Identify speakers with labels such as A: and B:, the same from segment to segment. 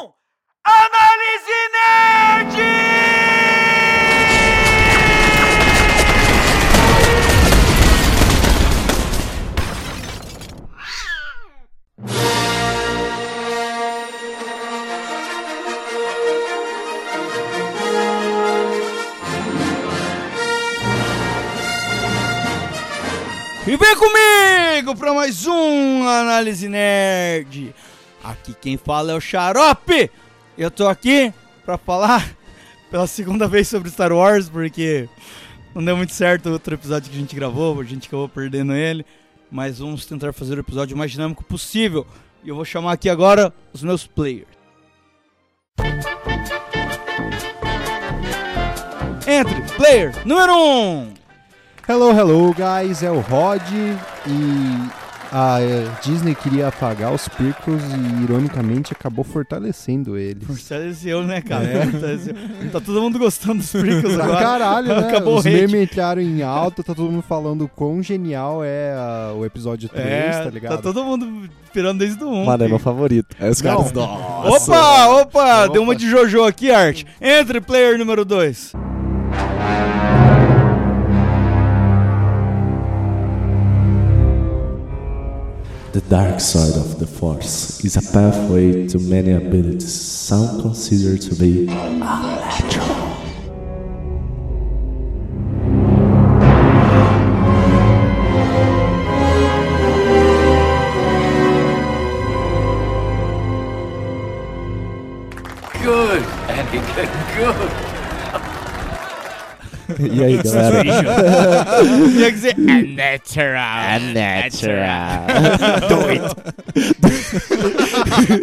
A: um
B: E vem comigo para mais um Análise Nerd. Aqui quem fala é o Xarope. Eu tô aqui para falar pela segunda vez sobre Star Wars, porque não deu muito certo o outro episódio que a gente gravou, a gente acabou perdendo ele. Mas vamos tentar fazer o episódio mais dinâmico possível. E eu vou chamar aqui agora os meus players. Entre player número 1. Um.
C: Hello, hello, guys. É o Rod e a é, Disney queria apagar os prequels e, ironicamente, acabou fortalecendo eles.
B: Fortaleceu, né, cara? É. Fortaleceu. Tá todo mundo gostando dos prequels
C: Pra
B: agora.
C: caralho, né?
B: Acabou
C: os
B: o hate.
C: memes entraram em alta, tá todo mundo falando quão genial é ah, o episódio 3,
B: É,
C: tá ligado?
B: tá todo mundo pirando desde o 1.
D: Mano, é meu favorito. Aí os
C: Não.
D: caras.
B: Opa,
D: Nossa.
B: opa, deu uma de Jojo aqui, Art. Entre player número 2.
D: The dark side of the Force is a pathway to many abilities, some consider to be Good, Anakin, good. E aí, galera?
B: Tinha que ser é natural.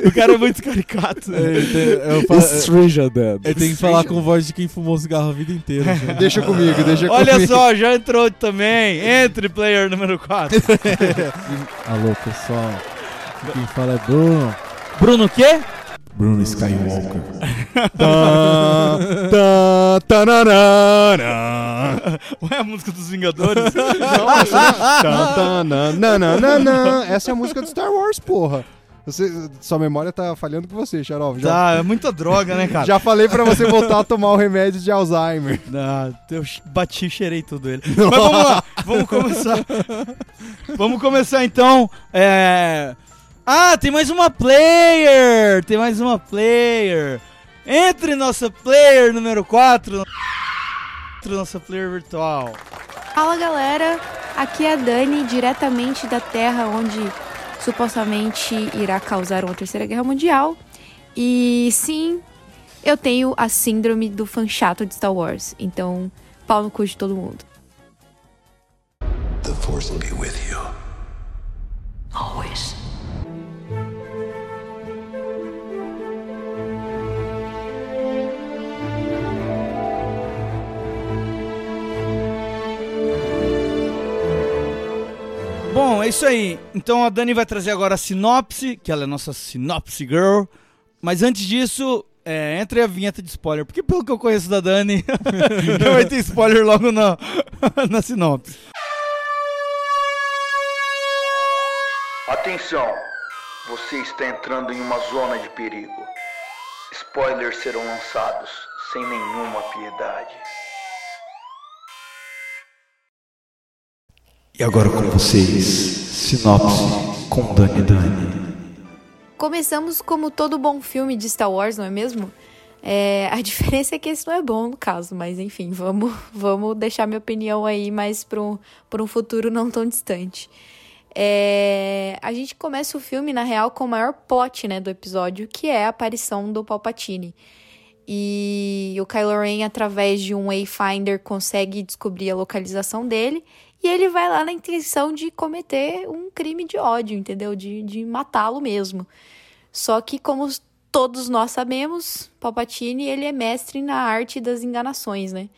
B: O cara é muito caricato. né?
E: Ele É, tem, eu fa-
D: Stranger Dead.
E: ele tem que falar com voz de quem fumou cigarro a vida inteira. gente.
C: Deixa comigo, deixa
B: Olha
C: comigo.
B: só, já entrou também. Entre player número 4.
E: Alô, pessoal. Aqui Quem fala é Bruno.
B: Bruno o quê?
D: Bruno Skywalker.
E: Ah.
B: Não é a música dos Vingadores?
C: Tan, tan, nan, nan, nan, nan. Essa é a música do Star Wars, porra. Você, sua memória tá falhando com você, Xarof. Já,
B: tá, é muita droga, né, cara?
C: já falei pra você voltar a tomar o remédio de Alzheimer.
B: Ah, eu ch- bati e cheirei tudo ele. Mas vamos lá, vamos começar. vamos começar então. é, Ah, tem mais uma player! Tem mais uma player! Entre nossa player número 4. Nossa player virtual.
F: Fala galera, aqui é a Dani, diretamente da terra onde supostamente irá causar uma terceira guerra mundial. E sim, eu tenho a síndrome do fã chato de Star Wars, então pau no cu de todo mundo.
G: The Force will be with you.
H: Always.
B: Bom, é isso aí. Então a Dani vai trazer agora a sinopse, que ela é nossa sinopse girl. Mas antes disso, é, entre a vinheta de spoiler, porque pelo que eu conheço da Dani, já vai ter spoiler logo na, na sinopse.
A: Atenção! Você está entrando em uma zona de perigo. Spoilers serão lançados sem nenhuma piedade.
G: E agora com vocês, sinopse com Dani Dani.
F: Começamos como todo bom filme de Star Wars, não é mesmo? É, a diferença é que esse não é bom no caso, mas enfim, vamos, vamos deixar minha opinião aí mais para um, pra um futuro não tão distante. É, a gente começa o filme, na real, com o maior plot né, do episódio, que é a aparição do Palpatine. E o Kylo Ren, através de um Wayfinder, consegue descobrir a localização dele. E ele vai lá na intenção de cometer um crime de ódio, entendeu? De, de matá-lo mesmo. Só que, como todos nós sabemos, Palpatine ele é mestre na arte das enganações, né?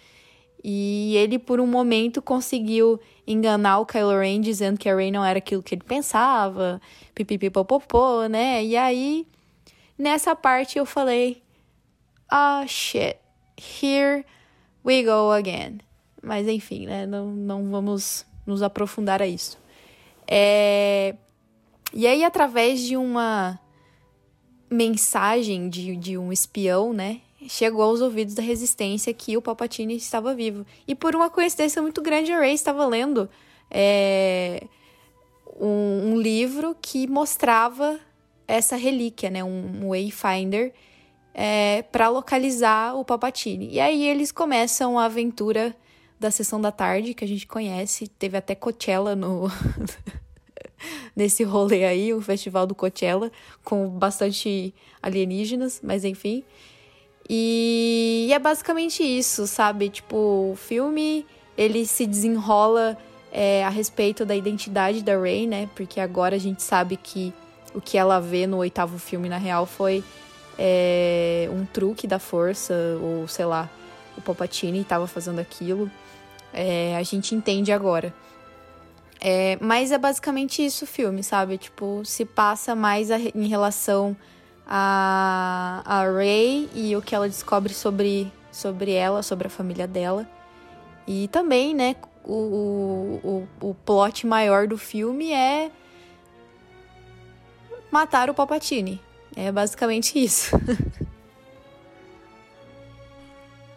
F: E ele, por um momento, conseguiu enganar o Kylo Ren, dizendo que a Rey não era aquilo que ele pensava, pipipipopopô, né? E aí, nessa parte eu falei, ah, shit, here we go again. Mas enfim, né? Não, não vamos nos aprofundar a isso. É, E aí, através de uma mensagem de, de um espião, né? Chegou aos ouvidos da resistência que o Palpatine estava vivo. E por uma coincidência muito grande, a Rey estava lendo é, um, um livro que mostrava essa relíquia, né? Um, um Wayfinder é, para localizar o Palpatine. E aí eles começam a aventura da sessão da tarde, que a gente conhece. Teve até Coachella no... nesse rolê aí, o festival do Coachella, com bastante alienígenas, mas enfim. E, e é basicamente isso, sabe? Tipo, o filme ele se desenrola é, a respeito da identidade da Rey, né? Porque agora a gente sabe que o que ela vê no oitavo filme, na real, foi é, um truque da força, ou sei lá, o Palpatine estava fazendo aquilo. É, a gente entende agora. É, mas é basicamente isso o filme, sabe? Tipo, se passa mais a- em relação a, a Ray e o que ela descobre sobre, sobre ela, sobre a família dela. E também, né, o, o, o, o plot maior do filme é matar o Palpatine. É basicamente isso.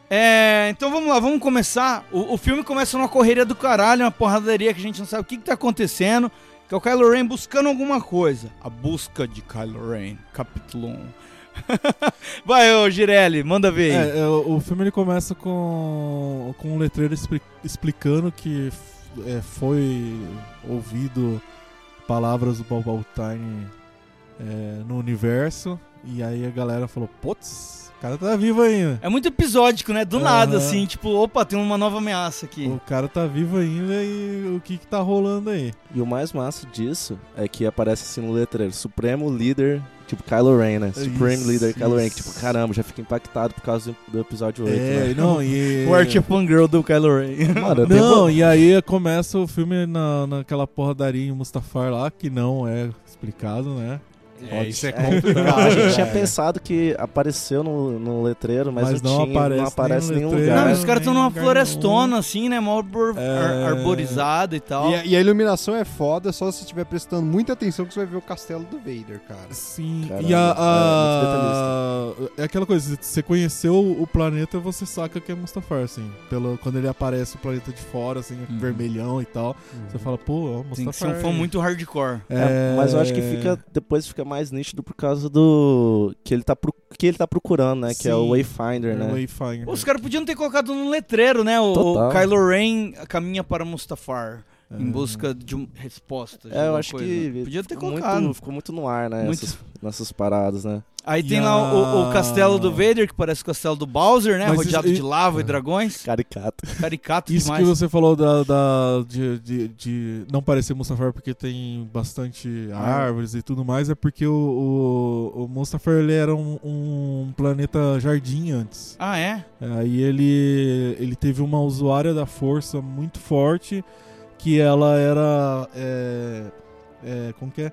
B: É, então vamos lá, vamos começar. O, o filme começa numa correria do caralho, uma porradaria que a gente não sabe o que, que tá acontecendo. Que é o Kylo Ren buscando alguma coisa. A busca de Kylo Ren, capítulo 1. Vai, ô Girelli, manda ver aí.
E: É, é, o o filme ele começa com, com um letreiro expli- explicando que f- é, foi ouvido palavras do Bob Baltine é, no universo. E aí a galera falou, putz, o cara tá vivo ainda.
B: É muito episódico, né? Do nada,
E: Aham.
B: assim, tipo, opa, tem uma nova ameaça aqui.
E: O cara tá vivo ainda e o que que tá rolando aí?
D: E o mais massa disso é que aparece assim no letreiro, Supremo Líder, tipo Kylo Ren, né? Supreme
E: Isso,
D: Leader Kylo Ren, que tipo,
E: isso.
D: caramba, já fica impactado por causa do- do episódio 8,
E: é,
D: né?
E: não, e...
B: O Art Fangirl do Kylo Ren.
D: Mano, eu tenho
E: Não, e aí começa o filme na, naquela porradaria em Mustafar lá, que não é explicado, né?
B: É, isso é
D: Não, a gente é
C: É.
D: tinha pensado que apareceu no, no letreiro, mas,
E: É. Mas
D: não,
E: não
D: tinha,
E: aparece
D: não aparece em
E: nem no
D: nenhum
E: letreiro.
B: Não,
D: lugar.
B: os caras estão numa
E: Ganhou.
B: florestona, assim, né? Mal arbor-
E: É.
B: ar- arborizada e tal.
C: E a, e a iluminação é foda, só se estiver prestando muita atenção que você vai ver o castelo do Vader, cara.
E: Sim,
D: Caramba,
E: e a,
D: é
E: a- é aquela coisa, você conheceu o planeta, você saca que é Mustafar, assim. Pelo, quando ele aparece o planeta de fora, assim,
B: Uhum.
E: vermelhão e tal, você fala, pô, ó, Mustafar.
B: Tem que ser um fã muito hardcore.
D: Uhum. É, mas eu acho que fica depois fica mais nítido por causa do que ele tá pro- que ele tá procurando, né, que é o
E: Sim,
D: Wayfinder, né?
E: Wayfinder.
B: Os caras podiam ter colocado no letreiro, né? O,
D: Total.
B: o Kylo Ren caminha para Mustafar
E: É.
B: em busca de um- respostas. de
D: É, eu
B: alguma
D: acho
B: coisa.
D: que
B: Podia ter
D: ficou
B: colocado.
D: muito, ficou muito no ar, né,
B: Muito.
D: essas- nessas paradas, né?
B: Aí tem
E: E
B: lá o, o
E: a-
B: castelo do Vader, que parece o castelo do Bowser, né?
E: Mas
B: Rodeado
E: isso-
B: de lava e dragões.
D: Caricato.
B: Caricato
E: Isso
B: demais.
E: que você falou da, da- de, de- de não parecer Mustafar porque tem bastante
D: Ah.
E: árvores e tudo mais, é porque o, o, o Mustafar ele era um, um planeta jardim antes.
B: Ah, é?
E: Aí ele, ele teve uma usuária da força muito forte que ela era. É, é, como que é?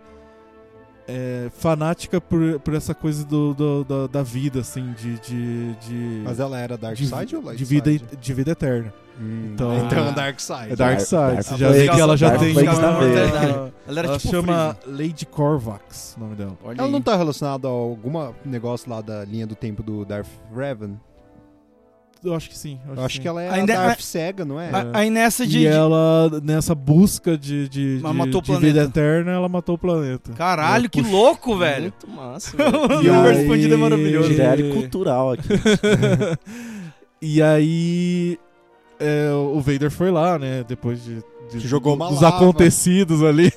E: É, fanática por, por essa coisa do, do- da, da vida, assim, de. de, de
C: Mas ela era Dark
E: de,
C: Side ou Light
E: de vida,
C: Side?
E: de vida eterna.
C: Hum,
E: então-
C: então é Dark Side.
E: É Dark Side. é
D: Dark-
E: Você
D: Dark
E: já vê
B: Blades.
E: que ela já
B: Dark
E: tem.
B: Blades na
E: ela,
B: veia. Ela era tipo
E: chama
B: Freeza.
E: Lady Corvax, o nome dela.
B: Olha
C: Ela
B: aí.
C: não tá relacionada a algum negócio lá da linha do tempo do Darth Revan?
E: Eu acho que sim. Eu acho,
C: Eu acho que
E: sim.
C: ela é
B: Ainda- Ah,
C: a Darth Sega, não é?
B: A- Aí nessa de...
E: E é
B: de-
E: ela, nessa busca de, de,
B: Mas
E: de-
B: matou o
E: de
B: planeta.
E: vida eterna, ela matou o planeta.
B: Caralho,
E: Ela
B: que
E: puxa-
B: louco, velho.
D: Muito massa.
B: O
E: E
B: universo
E: aí-
B: expandido é maravilhoso.
D: Diário um cultural aqui.
E: e aí. é, o Vader foi lá, né? Depois de. de-
C: Jogou uma
E: dos
C: lava.
E: acontecidos ali.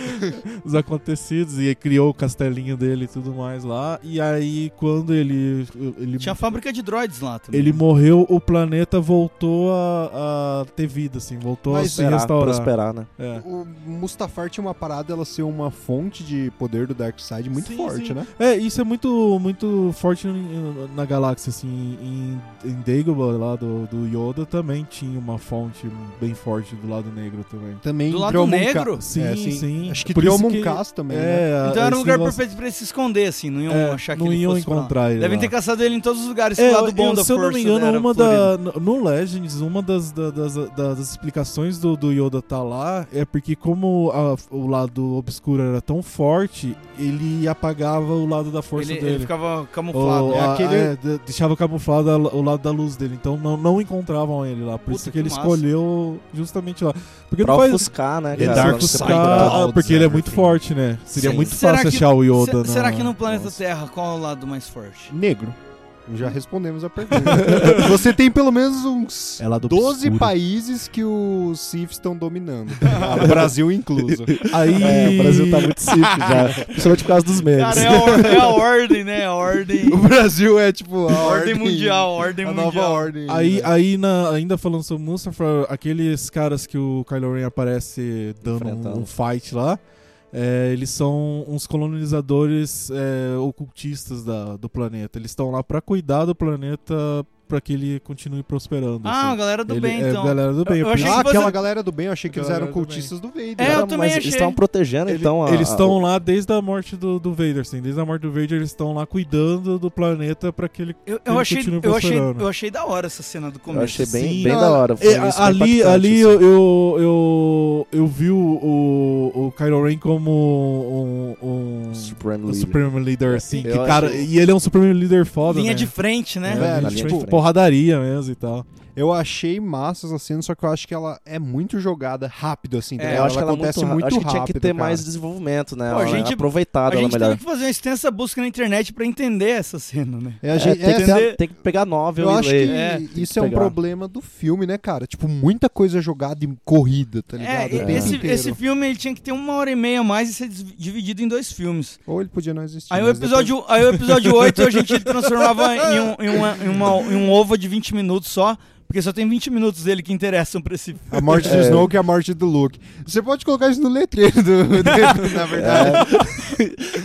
E: Os acontecidos. E aí criou o castelinho dele e tudo mais lá. E aí, quando ele. ele
B: Tinha fábrica de droids lá também.
E: Ele morreu, o planeta voltou a, a ter vida, assim, voltou
C: Mas
E: a se
D: Prosperar,
E: restaurar.
D: prosperar, né?
E: É.
C: O Mustafar tinha uma parada ela ser uma fonte de poder do Dark Side muito
E: Sim,
C: forte,
E: sim.
C: né?
E: É, isso é muito, muito forte em- na galáxia, assim, em, em Dagobah, lá do, do Yoda, também tinha uma fonte bem forte do lado negro também.
C: Também
B: Do lado
C: Driomun Ca-
B: negro?
E: Sim,
C: É, sim.
E: sim.
C: Acho que
E: Por isso
C: Driomun Cass também, né?
E: é,
B: Então era um
E: esse
B: lugar
E: negócio-
B: perfeito pra ele se esconder, assim. Não iam
E: é,
B: achar que
E: não
B: ele
E: iam
B: fosse pra lá.
E: encontrar ele.
B: Devem
E: lá.
B: ter caçado ele em todos os lugares.
E: É,
B: Esse lado bom
E: eu-
B: da
E: se eu não
B: força né?
E: me engano, é
B: era
E: uma
B: florido.
E: da, no- no Legends, uma das, da- das, da- das explicações do, do Yoda tá lá é porque como a- o lado obscuro era tão forte, ele apagava o lado da força
B: Ele, ele
E: dele.
B: ficava camuflado. né?
E: Ou
C: é
E: a-
C: aquele-
E: é, de- deixava camuflado a- o lado da luz dele, então não, não encontravam ele lá. Por
B: Puta,
E: isso que,
B: que
E: ele
B: massa.
E: escolheu justamente lá. Porque
D: Pra
E: não faz
D: ofuscar, né,
C: The
E: tá
D: cara?
C: Dark
D: Pra você
C: Side
D: procurar.
E: Ah, porque ele é muito forte, né? Seria
B: Sim.
E: muito
B: Será
E: fácil
B: que-
E: achar o Yoda.
B: Se-
E: na-
B: Será que no planeta
E: Nossa.
B: Terra qual é o lado mais forte?
C: Negro. Já respondemos a pergunta. Você tem pelo menos uns
D: É lá do
C: 12
D: obscuro.
C: países que os CIFs estão dominando. O Brasil incluso.
E: Aí.
D: É, o Brasil tá muito simples já. Principalmente por causa dos memes.
B: Cara, é a, or- é a ordem, né? A ordem.
C: O Brasil é tipo a
B: a ordem
C: ordem,
B: mundial, a ordem
C: A
B: mundial.
C: nova ordem.
E: Aí,
C: né?
E: aí na- ainda falando sobre o Mustafa, aqueles caras que o Kylo Ren aparece dando
D: Enfrentando.
E: um, um fight lá, é, eles são uns colonizadores é, ocultistas da- do planeta. Eles estão lá pra cuidar do planeta pra que ele continue prosperando.
B: Ah, a
E: assim.
B: galera do
E: Ele-
B: bem,
E: é,
B: então.
E: galera do
B: Eu-
E: bem.
B: eu
E: por
B: achei
E: isso-
C: Ah,
B: que você-
C: aquela galera do bem, eu achei que eles
E: Galera
C: eram
E: do bem.
C: cultistas do, Vader.
B: É, eu também
D: mas
B: achei.
D: eles estavam protegendo,
E: Ele-
D: então. a-
E: eles
D: a-
E: estão lá desde a morte do, do Vader, assim. Desde a morte do Vader, eles estão lá cuidando do planeta pra que ele.
B: Eu, eu
E: Ele
B: achei,
E: continua
B: eu, achei,
E: prosperando.
B: eu achei da hora essa cena do começo.
D: Eu achei bem,
B: assim.
D: bem
C: não,
D: da hora. Foi
E: É,
D: isso,
E: a- ali
D: impactante,
E: ali
D: assim.
E: eu, eu, eu, eu vi o, o, o Kylo Ren como um, um,
D: Supreme
E: um
D: Leader.
E: Supreme Leader, assim.
D: eu
E: que
D: acho-
E: cara, E ele é um Supreme Leader foda,
B: Linha
E: né?
B: de frente, né?
E: É,
C: Velho,
E: linha de
C: tipo,
E: frente, porradaria mesmo e tal.
C: Eu achei massa essa cena, só que eu acho que ela é muito jogada rápido, assim. tá
D: É,
C: ligado?
D: eu acho que ela
C: acontece
D: acontece muito,
C: muito,
D: acho que
C: rápido.
D: tinha que ter
C: cara.
D: mais desenvolvimento, né?
B: Pô, a
D: Ela-
B: gente-
D: aproveitado
B: A
D: ela
B: gente
D: melhor.
B: teve que fazer uma extensa busca na internet pra entender essa cena, né?
C: É, a
D: É,
C: gente-
D: tem,
C: é,
D: que
B: ter-
D: ter- tem que pegar novel
C: Eu
D: e
C: acho
D: ler.
C: que
B: É,
D: que
C: isso é um
D: pegar.
C: problema do filme, né, cara? Tipo, muita coisa jogada e corrida, tá ligado? O
B: É,
C: tempo
B: esse,
C: inteiro.
B: esse filme ele tinha que ter uma hora e meia a mais e ser des- dividido em dois filmes.
C: Ou ele podia não existir.
B: Aí o,
C: mas
B: episódio, aí o episódio 8 a gente transformava em um, em, uma- em uma- em um ovo de 20 minutos só, porque só tem 20 minutos dele que interessam pra esse
C: depois- A morte do
D: É.
C: Snoke e a morte do Luke. Você pode colocar isso no letreiro, do, do- na verdade.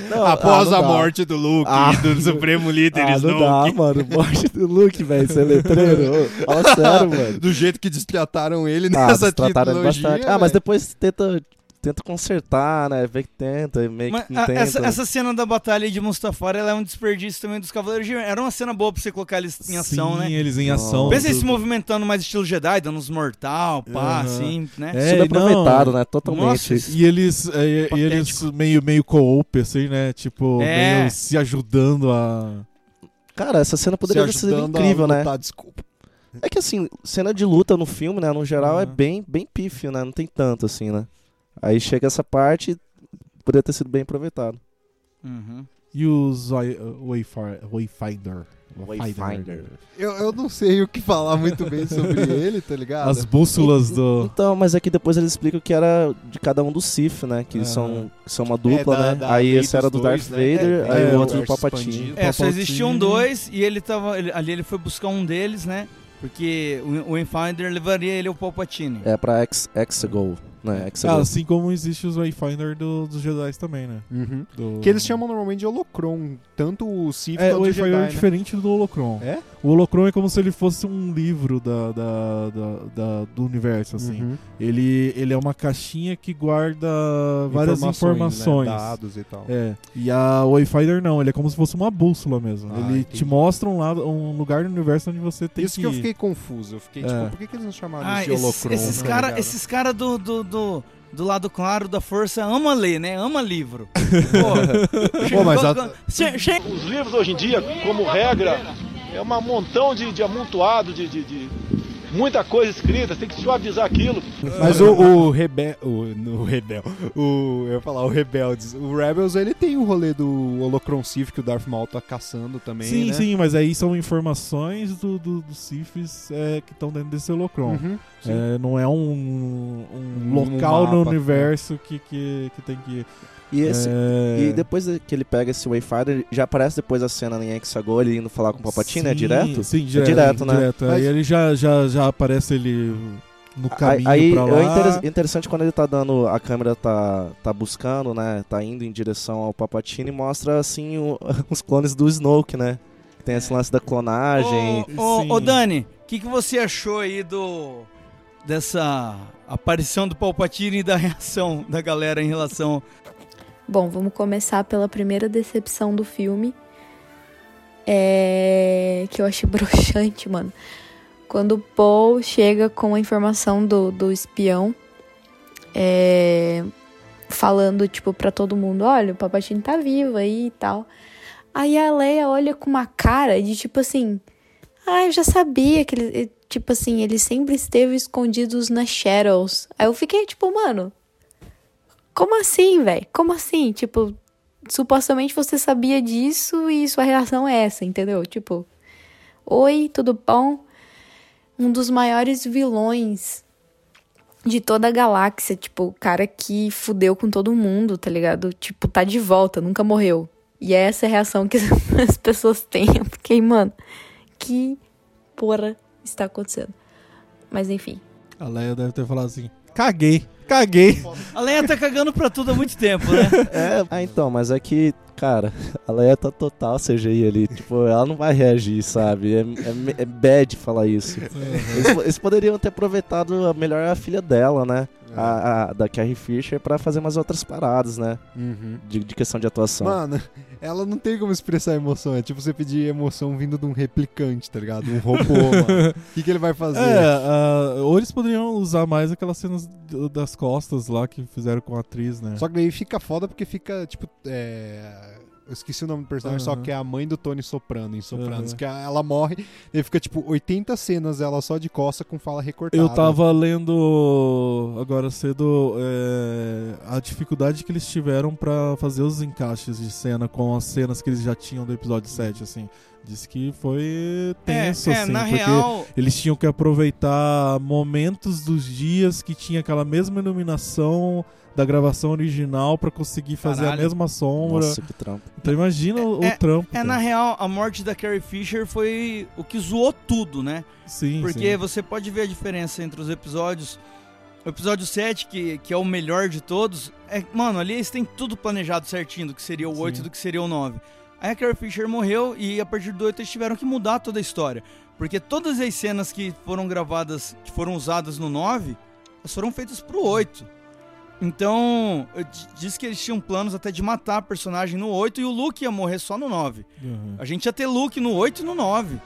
D: Não,
C: Após
D: É. ah, não
C: a
D: dá.
C: morte do Luke
D: Ah.
C: e do Supremo Líder
D: Ah, não
C: Snoke.
D: dá, mano. Morte do Luke, velho. Você é letreiro. Ô, Fala sério, mano.
C: Do jeito que destrataram ele
D: Ah,
C: nessa né?
D: trataram ele
C: trilogia,
D: bastante. Ah, mas
C: velho.
D: depois tenta, tenta consertar, né? Vê que tenta, meio
B: Mas
D: que não
C: ah,
B: a-
D: tenta.
B: essa, essa cena da batalha de Mustafar ela é um desperdício também dos Cavaleiros de Ouro. Era uma cena boa pra você colocar eles em ação,
E: Sim,
B: né?
E: eles em
D: Não.
E: ação.
B: Pensa eles se
E: tudo.
B: movimentando mais estilo Jedi, dando uns mortal, pá,
E: Aham.
B: assim, né?
E: É, não.
D: Subaproveitaram, né? Totalmente.
B: Nossa,
E: E eles, é, e- e eles meio, meio co-op, assim, né? Tipo,
B: É.
E: meio se ajudando a.
D: Cara, essa cena poderia ter
C: Se
D: sido
C: ajudando a
D: incrível, né?
C: lutar, desculpa.
D: É que assim, cena de luta no filme, né? No geral é
E: Uhum.
D: bem, bem pífio, né? Não tem tanto assim, né? Aí chega essa parte, poderia ter sido bem aproveitado.
B: Uhum.
E: E os Wi- Wayfar- Wayfinder.
C: Eu, eu não sei o que falar muito bem sobre ele, tá ligado?
E: As bússolas do.
D: Então, mas é que depois eles explicam que era de cada um do Sif, né? Que
E: Aham.
D: são, que são uma dupla,
C: É, da-
D: né?
C: da
D: aí
C: lei
D: esse era
C: dos
D: do
C: dois,
D: Darth
C: né?
D: Vader,
C: É,
D: aí
E: é,
D: o
E: o
D: outro do
C: universo
D: Papatinho.
C: expandido.
B: É, só
E: Palpatine.
B: existiam dois e ele tava. ele- ali ele foi buscar um deles, né? Porque o, o Infinder levaria ele ao Palpatine.
D: É pra Hex, Hexagol, né? Hexagol.
E: Ah, assim como existe os Wayfinder do- dos Jedi também, né?
C: Uhum.
E: Do-
C: Que eles chamam normalmente de holocron, tanto o Sith
E: É, o
C: quanto o
E: Wayfinder
C: Jedi,
E: é
C: né?
E: diferente do Holocron.
C: É?
E: O Holocron é como se ele fosse um livro da, da- da- da- do universo, assim.
C: Uhum.
E: Ele, ele é uma caixinha que guarda várias informações.
C: né? Dados e tal.
E: É, e a Wayfinder não, ele é como se fosse uma bússola mesmo.
C: Ah,
E: ele
C: entendi.
E: te mostra um, lado, um lugar no universo onde você tem
C: Isso que eu fiquei confuso. Eu fiquei,
E: É.
C: tipo, por que, que eles não chamaram
B: Ah,
C: isso de
B: esses-
C: holocron?
B: esses
C: tá
B: caras
C: ligado?
B: esses cara do, do, do, do lado claro da força ama ler, né? Ama livro. Pô,
C: Pô, mas a-
B: che- che-
H: Os livros hoje em dia, como regra, é um montão de, de amontoado, de, de- de muita coisa escrita, tem que suavizar aquilo.
C: Mas o, o Rebel. O, no Rebel. O, eu ia falar, o Rebeldes. O Rebels, ele tem o rolê do holocron Sith que o Darth Maul tá caçando também.
E: Sim,
C: né?
E: sim, mas aí são informações do, do, dos Sifis é, que estão dentro desse Holocron.
C: Uhum, sim.
E: É, não é um, um
C: Um
E: local no
C: mapa,
E: universo que, que, que tem que.
D: E, esse,
E: é,
D: e depois que ele pega esse Wayfinder, já aparece depois a cena em Hexagol ele indo falar com o Papatinho, é
E: Sim,
D: direto?
E: Sim, direto.
D: direto, né?
E: direto.
C: Mas-
E: Aí ele já, já, já aparece ele no
D: Aí,
E: caminho
D: aí
E: pra lá.
D: é interes- interessante quando ele tá dando. A câmera tá, tá buscando, né? Tá indo em direção ao Papatini e mostra assim o- os clones do Snoke, né? Tem esse lance da clonagem.
B: Ô, ô,
E: Sim.
B: ô, Dani, o que, que você achou aí do dessa aparição do Palpatine e da reação da galera em relação
F: Bom, vamos começar pela primeira decepção do filme. É. Que eu achei broxante, mano. Quando o Paul chega com a informação do, do espião. é, Falando, tipo, pra todo mundo: olha, o Papatinho tá vivo aí e tal. Aí a Leia olha com uma cara de tipo assim. Ah, eu já sabia que ele. Tipo assim, eles sempre esteve escondidos nas Shadows. Aí eu fiquei tipo, mano. Como assim, velho? Como assim? Tipo, supostamente você sabia disso e sua reação é essa, entendeu? Tipo, Oi, tudo bom? Um dos maiores vilões de toda a galáxia, tipo, o cara que fudeu com todo mundo, tá ligado? Tipo, tá de volta, nunca morreu. E é essa a reação que as pessoas têm. Eu fiquei, mano, que porra está acontecendo? Mas enfim.
E: A Leia deve ter falado assim: caguei, caguei.
B: A Leia tá cagando pra tudo há muito tempo, né?
D: É, ah, então, mas é que, cara, a Leia tá total CGI ali. Tipo, ela não vai reagir, sabe? É, é, me- é bad falar isso.
E: Uhum.
D: Eles, po- eles poderiam ter aproveitado a melhor a filha dela, né?
E: É.
C: Ah.
D: A, a- da Carrie Fisher pra fazer umas outras paradas, né?
C: Uhum.
D: De, de questão de atuação.
C: Mano, ela não tem como expressar emoção. É tipo você pedir emoção vindo de um replicante, tá ligado? Um robô, mano. O que, que ele vai fazer?
E: É, ah, ou eles poderiam usar mais aquelas cenas do- das costas lá que fizeram com a atriz, né?
C: Só que daí fica foda porque fica, tipo, é... Eu esqueci o nome do personagem, só
E: Aham.
C: que é a mãe do Tony soprando em Sopranos,
E: Aham.
C: que a- ela morre, daí fica, tipo, 80 cenas ela só de costa com fala recortada.
E: Eu tava lendo agora cedo é, a dificuldade que eles tiveram pra fazer os encaixes de cena com as cenas que eles já tinham do episódio 7, assim. Diz que foi tenso, assim,
B: É, na
E: porque
B: real.
E: eles tinham que aproveitar momentos dos dias que tinha aquela mesma iluminação da gravação original pra conseguir fazer
B: Caralho.
E: a mesma sombra.
D: Nossa, que trampo.
E: Então imagina o, o trampo.
B: É,
E: cara.
B: na real, a morte da Carrie Fisher foi o que zoou tudo, né?
E: Sim,
B: Porque
E: sim.
B: você pode ver a diferença entre os episódios. O episódio 7, que, que é o melhor de todos, é, mano, ali eles têm tudo planejado certinho do que seria o 8 e
E: Sim.
B: do que seria o 9. Aí a Carrie Fisher morreu e a partir do 8 eles tiveram que mudar toda a história. Porque todas as cenas que foram gravadas, que foram usadas no 9, elas foram feitas pro 8. Então, eu di- disse que eles tinham planos até de matar a personagem no 8 e o Luke ia morrer só no 9.
E: Uhum.
B: A gente ia ter Luke no 8 e no 9.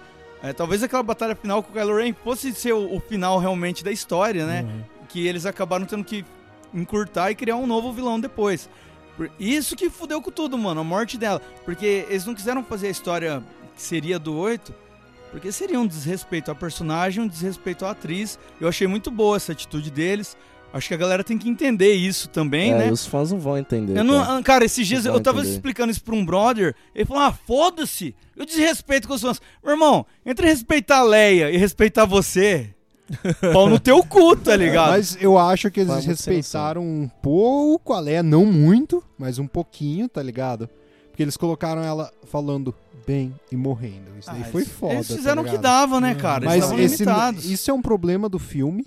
B: É, talvez aquela batalha final com o Kylo Ren fosse ser o, o final realmente da história, né?
E: Uhum.
B: Que eles acabaram tendo que encurtar e criar um novo vilão depois. Por- Isso que fudeu com tudo, mano, a morte dela. Porque eles não quiseram fazer a história que seria do 8, porque seria um desrespeito à personagem, um desrespeito à atriz. Eu achei muito boa essa atitude deles. Acho que a galera tem que entender isso também,
D: é,
B: né?
D: e os fãs não vão entender.
B: Eu não-
D: cara.
B: ah, cara, esses dias
D: Vocês
B: eu
D: vão
B: tava
D: entender.
B: explicando isso pra um brother, ele falou: ah, foda-se, eu desrespeito com os fãs. Meu irmão, entre respeitar a Leia e respeitar você, pau no teu cu, tá ligado?
C: É, Mas eu acho que
D: Fala
C: eles
D: muito
C: respeitaram um pouco a Leia, não muito, mas um pouquinho, tá ligado? Porque eles colocaram ela falando bem e morrendo. Isso daí
B: Ah,
C: foi
B: eles-
C: foda,
B: Eles
C: tá
B: fizeram o que
C: ligado?
B: dava, né,
E: Uhum.
B: cara? Eles
C: Mas
B: estavam
C: esse,
B: limitados.
C: isso é um problema do filme,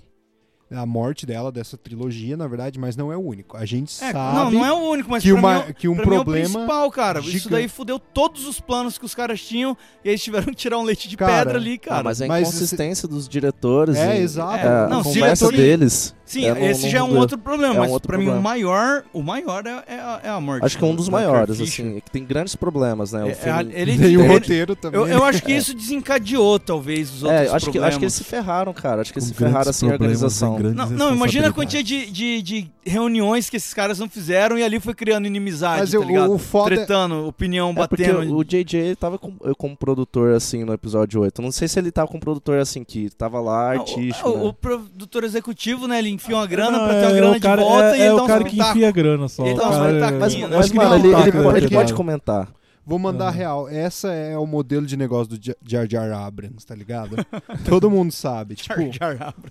C: a morte dela, dessa trilogia, na verdade, mas não é o único. A gente
B: É,
C: sabe
B: não, não é o único, mas
C: que,
B: pra
C: uma-
B: mim, é o-
C: que um
B: pra mim é o
C: problema.
B: principal, cara. Isso
C: gigante.
B: daí fudeu todos os planos que os caras tinham e eles tiveram que tirar um leite de
C: Cara,
B: pedra ali, cara.
D: Ah, mas a
C: mas
D: inconsistência dos diretores.
C: É,
D: e-
C: exato.
D: é, a
B: Não, se-
D: conversa
B: se-
D: deles.
B: Sim,
D: é, não-
B: esse
D: não
B: já é um
D: mudou.
B: outro problema,
D: É um
B: mas
D: outro
B: pra mim o
D: problema.
B: maior, o maior é, é a, é a morte.
D: Acho que é um dos
B: da Carrie
D: maiores,
B: Fisher.
D: assim. é que Tem grandes problemas, né? O
B: É,
D: filme-
B: a- ele-
C: Tem o
B: ele-
C: roteiro também.
B: Eu, eu acho que isso desencadeou, talvez, os outros
D: É, eu acho que, eu
B: problemas.
D: acho que eles se ferraram, cara. Acho que eles
E: Com
D: se ferraram,
E: grandes
D: assim, a
E: problemas,
D: organização.
E: né, grandes
B: Não, não, imagina a
E: responsabilidades.
B: quantia de, de, de reuniões que esses caras não fizeram e ali foi criando inimizade,
C: Mas
B: tá
C: eu-
B: ligado?
C: o foda é-
B: Tretando, opinião,
D: É porque
B: batendo.
D: o JJ ele tava com, eu como produtor, assim, no episódio 8. Não sei se ele tava com um produtor, assim, que tava lá, artístico.
B: Ah, O,
D: né?
B: o produtor executivo, né, ele enfia uma grana
E: Não,
B: pra ter uma
E: é,
B: grana
E: o cara-
B: de volta
E: é,
B: e ele
E: é
B: dá um
E: o cara
B: uns
E: que
B: pitacos.
E: enfia grana só.
B: Ele dá
E: o
B: uns
E: cara-
B: pitacos.
D: Mas,
B: Eu
D: mas,
E: acho que
D: mano,
E: nem
D: ele,
E: um
D: ele
B: é
E: taco,
D: Tá, pode,
E: né,
D: ele pode
E: cara?
D: comentar.
C: Vou mandar
E: Uhum.
C: real. Essa é o modelo de negócio do Jar- Jar Jar Abrams, tá ligado? Todo mundo sabe. Tipo,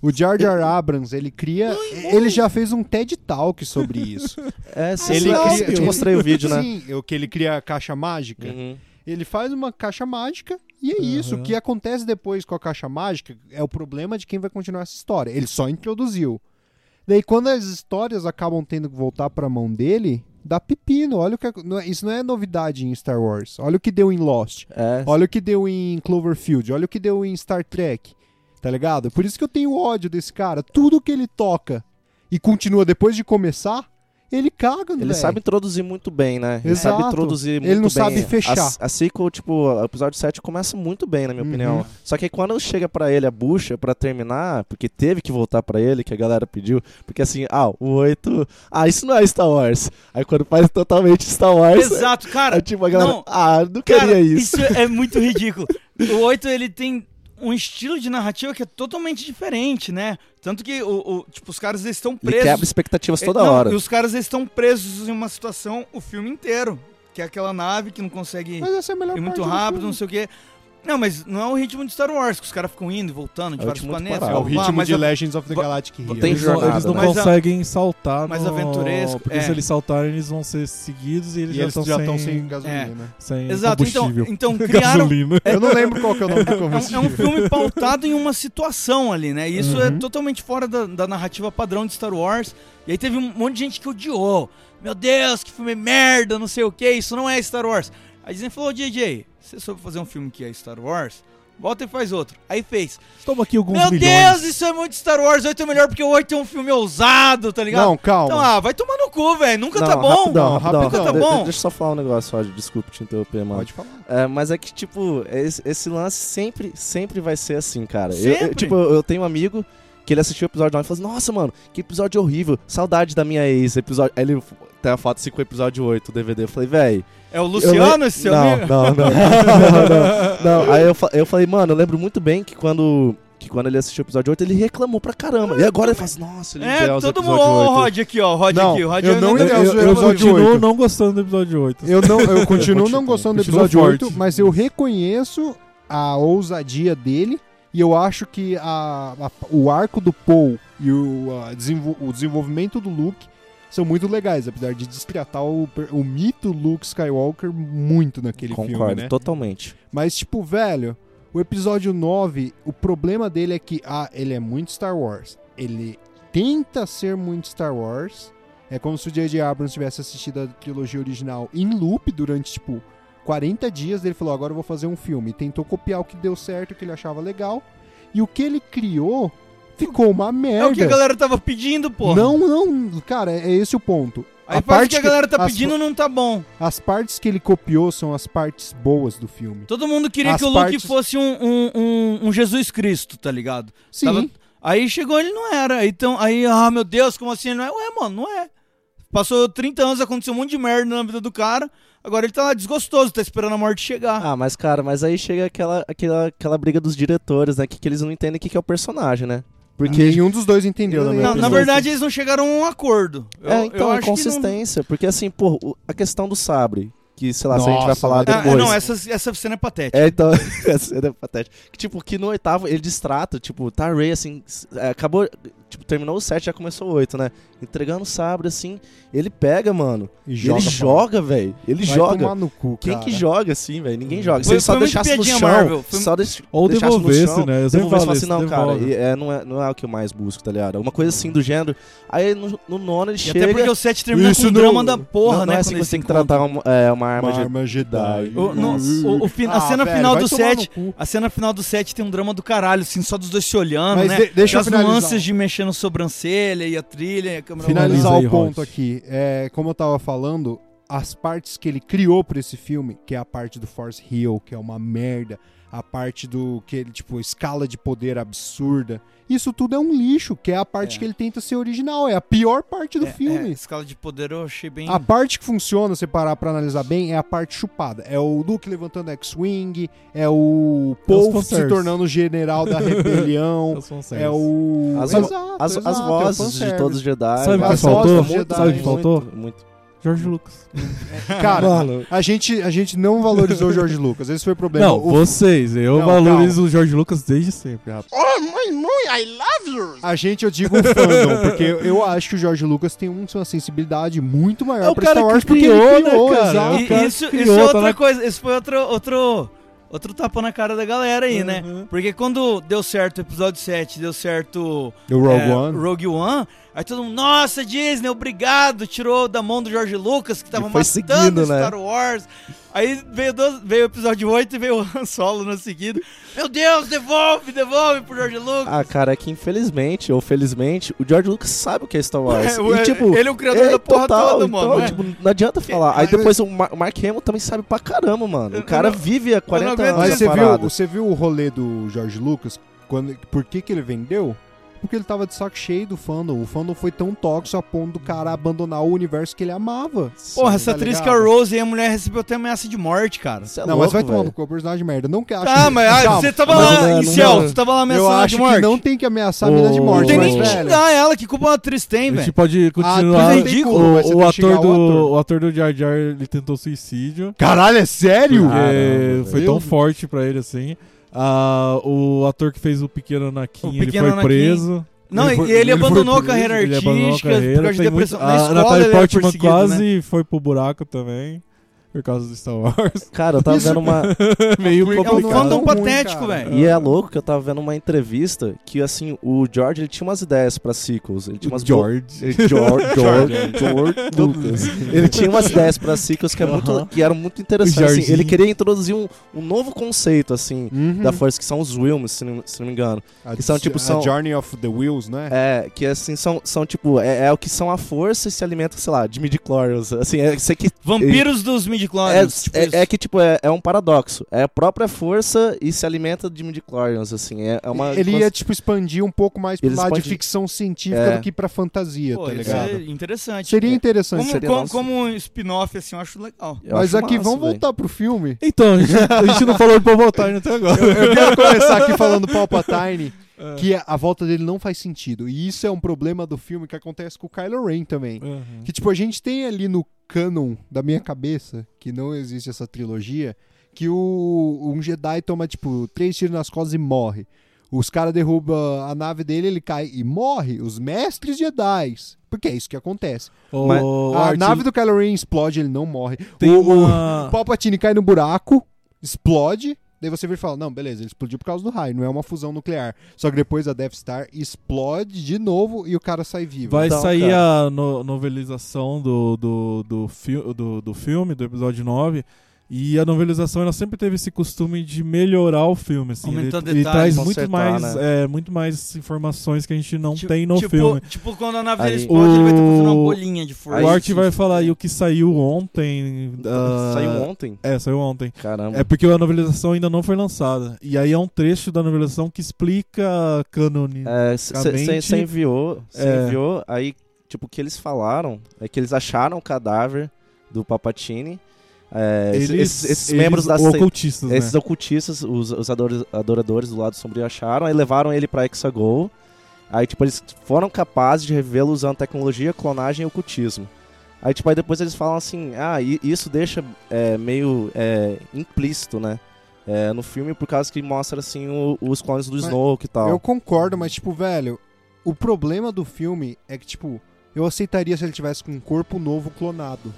C: o Jar Jar Abrams, ele cria. Ele já fez um TED Talk sobre isso.
D: É, sim,
C: Ele
D: sim,
C: cria-
D: eu te mostrei o vídeo, né?
C: Sim, o que ele cria a caixa mágica.
D: Uhum.
C: Ele faz uma caixa mágica e é isso.
E: Uhum.
C: O que acontece depois com a caixa mágica é o problema de quem vai continuar essa história. Ele só introduziu. Daí, quando as histórias acabam tendo que voltar pra mão dele, dá pepino. Olha o que. ac- não é- Isso não é novidade em Star Wars. Olha o que deu em Lost.
D: É.
C: Olha o que deu em Cloverfield. Olha o que deu em Star Trek. Tá ligado? Por isso que eu tenho ódio desse cara. Tudo que ele toca e continua depois de começar, ele caga,
D: Ele
C: velho.
D: sabe introduzir muito bem, né? Ele
C: Exato.
D: sabe introduzir
C: Ele
D: muito
C: não
D: bem.
C: sabe fechar.
D: A, a sequel, tipo, o episódio 7 começa muito bem, na minha
C: Uhum.
D: opinião. Só que quando chega pra ele a bucha pra terminar, porque teve que voltar pra ele, que a galera pediu, porque assim, ah, o 8, ah, isso não é Star Wars. Aí quando faz totalmente Star Wars,
B: Exato, cara.
D: é tipo a galera,
B: não.
D: ah, não queria
B: Cara,
D: isso.
B: é muito ridículo. O 8, ele tem um estilo de narrativa que é totalmente diferente, né? Tanto que o, o- tipo, os caras eles estão
D: Ele
B: presos.
D: quebra expectativas
B: É,
D: toda
B: não,
D: hora.
B: E os caras eles estão presos em uma situação o filme inteiro. Que é aquela nave que não consegue
C: Mas essa é a melhor
B: ir muito
C: parte do
B: rápido,
C: filme.
B: não sei o quê. Não, mas não é o ritmo de Star Wars, que os caras ficam indo e voltando de
D: É o
B: vários
D: ritmo de
B: planetas.
D: parar.
C: É o
B: Ah,
C: ritmo
B: mas
C: de
B: a-
C: Legends of the
B: va-
C: Galactic Heroes.
D: tem
E: Eles não, eles não
D: Jornada, né?
E: conseguem saltar
B: Mas
E: no...
B: aventuresco,
E: Porque
B: é.
E: se eles saltarem, eles vão ser seguidos e eles
C: E
E: já
C: eles
E: estão
C: já
E: sem,
C: estão sem
B: É.
C: gasolina. né?
E: sem
B: Exato, então,
E: combustível.
B: então criaram.
E: Gasolina.
C: Eu não lembro qual que é o nome
B: É
C: do
B: um, é um
C: combustível.
B: filme pautado em uma situação ali, né? E isso é
C: Uhum.
B: totalmente fora da, da narrativa padrão de Star Wars. E aí teve um monte de gente que odiou. Meu Deus, que filme merda, não sei o que, isso não é Star Wars. Aí Disney falou, DJ, você soube fazer um filme que é Star Wars? Volta e faz outro. Aí fez.
E: Toma aqui alguns
B: Meu
E: milhões.
B: Deus, isso é muito Star Wars. 8 é melhor porque o 8 é um filme ousado, tá ligado?
C: Não, calma.
B: Então, ah, vai tomar no cu, velho. Nunca tá bom.
D: Rapidão,
C: Não,
D: rapidão.
C: rapidão.
B: Tá
D: De-
B: bom.
D: de- deixa eu só falar um negócio, Roger. Desculpa te interromper, mano.
C: Pode falar.
D: É, mas é que, tipo, esse, esse lance sempre, sempre vai ser assim, cara. Eu- eu-
B: Sempre?
D: tipo, eu, eu tenho um amigo que ele assistiu o episódio 9 e falou assim, nossa, mano, que episódio horrível. Saudade da minha ex. Episódio... Aí ele f- tem a foto assim com o episódio 8 do DVD. Eu falei, véi...
B: É o
D: eu le-
B: Luciano esse seu
D: não,
B: amigo?
D: não, não, não, não, não. Aí eu, fa- eu falei, mano, eu lembro muito bem que quando... Que quando ele assistiu o episódio 8, ele reclamou pra caramba. E agora ele fala assim, nossa, ele
B: É,
D: odeia os
B: todo mundo.
D: episódio
B: Ó, o
D: 8.
B: Rod aqui, ó. O Rod
C: Não,
B: aqui. O Rod
C: eu
B: é-
C: não
E: Eu,
C: Meu Deus,
E: eu,
C: o
E: eu
C: episódio
E: continuo
C: oito.
E: não gostando do episódio 8.
C: Eu, não, eu continuo não gostando do
E: Continuo
C: episódio
E: forte.
C: 8, mas eu reconheço a ousadia dele e eu acho que a- a- o arco do Paul e o, a desenvol- o desenvolvimento do Luke são muito legais, apesar de destratar o, per- o mito Luke Skywalker muito naquele filme,
D: Concordo,
C: né?
D: totalmente.
C: Mas, tipo, velho, o episódio 9, o problema dele é que, ah, ele é muito Star Wars. Ele tenta ser muito Star Wars. É como se o J.J. Abrams tivesse assistido a trilogia original em loop durante, tipo, 40 dias. Ele falou, agora eu vou fazer um filme. E tentou copiar o que deu certo, o que ele achava legal. E o que ele criou ficou uma
B: É o que a
C: merda.
B: galera tava pedindo, pô.
C: não, não, cara, é esse o ponto.
B: Aí
C: a
B: a parte que
C: parte
B: a galera tá
C: que- as-
B: pedindo não tá bom.
C: As partes que ele copiou são as partes boas do filme.
B: Todo mundo queria
C: As
B: que o Luke
C: partes-
B: fosse um, um- um- um Jesus Cristo, tá ligado?
C: Sim.
B: Tava- Aí chegou ele não era. Então, aí, ah, meu Deus, como assim ele não é? Ué, mano, não é. Passou 30 anos, aconteceu um monte de merda na vida do cara. Agora ele tá lá desgostoso, tá esperando a morte chegar.
D: Ah, mas cara, mas aí chega aquela, aquela, aquela briga dos diretores, né? Que, que eles não entendem o que, que é o personagem, né? Porque.
C: Nenhum dos dois entendeu, na
D: Não,
C: minha
B: Na,
D: não,
B: na
C: opinião.
B: verdade, eles não chegaram a um acordo. Eu,
D: é, então,
B: eu
D: a
B: acho que não-
D: inconsistência. Porque assim, pô, o- a questão do sabre, que sei lá, se a gente vai
C: Nossa,
D: falar
C: mas-
B: Ah,
D: depois.
B: não, essa, essa cena é patética.
D: É, então, essa cena é patética. Que, Tipo, que no oitavo ele distrata, tipo, tá a Ray, assim, s- é, acabou, tipo, terminou o sete, já começou o oito, né? Entregando o sabre, assim, ele pega, mano.
C: E
D: ele
C: pra-
D: joga, velho. Ele
C: Vai
D: joga.
C: tomar no cu,
D: Quem
C: cara.
D: que joga assim, velho? Ninguém joga. Se
B: Foi-
D: ele só
B: foi muito
D: deixasse no
B: piadinha,
D: chão,
B: Marvel. Foi- um
D: só deixa,
E: Ou
D: deixasse no
E: devolvesse,
D: chão,
E: né? Eu
D: Você
E: sempre
D: não vai falar
E: falo
D: assim, não,
E: isso,
D: cara,
E: devolve.
D: e é, não, é, não é o que eu mais busco, tá ligado? Uma coisa assim do gênero. Aí no, no nono ele
B: E
D: É, chega.
B: até porque o 7 termina
C: Isso
B: com o
C: não-
B: drama da porra, né?
D: não, não é
B: quando
D: assim que
B: eles
D: você tem
B: se
D: que tratar uma, é, uma arma
C: Uma
D: de.
C: arma Jedi.
B: O- no- o- o fin- a
C: Ah,
B: cena
C: velho,
B: final
C: vai
B: do
C: tomar no
B: 7.
C: cu.
B: A cena final do set tem um drama do caralho, assim, só dos dois se olhando,
C: Mas
B: né?
C: de- deixa eu
B: As
C: finalizar. um.
B: nuances de mexer no sobrancelha e a trilha e a câmera.
C: Finalizar
E: Finaliza aí,
C: o ponto
E: Rod.
C: aqui. É, como eu tava falando, as partes que ele criou pra esse filme, que é a parte do Force Hill, que é uma merda, a parte do que ele, tipo, escala de poder absurda. Isso tudo é um lixo, que é a parte
B: É.
C: que ele tenta ser original, é a pior parte do
B: É, é,
C: filme.
B: escala de poder eu achei bem.
C: A parte que funciona, se parar pra analisar bem, é a parte chupada. É o Luke levantando a X-Wing, é o Paul se
E: fanservice.
C: tornando general da rebelião, é o.
D: As-
C: Exato,
D: As, as
C: exato,
B: né,
C: é o
D: vozes de
C: fanservice.
D: todos os Jedi.
E: Sabe o
D: várias
E: que
C: as
E: faltou?
C: vozes do
D: muito,
C: Jedi,
E: Sabe o que
C: muito.
E: faltou?
D: muito, muito.
E: George Lucas.
C: É, Cara,
E: Mano,
C: a gente, a gente não valorizou o George Lucas. Esse foi o problema.
E: não,
C: O-
E: vocês. Eu
C: Não,
E: valorizo o George Lucas desde sempre, rapaz.
C: A gente, eu digo o fandom, porque eu, eu acho que o George Lucas tem um- uma sensibilidade muito maior
E: É o
C: pra
E: cara
C: Star
E: que
C: Wars porque
E: criou,
C: ele
E: né,
C: criou,
E: cara?
C: exato.
E: o
B: E
E: cara
B: isso,
E: que
B: isso
E: criou,
B: é
E: tá
B: outra
E: na-
B: coisa. Isso foi outro, outro, outro tapa na cara da galera aí, né?
E: Uhum.
B: Porque quando deu certo o episódio 7, deu certo
C: O Rogue
B: é,
C: One.
B: Rogue One, aí todo mundo, nossa, Disney, obrigado, tirou da mão do George Lucas, que tava
D: foi
B: matando
D: seguindo, né?
B: Star Wars. Aí veio, do- veio o episódio 8 e veio o Han Solo no seguido. Meu Deus, devolve, devolve pro George Lucas.
D: Ah, cara, é que infelizmente, ou felizmente, o George Lucas sabe o que é Star Wars.
B: Ué,
D: e, tipo,
B: ele é o criador da porra
D: total,
B: toda,
D: então,
B: mano. né?
D: tipo, não adianta falar. Aí
C: Mas-
D: depois o, Mar- o Mark Hamill também sabe pra caramba, mano.
B: Eu-
D: O cara
B: eu não-
D: vive há 40
B: aguento
D: anos
C: Mas
B: essa
C: você
D: na
C: viu,
D: parada.
C: você viu o rolê do George Lucas? Quando, por que, que ele vendeu? porque ele tava de saco cheio do fandom. O fandom foi tão tóxico a ponto do cara abandonar o universo que ele amava.
B: Porra,
C: Sim,
B: essa
C: tá
B: atriz que é a
C: ligado?
B: Rose e a mulher recebeu até ameaça de morte, cara.
D: Cê é
C: não, mas
D: louco,
C: vai tomar no
D: velho.
C: cu, é um personagem de merda. Eu Não que acho.
B: Ah, mas ah,
C: Calma, né,
B: você tava
D: mas é
B: lá,
D: não é-
B: em
D: não
B: céu,
D: é-
B: você tava lá
C: eu
B: ameaçando ela
C: acho
B: de
C: que
B: morte.
C: não tem que ameaçar a mina de
D: Ô,
B: Não
C: morte,
B: tem
C: mas,
B: nem que
C: velho,
B: xingar ela, que culpa a atriz tem,
E: A gente
B: velho.
E: pode continuar.
B: tudo é ridículo,
E: o,
C: mas você
E: o
C: tem que xingar
E: ator
C: o
E: do,
C: ator.
E: o ator do Jar Jar, ele tentou suicídio.
C: Caralho, é sério?
D: Ah, Caramba,
E: Porque foi
C: velho.
E: tão forte pra ele assim. Ah, o ator que fez o Pequeno Anakin,
B: O
E: ele
B: Pequeno
E: foi
B: Anakin.
E: preso.
B: Não,
E: foi-
B: e ele
E: foi
B: abandonou a
E: preso,
B: carreira
E: ele abandonou a
B: artística por
E: carreira,
B: causa de
E: tem
B: depressão.
E: muito-
B: Na
E: a
B: escola
E: Natalie
B: ele era
E: Portman
B: perseguido, né?
E: quase foi pro buraco também. Por causa do Star Wars.
D: Cara, eu tava
C: Isso-
D: vendo uma.
E: Meio
C: Porque
B: É
C: é um
B: um
E: complicado.
B: fandom
C: Ruim,
B: patético,
C: cara.
B: velho.
D: E é louco que eu tava vendo uma entrevista que, assim, o George ele tinha umas ideias pra sequels. Ele tinha Tipo umas bo-
E: George.
D: George, George, George Lucas. Ele tinha umas ideias pra sequels que, é muito, que eram muito
E: O
D: interessantes. assim.
E: Jorginho.
D: ele queria introduzir um, um novo conceito, assim,
C: Uhum.
D: da Força, que são os Wilms, se não, se não me engano.
C: A-
D: que são, tipo,
C: a
D: são-
C: Journey of the Wheels, né?
D: É, que assim, são, são tipo, é, é o que são a Força e se alimentam, sei lá, de midi-chlorians. Assim, é, sei que,
B: Vampiros dos midi-chlorians. tipo
D: é,
B: isso.
D: é, é que, tipo, é, é um paradoxo. É a própria Força e se alimenta de midi-chlorians, assim. É, é uma...
C: Ele ia, tipo, expandir um pouco mais pro
D: Ele
C: lado de
D: expande-
C: ficção científica
D: É.
C: do que pra fantasia,
B: Pô,
C: tá
B: isso
C: ligado?
B: é interessante.
C: Seria interessante.
B: Como,
D: seria
B: como,
D: nosso.
B: como um spin-off, assim, eu acho legal.
D: Eu
C: Mas
D: acho
C: aqui,
D: massa,
C: vamos
D: velho.
C: voltar pro filme.
E: Então, a gente, a gente não falou de Paul Voltaire até agora.
C: Eu quero começar aqui falando do Palpatine,
D: É.
C: que a volta dele não faz sentido. E isso é um problema do filme que acontece com o Kylo Ren também.
E: Uhum.
C: Que, tipo, a gente tem ali no canon da minha cabeça, que não existe essa trilogia, que o, um Jedi toma, tipo, três tiros nas costas e morre. Os caras derrubam a nave dele, ele cai e morre. Os mestres Jedi. Porque é isso que acontece.
E: O,
D: Mas-
E: o
C: a
E: Art-
C: nave do Kylo Ren explode, ele não morre.
E: tem
C: o, o-
E: uma...
C: o Palpatine cai no buraco, explode. Daí você vira e fala, não, beleza, ele explodiu por causa do raio, não é uma fusão nuclear. Só que depois a Death Star explode de novo e o cara sai vivo.
E: Vai
D: Então,
E: sair
D: cara.
E: a no- novelização do, do, do, fi- do, do filme, do episódio 9. E a novelização ela sempre teve esse costume de melhorar o filme. Assim, ele,
B: Aumentando
E: ele
B: detalhes,
E: traz muito
D: consertar, né?
E: mais, é, muito mais informações que a gente não
B: Ti-
E: tem no
B: tipo,
E: filme.
B: Tipo, quando a nave
D: Aí-
B: dele explode, ele vai estar fazendo uma
E: O-
B: bolinha de força.
E: o Art
B: assim.
E: vai falar aí o que saiu ontem. ah,
D: Tá, Saiu ontem?
E: É, saiu ontem.
D: Caramba.
E: É porque a novelização ainda não foi lançada. E aí é um trecho da novelização que explica cânone.
D: É,
E: basicamente-
D: Você enviou, cê
E: É.
D: enviou, aí, tipo, o que eles falaram é que eles acharam o cadáver do Papatini. é,
E: Eles-
D: esses- esses esses
E: eles-
D: membros da seita-
E: ocultistas, né?
D: Esses ocultistas, os, os ador- adoradores do lado sombrio acharam, aí levaram ele pra Hexagol. Aí, tipo, eles foram capazes de revê-lo usando tecnologia, clonagem e ocultismo. Aí, tipo, aí depois eles falam assim, ah, e isso deixa é, meio é, implícito, né? é, no filme, por causa que mostra, assim, o- os clones do
C: Mas
D: Snoke e tal.
C: Eu concordo, mas, tipo, velho, o problema do filme é que, tipo, eu aceitaria se ele tivesse com um corpo novo clonado.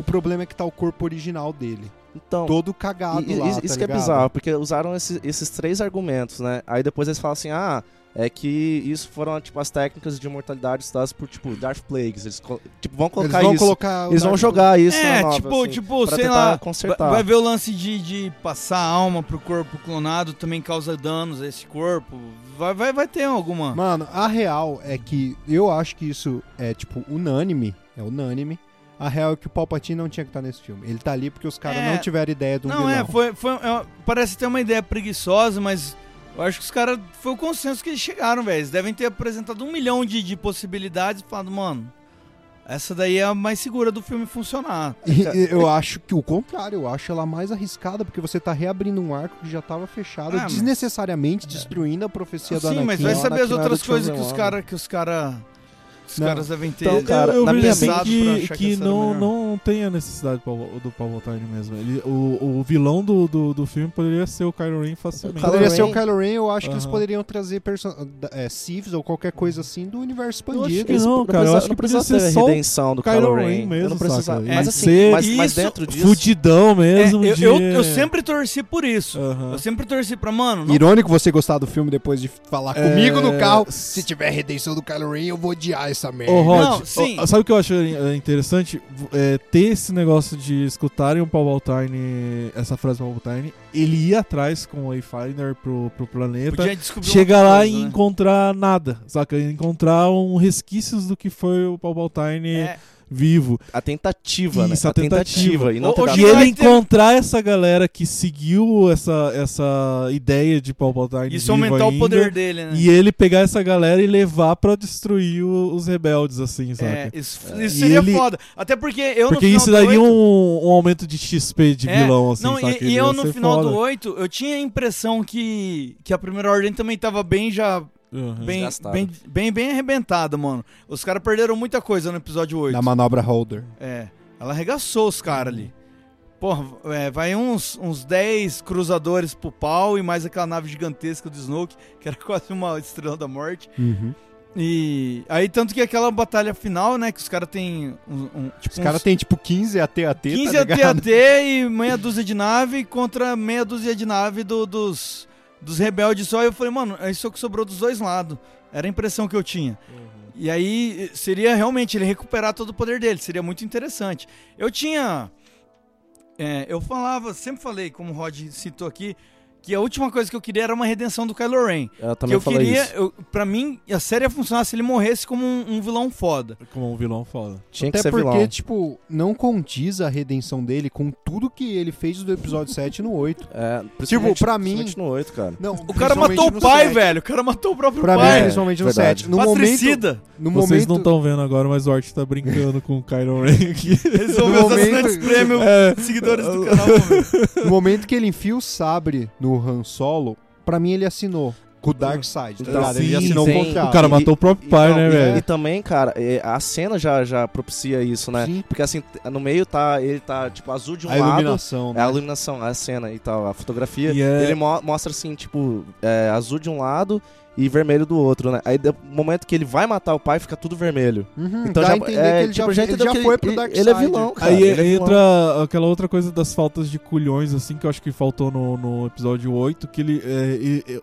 C: O problema é que tá o corpo original dele.
D: Então,
C: Todo cagado
D: E- e-
C: lá, tá
D: isso que é
C: ligado?
D: bizarro, porque usaram esse- esses três argumentos, né? Aí depois eles falam assim, ah, é que isso foram, tipo, as técnicas de imortalidade usadas por, tipo, Darth Plagues. Eles co- tipo, vão
C: Eles
D: colocar
C: vão
D: isso.
C: colocar... o
D: eles vão
C: Darth-
D: jogar isso
B: É,
D: na nova,
B: tipo,
D: assim,
B: tipo,
D: pra
B: sei
D: tentar
B: lá.
D: consertar.
B: Vai, vai ver o lance de, de passar a alma pro corpo clonado também causa danos a esse corpo. Vai, vai, vai ter alguma.
C: Mano, a real é que eu acho que isso é, tipo, unânime. É unânime. A real é que o Palpatine não tinha que estar nesse filme. Ele tá ali porque os caras
B: É.
C: não tiveram ideia do um
B: Não,
C: vilão.
B: é, foi, foi, é, parece ter uma ideia preguiçosa, mas eu acho que os caras. Foi o consenso que eles chegaram, velho. Eles devem ter apresentado um milhão de, de possibilidades e falado, mano, essa daí é a mais segura do filme funcionar.
C: E- e eu acho que o contrário, eu acho ela mais arriscada, porque você tá reabrindo um arco que já tava fechado,
B: Ah, mas-
C: desnecessariamente destruindo a profecia do
B: Sim,
C: Anakin.
B: Assim, mas vai
D: o
B: saber as
D: Anakin era
B: outras
D: do
B: coisas que
D: Chosen
B: os
D: One.
B: caras. Que os caras. Os
C: Não.
B: caras devem ter.
D: Então, cara,
E: eu
D: na
E: vejo
D: minha
E: assim
B: mente- pra
E: que,
B: achar que
E: que
B: essa era
E: não,
B: melhor.
E: não tem a necessidade do Paul, do Paul Voltaire mesmo. Ele, o, o vilão do, do, do filme poderia ser o Kylo Ren facilmente.
D: Kylo
C: Poderia ser o
D: Ren.
C: Kylo Ren, eu acho que eles
E: Aham.
C: poderiam trazer perso- da- é, Siths ou qualquer coisa assim do universo
E: Eu acho
C: expandido.
E: que tipo, não, cara, eu acho que
D: não precisa
E: podia ser
D: ter a
E: só o
D: redenção do
E: Kylo
D: Kylo
E: Ren
D: Ren.
E: mesmo,
D: não precisa,
E: saca?
D: mas
E: É,
D: assim,
E: ser
D: mas, mas
B: isso
D: dentro disso...
E: Fudidão mesmo.
B: É, eu,
E: de...
B: eu, eu sempre Assim, torci por isso.
E: Aham.
B: Eu sempre torci pra, mano, não
C: Irônico você gostar do filme depois de falar
E: É,
C: comigo no carro.
E: s-
C: Se tiver redenção do Kylo Ren, eu vou odiar essa merda.
E: Ô, Rod,
B: Não, sim.
E: ó, sabe o que eu acho é, interessante? V- é, ter esse negócio de escutarem o Paul Baltine, essa frase do Paul Baltine, ele ia atrás com o Wayfinder pro, pro planeta,
B: podia descobrir.
E: chega
B: outra
E: lá
B: coisa,
E: e
B: né?
E: encontrar nada, saca? Encontrar um resquícios do que foi o Paul Baltine
B: É,
E: vivo.
D: A tentativa,
E: Isso,
D: né?
E: a tentativa.
D: E não
B: Ô,
D: tentar-
B: ô,
E: E
B: Gil,
E: ele
B: vai ter-
E: encontrar essa galera que seguiu essa, essa ideia de Palpatine
B: Isso
E: vivo
B: aumentar o
E: ainda,
B: poder dele, né?
E: E ele pegar essa galera e levar pra destruir o- os rebeldes, assim, sabe?
B: É, isso, isso
E: E
B: seria
E: ele-
B: foda. Até porque eu
E: Porque
B: no final
E: isso
B: do
E: daria
B: oito-
E: um, um aumento de XP de
B: É,
E: vilão, assim,
B: não,
E: saca?
B: e- E,
E: Ele ia
B: eu no
E: ser
B: final do
E: foda.
B: 8, eu tinha a impressão que, que a primeira ordem também tava bem já.
E: Uhum.
B: Bem,
D: Desgastada.
B: bem, bem, bem arrebentada, mano. Os caras perderam muita coisa no episódio 8.
C: Na manobra Holder.
B: É. Ela arregaçou os caras ali. Porra, é, vai uns, uns 10 cruzadores pro pau e mais aquela nave gigantesca do Snoke, que era quase uma estrela da morte. E aí, tanto que aquela batalha final, né, que os caras tem um, um- tipo
C: Os caras
B: uns
C: têm tipo 15 AT AT,
B: 15
C: tá ligado?
B: AT-AT e meia dúzia de nave contra meia dúzia de nave do- dos, dos rebeldes só. E eu falei, mano, é isso que sobrou dos dois lados. Era a impressão que eu tinha.
C: Uhum.
B: E aí seria realmente ele recuperar todo o poder dele, seria muito interessante. Eu tinha. é, eu falava, sempre falei, como o Rod citou aqui, que a última coisa que eu queria era uma redenção do Kylo Ren.
D: Ela
B: Que
D: também
B: eu
D: falou
B: queria,
D: isso.
B: eu, pra mim, a série ia funcionar se ele morresse como um, um vilão foda.
E: Como um vilão foda.
D: Tinha que
C: Até
D: ser
C: porque,
D: vilão.
C: tipo, não condiz a redenção dele com tudo que ele fez do episódio 7 no 8.
D: É, principalmente-
E: tipo,
C: pra mim-
D: principalmente no 8, cara.
C: Não,
B: O cara
C: principalmente
B: matou
C: no
B: o pai,
C: 7.
B: velho. O cara matou o próprio
C: Pra mim,
B: pai.
C: principalmente no
D: verdade.
C: 7. No momento,
B: Patricida.
C: no
E: Vocês
C: momento,
E: não estão vendo agora, mas o Art tá brincando com o Kylo Ren aqui.
B: Resolveu os
C: momento-
B: assinantes prêmio,
E: É.
B: seguidores do canal. mano.
C: no momento que ele enfia o sabre no Han Solo, pra mim ele assinou com o Dark Side, tá
D: Então,
C: ligado? ele
E: sim,
C: assinou
D: sim.
C: o contrato.
E: O cara
D: E-
E: matou o próprio pai,
D: não,
E: né,
D: e-
E: velho?
D: E também, cara, é, a cena já, já propicia isso, né?
C: Sim.
D: Porque assim, t- no meio tá. Ele tá, tipo, azul de um
C: a
D: lado.
C: iluminação,
D: É
C: né?
D: a iluminação, a cena e tal, a fotografia.
E: E é-
D: Ele mo- mostra assim, tipo, é, azul de um lado e vermelho do outro, né? Aí do momento que ele vai matar o pai, fica tudo vermelho.
C: Uhum,
D: Então
C: dá
D: já,
C: a entender
D: é,
C: que ele
D: tipo,
C: já, ele
D: entendeu
C: já
D: que
C: foi
D: ele-
C: pro Dark
D: ele é
C: Side. Tá.
D: vilão, cara.
E: Aí
D: ele é vilão.
E: entra aquela outra coisa das faltas de culhões, assim, que eu acho que faltou no, no episódio 8, que ele. é, e- e-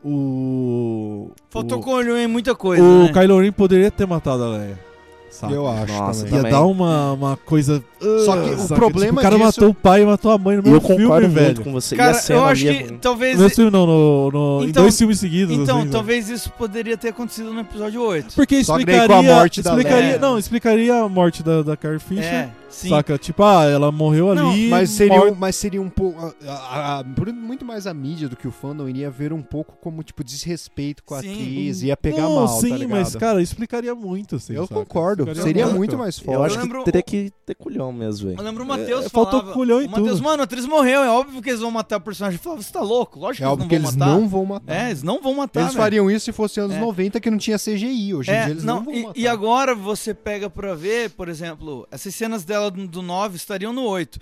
E: o.
B: Faltou
E: o,
B: colho em muita coisa,
E: O
B: né?
E: Kylo Ren poderia ter matado a Leia. Sabe?
C: Eu acho
D: Nossa,
C: também.
E: Ia
D: Também.
E: dar uma, uma coisa.
C: Só que o
E: saca?
C: problema
E: o cara
C: disso-
E: matou o pai e matou a mãe no
D: E eu
E: mesmo
D: concordo
E: filme,
D: muito
E: velho.
D: com você. e a
B: Cara,
D: cena
B: eu acho
D: ali é
B: que
D: ruim.
B: talvez.
E: No mesmo filme, não, no, no- em
B: Então-
E: dois filmes seguidos.
B: Então,
E: assim,
B: talvez isso poderia ter acontecido no episódio 8.
E: Porque
C: Só que daí
E: explicaria.
C: com a morte da
E: explicaria
B: Leia.
E: não, explicaria a morte da, da Carrie Fisher.
B: É, sim.
E: saca? Tipo, ah, ela morreu
B: Não,
E: ali.
C: Mas seria,
E: morre-
C: um, mas seria um pouco. a- a- a- por- Muito mais a mídia do que o fandom iria ver um pouco como, tipo, desrespeito com a
B: Sim.
C: atriz, ia pegar
E: não,
C: mal,
E: sim,
C: tá ligado?
E: mas, cara, explicaria muito, assim.
C: eu
E: saca?
C: concordo.
E: Explicaria
C: Seria
B: muito.
C: muito mais forte.
D: Eu acho
B: lembro-
D: que teria que ter culhão mesmo, velho.
B: Eu lembro o Matheus
E: É,
B: falava.
E: faltou culhão em
B: o Matheus,
E: tudo.
B: mano, a atriz morreu. É óbvio que eles vão matar o personagem. Eu falava, você tá louco? Lógico
C: é óbvio
B: que
C: que
B: eles
C: eles
B: não vão
C: não
B: matar.
C: vão matar.
B: É, eles não vão matar.
C: eles
B: velho.
C: fariam isso se fosse anos
B: É.
C: 90 que não tinha CGI. Hoje em
B: É,
C: dia eles não,
B: não,
C: vão
B: e,
C: matar.
B: e agora você pega pra ver, por exemplo, essas cenas dela do do 9 estariam no 8.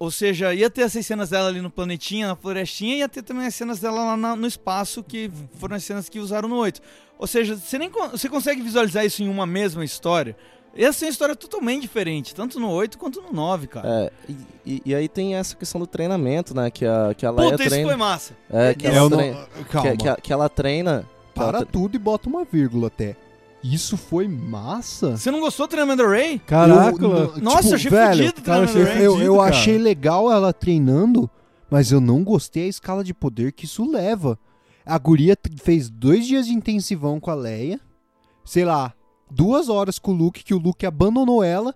B: Ou seja, ia ter essas cenas dela ali no planetinha, na florestinha, e ia ter também as cenas dela lá na- no espaço, que foram as cenas que usaram no 8. Ou seja, você nem con- você consegue visualizar isso em uma mesma história. Essa é uma história totalmente diferente, tanto no 8 quanto no 9, cara.
D: É, e, e- e aí tem essa questão do treinamento, né? Que a, que a Leia
B: Puta, isso
D: treina.
B: foi massa.
D: É, que
B: Eu
D: ela,
C: Eu não-
D: treina,
C: Calma.
D: que, é que- que ela treina. que ela
C: Para
D: tre-
C: tudo e bota uma vírgula até. Isso foi massa?
B: Você não gostou do treinamento da Ray?
E: Caraca,
C: Eu-
E: mano.
C: não-
B: Nossa,
C: tipo,
B: achei
C: velho,
B: fudido o
E: cara,
B: treinamento da
E: achei
B: Ray.
C: Eu, eu
E: Fudido, cara.
C: achei legal ela treinando, mas eu não gostei a escala de poder que isso leva. A guria t- fez dois dias de intensivão com a Leia, sei lá, duas horas com o Luke, que o Luke abandonou ela,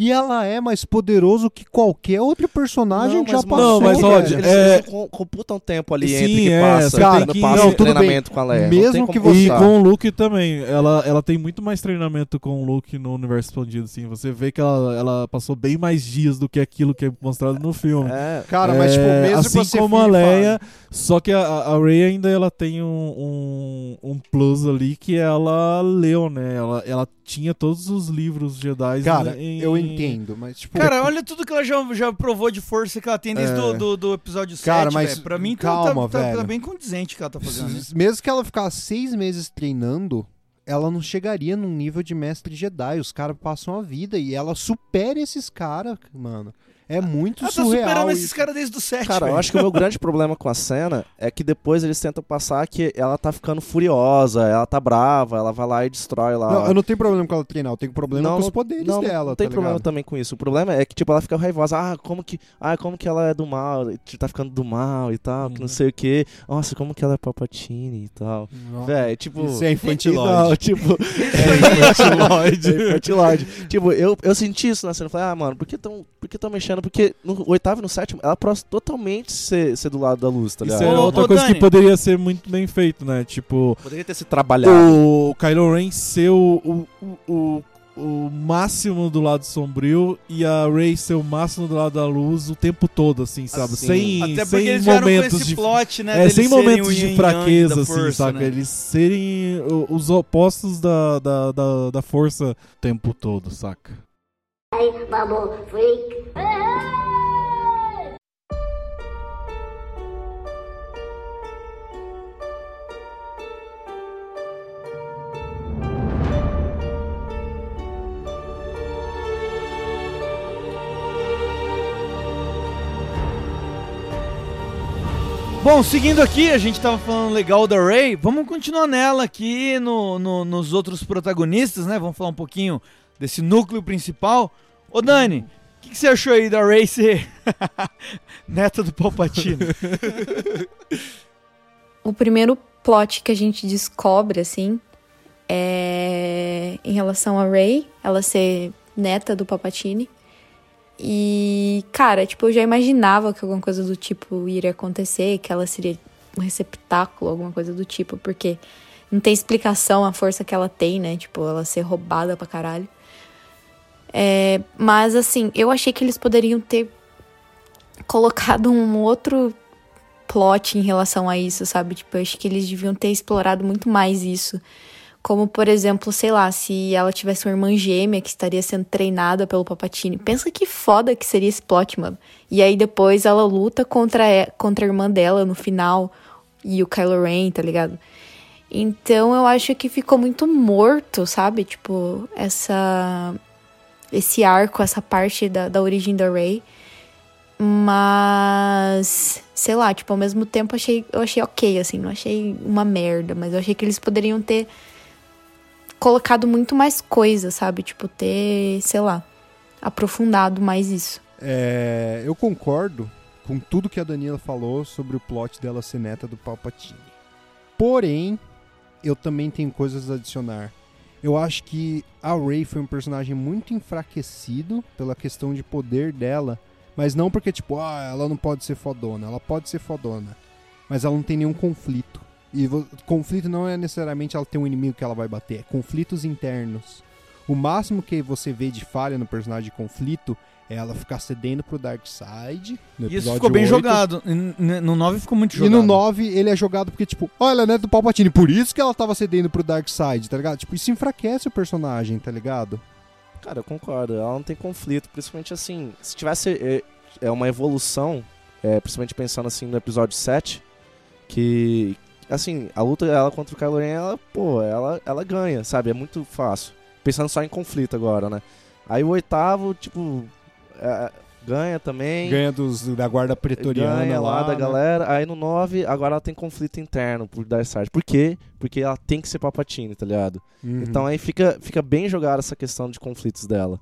C: e ela é mais poderoso que qualquer outro
D: Ah,
C: personagem que já
D: mas,
C: passou.
E: não, mas,
D: que-
E: ó,
C: velho.
D: é eles,
E: é-
D: eles não co- computam o tempo ali
E: Sim,
D: entre que
E: é,
D: passa,
E: você
C: tem
D: quando
E: que-
D: passa
E: não,
D: o
C: tudo bem.
D: treinamento com a Leia.
C: Mesmo
D: não tem
C: que
D: como
C: você-
E: E
D: contar.
E: com o Luke também, ela, ela tem muito mais treinamento com o Luke no universo expandido, assim. Você vê que ela, ela passou bem mais dias do que aquilo que é mostrado no filme.
D: É,
C: Cara, mas tipo,
E: É,
C: mesmo
E: assim
C: pra ser
E: como a
C: filho,
E: Leia, só que a, a Ray ainda ela tem um, um, um plus ali que ela leu, né? Ela, ela tinha todos os livros Jedi.
C: Cara,
E: em-
C: eu entendo, mas tipo.
B: Cara, olha tudo que ela já, já provou de força que ela tem desde
E: É.
B: o do, do episódio 7,
C: Cara, mas
B: velho. Pra mim tá-
C: calma,
B: tá, tá,
C: velho.
B: tá bem condizente o que ela tá fazendo. né?
C: Mesmo que ela ficasse seis meses treinando, ela não chegaria num nível de mestre Jedi. Os caras passam a vida e ela supera esses caras, mano. É muito
B: Ela tá
C: surreal.
B: superando
C: isso.
B: esses caras desde o 7,
D: Cara, eu acho que o meu grande problema com a cena é que depois eles tentam passar que ela tá ficando furiosa, ela tá brava, ela vai lá e destrói lá.
C: Não, eu não tenho problema com ela treinar, eu tenho problema com os poderes
D: não,
C: dela.
D: Não tem
C: tá
D: problema
C: ligado?
D: também com isso. O problema é que, tipo, ela fica raivosa. Ah, como que, ah, como que ela é do mal? e Tá ficando do mal e tal, que não
E: Uhum.
D: sei o quê. Nossa, como que ela é papatine e tal. Véi, tipo.
C: Isso é
D: Não,
C: infantilóide.
D: tipo, é infantilóide. É infantilóide. tipo, eu, eu senti isso na cena. Eu falei, ah, mano, por que tão, por que tão mexendo? Porque no oitavo e no sétimo, ela próxima totalmente ser, ser do lado da luz, tá
E: Isso
D: ligado?
E: é
B: Ô,
E: outra
B: ô,
E: coisa
B: Dani.
E: que poderia ser muito bem feito, né? Tipo,
D: Poderia ter se trabalhado.
E: o Kylo Ren ser o, o, o, o máximo do lado sombrio e a Rey ser o máximo do lado da luz o tempo todo, assim, sabe?
D: Assim.
E: Sem,
B: Até porque
E: sem
B: eles vieram com
E: momentos
B: esse
E: de.
B: plot, né?
E: é,
B: deles
E: sem
B: serem
E: momentos
B: o yin e
E: de
B: yang
E: fraqueza,
B: da
E: assim,
B: força,
E: sabe?
B: né?
E: Eles serem o- os opostos da, da, da, da força o tempo todo, saca?
B: Bom, seguindo aqui, a gente tava falando legal da Ray, vamos continuar nela aqui no, no- nos outros protagonistas, né? Vamos falar um pouquinho desse núcleo principal. Ô Dani, o que, que você achou aí da Ray ser neta do Palpatine?
F: O primeiro plot que a gente descobre, assim, é em relação a Ray, ela ser neta do Papatini. E, cara, tipo, eu já imaginava que alguma coisa do tipo iria acontecer, que ela seria um receptáculo, alguma coisa do tipo, porque não tem explicação a força que ela tem, né? Tipo, ela ser roubada pra caralho. É, mas, assim, eu achei que eles poderiam ter colocado um outro plot em relação a isso, sabe? Tipo, eu acho que eles deviam ter explorado muito mais isso. Como, por exemplo, sei lá, se ela tivesse uma irmã gêmea que estaria sendo treinada pelo Papatini. Pensa que foda que seria esse plot, mano. E aí depois ela luta contra, e- contra a irmã dela no final e o Kylo Ren, tá ligado? Então eu acho que ficou muito morto, sabe? Tipo, essa. Esse arco, essa parte da, da origem da Rey. Mas, sei lá, tipo, ao mesmo tempo achei, eu achei ok, assim, não achei uma merda, mas eu achei que eles poderiam ter colocado muito mais coisa, sabe? Tipo, ter, sei lá, aprofundado mais isso.
C: É, eu concordo com tudo que a Danila falou sobre o plot dela ser neta do Palpatine. Porém, eu também tenho coisas a adicionar. Eu acho que a Rey foi um personagem muito enfraquecido pela questão de poder dela, mas não porque tipo, ah, ela não pode ser fodona, ela pode ser fodona, mas ela não tem nenhum conflito. E vo- conflito não é necessariamente ela ter um inimigo que ela vai bater, é conflitos internos. O máximo que você vê de falha no personagem de conflito é ela ficar cedendo pro Dark Side. no
B: Isso
C: episódio
B: ficou bem
C: 8.
B: jogado. N- n- No 9 ficou muito
C: E
B: jogado. né?
C: no 9 ele é jogado porque, tipo, olha, né, do Palpatine, por isso que ela tava cedendo pro Dark Side, tá ligado? Tipo, isso enfraquece o personagem, tá ligado?
D: Cara, eu concordo. Ela não tem conflito. Principalmente assim, se tivesse é, é uma evolução, é, principalmente pensando assim no episódio 7, que. Assim, a luta dela contra o Kylo Ren, ela, pô, ela, ela ganha, sabe? É muito fácil. Pensando só em conflito agora, né? Aí o oitavo, tipo, é, ganha também.
C: Ganha dos, da guarda pretoriana
D: ganha
C: lá,
D: lá, da
C: né?
D: galera. Aí no 9, agora ela tem conflito interno por Dark Side. Por quê? Porque ela tem que ser Papatine, tá ligado?
C: Uhum.
D: Então aí fica, fica bem jogada essa questão de conflitos dela.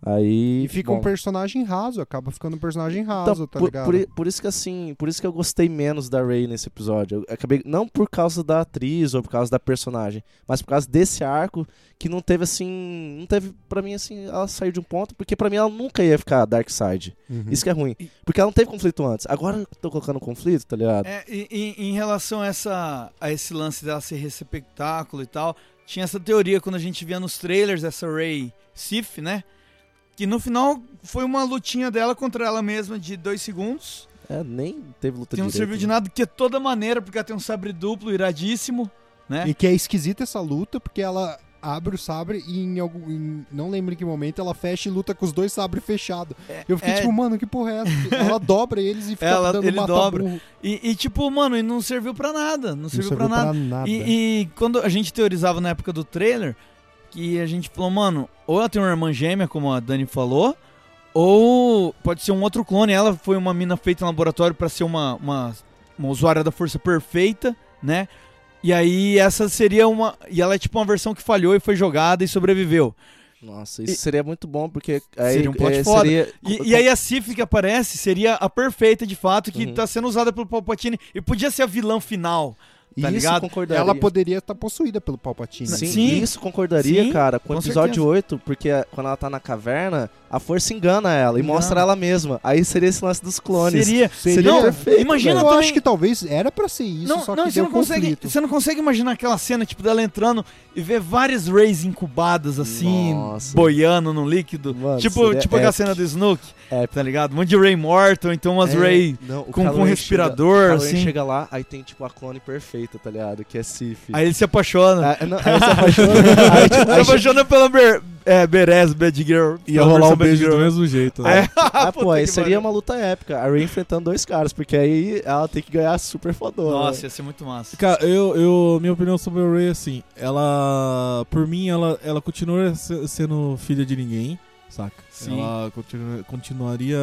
D: Aí.
C: E fica um
D: bom.
C: personagem raso, acaba ficando um personagem
D: Então,
C: raso, tá
D: por,
C: ligado?
D: por i- por isso que assim, por isso que eu gostei menos da Ray nesse episódio. Eu acabei não por causa da atriz ou por causa da personagem, mas por causa desse arco que não teve assim, não teve Pra mim assim, ela saiu de um ponto porque pra mim ela nunca ia ficar dark side.
C: Uhum.
D: Isso que é ruim, porque ela não teve conflito antes. Agora eu tô colocando conflito, tá ligado?
B: É, e- e- em relação a, essa, a esse lance dela ser receptáculo e tal, tinha essa teoria quando a gente via nos trailers essa Ray Sif, né? Que no final foi uma lutinha dela contra ela mesma de dois segundos.
D: É, nem teve luta
B: que não
D: direito,
B: serviu de
D: né?
B: nada, porque é toda maneira, porque ela tem um sabre duplo iradíssimo, né?
C: E que é esquisita essa luta, porque ela abre o sabre e em algum. em- não lembro em que momento ela fecha e luta com os dois sabres fechados. Eu fiquei
B: é-
C: tipo, mano, que porra é essa? ela dobra eles e fica
B: Ela-
C: dando
B: ele
C: mata
B: dobra.
C: burro.
B: E, e, tipo, mano, e não serviu pra nada. Não serviu, pra nada.
C: nada.
B: E, e quando a gente teorizava na época do trailer, que a gente falou, mano, ou ela tem uma irmã gêmea, como a Dani falou, Ou pode ser um outro clone. Ela foi uma mina feita em laboratório pra ser uma, uma, uma usuária da força perfeita, né? E aí essa seria uma. E ela é tipo uma versão que falhou e foi jogada e sobreviveu.
D: Nossa, isso seria muito bom, porque aí
B: Seria um plot
D: é,
B: foda.
D: seria-
B: E, e aí a Sif que aparece seria a perfeita de fato, que
D: Uhum.
B: tá sendo usada pelo Palpatine e podia ser a vilã final. tá
D: isso
B: ligado?
D: concordaria.
C: Ela poderia estar possuída pelo Palpatine.
D: Sim,
B: Sim.
D: isso concordaria,
B: Sim,
D: cara, com o
B: com
D: episódio
B: certeza.
D: 8, porque a- quando ela tá na caverna, a força engana ela e
B: Engana.
D: mostra ela mesma. Aí seria esse lance dos clones.
B: Seria.
D: Seria
B: Não,
D: perfeito, né?
B: imagina
C: Eu
B: também-
C: acho que talvez era pra ser isso,
B: não,
C: só que
B: não, você
C: deu
B: não consegue,
C: conflito.
B: você não consegue imaginar aquela cena tipo dela entrando e ver várias rays incubadas assim,
D: Nossa.
B: boiando no líquido.
D: Mano,
B: tipo,
D: seria
B: tipo aquela
D: épico.
B: cena do Snook,
D: Épico.
B: tá ligado? Um monte de Ray morto, então umas
D: É,
B: Ray
D: não, o
B: com- com
D: Kylo Ren
B: respirador,
D: chega, o Kylo Ren
B: assim.
D: chega lá, aí tem tipo a clone perfeita, tá ligado? Que é Sif.
B: Aí ele se apaixona.
D: Ah, não, aí se apaixona. aí, tipo,
B: se
D: aí, chega-
B: apaixona pela Ber, é, Beres, Bad Girl.
E: Ia
B: pela
E: rolar
B: versão
E: um beijo
B: Bad
E: do
B: Girl.
E: mesmo jeito.
D: É.
E: Né?
D: ah,
B: Puta
D: pô, aí
B: que
D: seria
B: pariu.
D: uma luta épica. A Ray enfrentando dois caras, porque aí ela tem que ganhar super fodona. né?
B: Nossa, ia ser muito massa.
E: Cara, eu, eu, minha opinião sobre a Ray é assim, ela, por mim, ela, ela continua se- sendo filha de ninguém, saca?
B: Sim.
E: Ela continu- continuaria,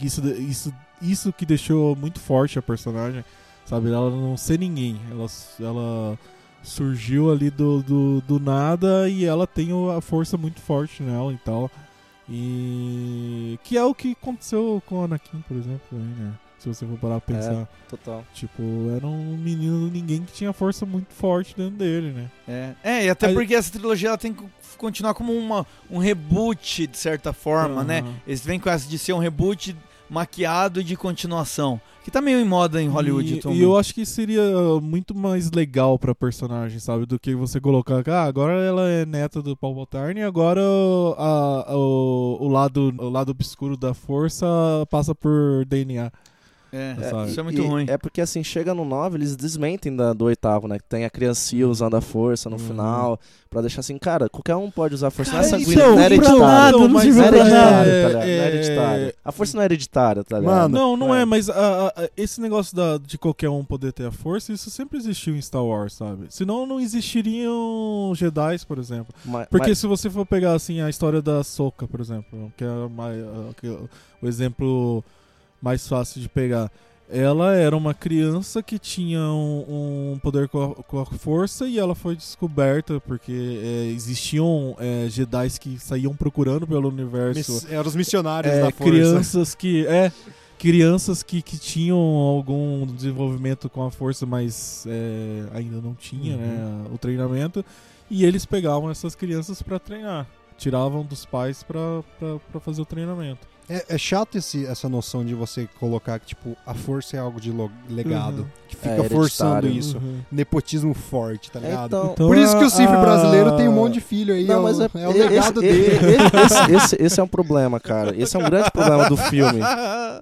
E: isso, de- isso, isso que deixou muito forte a personagem, sabe? Ela não ser ninguém, ela, ela surgiu ali do, do, do nada e ela tem a força muito forte nela e tal. E que é o que aconteceu com o Anakin, por exemplo, também, né? Se você for parar pra
D: É.
E: pensar.
D: Total.
E: Tipo, era um menino ninguém que tinha força muito forte dentro dele, né?
B: É, é, e até
E: Aí-
B: porque essa trilogia ela tem que continuar como uma, um reboot, de certa forma, né?
E: Aham.
B: Eles vêm com essa de ser um reboot maquiado de continuação. Que tá meio em moda em Hollywood
E: E,
B: atualmente.
E: e eu acho que seria muito mais legal pra personagem, sabe? Do que você colocar, ah, agora ela é neta do Paul Baltarne e agora o- a- o, o lado, o lado obscuro da força passa por DNA.
B: É,
E: Sabe?
B: isso é muito
D: E
B: ruim.
D: É porque assim, chega no 9, eles desmentem da- do oitavo, né? Que tem a criancinha usando a força no
E: Uhum.
D: final. Pra deixar assim, cara, qualquer um pode usar a força.
B: Cara,
D: não é
B: isso
D: sanguíneo,
B: é um
D: não é hereditário.
B: pranado,
D: não,
B: não
D: mas
B: serve
D: não é
B: pra nada.
D: hereditário, tá ligado? Não é
E: É,
D: hereditário. A força não é hereditária, tá ligado?
C: Mano,
E: Não, não é, mas a- a- a- esse negócio da- de qualquer um poder ter a força, isso sempre existiu em Star Wars, sabe? Senão não existiriam Jedi, por exemplo.
D: Ma-
E: Porque
D: mas-
E: se você for pegar assim a história da Soca, por exemplo, que é a mai- a- que é o exemplo mais fácil de pegar, ela era uma criança que tinha um, um poder com a, com a força e ela foi descoberta porque é, existiam é, Jedi que saíam procurando pelo universo
C: Miss- Eram os missionários
E: é,
C: da força.
E: crianças que é crianças que, que tinham algum desenvolvimento com a força mas é, ainda não tinha né, o treinamento e eles pegavam essas crianças pra treinar tiravam dos pais pra- pra pra fazer o treinamento
C: É, é chato esse- essa noção de você colocar que, tipo, a força é algo de lo- legado.
E: Uhum.
C: Que
D: É,
C: fica
D: hereditário.
C: forçando isso.
E: Uhum.
C: Nepotismo forte, tá ligado?
D: Então,
C: Por isso que o Cifre
E: Cifre
C: brasileiro tem um monte de filho aí. é,
D: Não,
C: o-
D: mas é,
C: é o legado
D: esse,
C: dele.
D: Esse, esse- esse é um problema, cara. Esse é um grande problema do filme.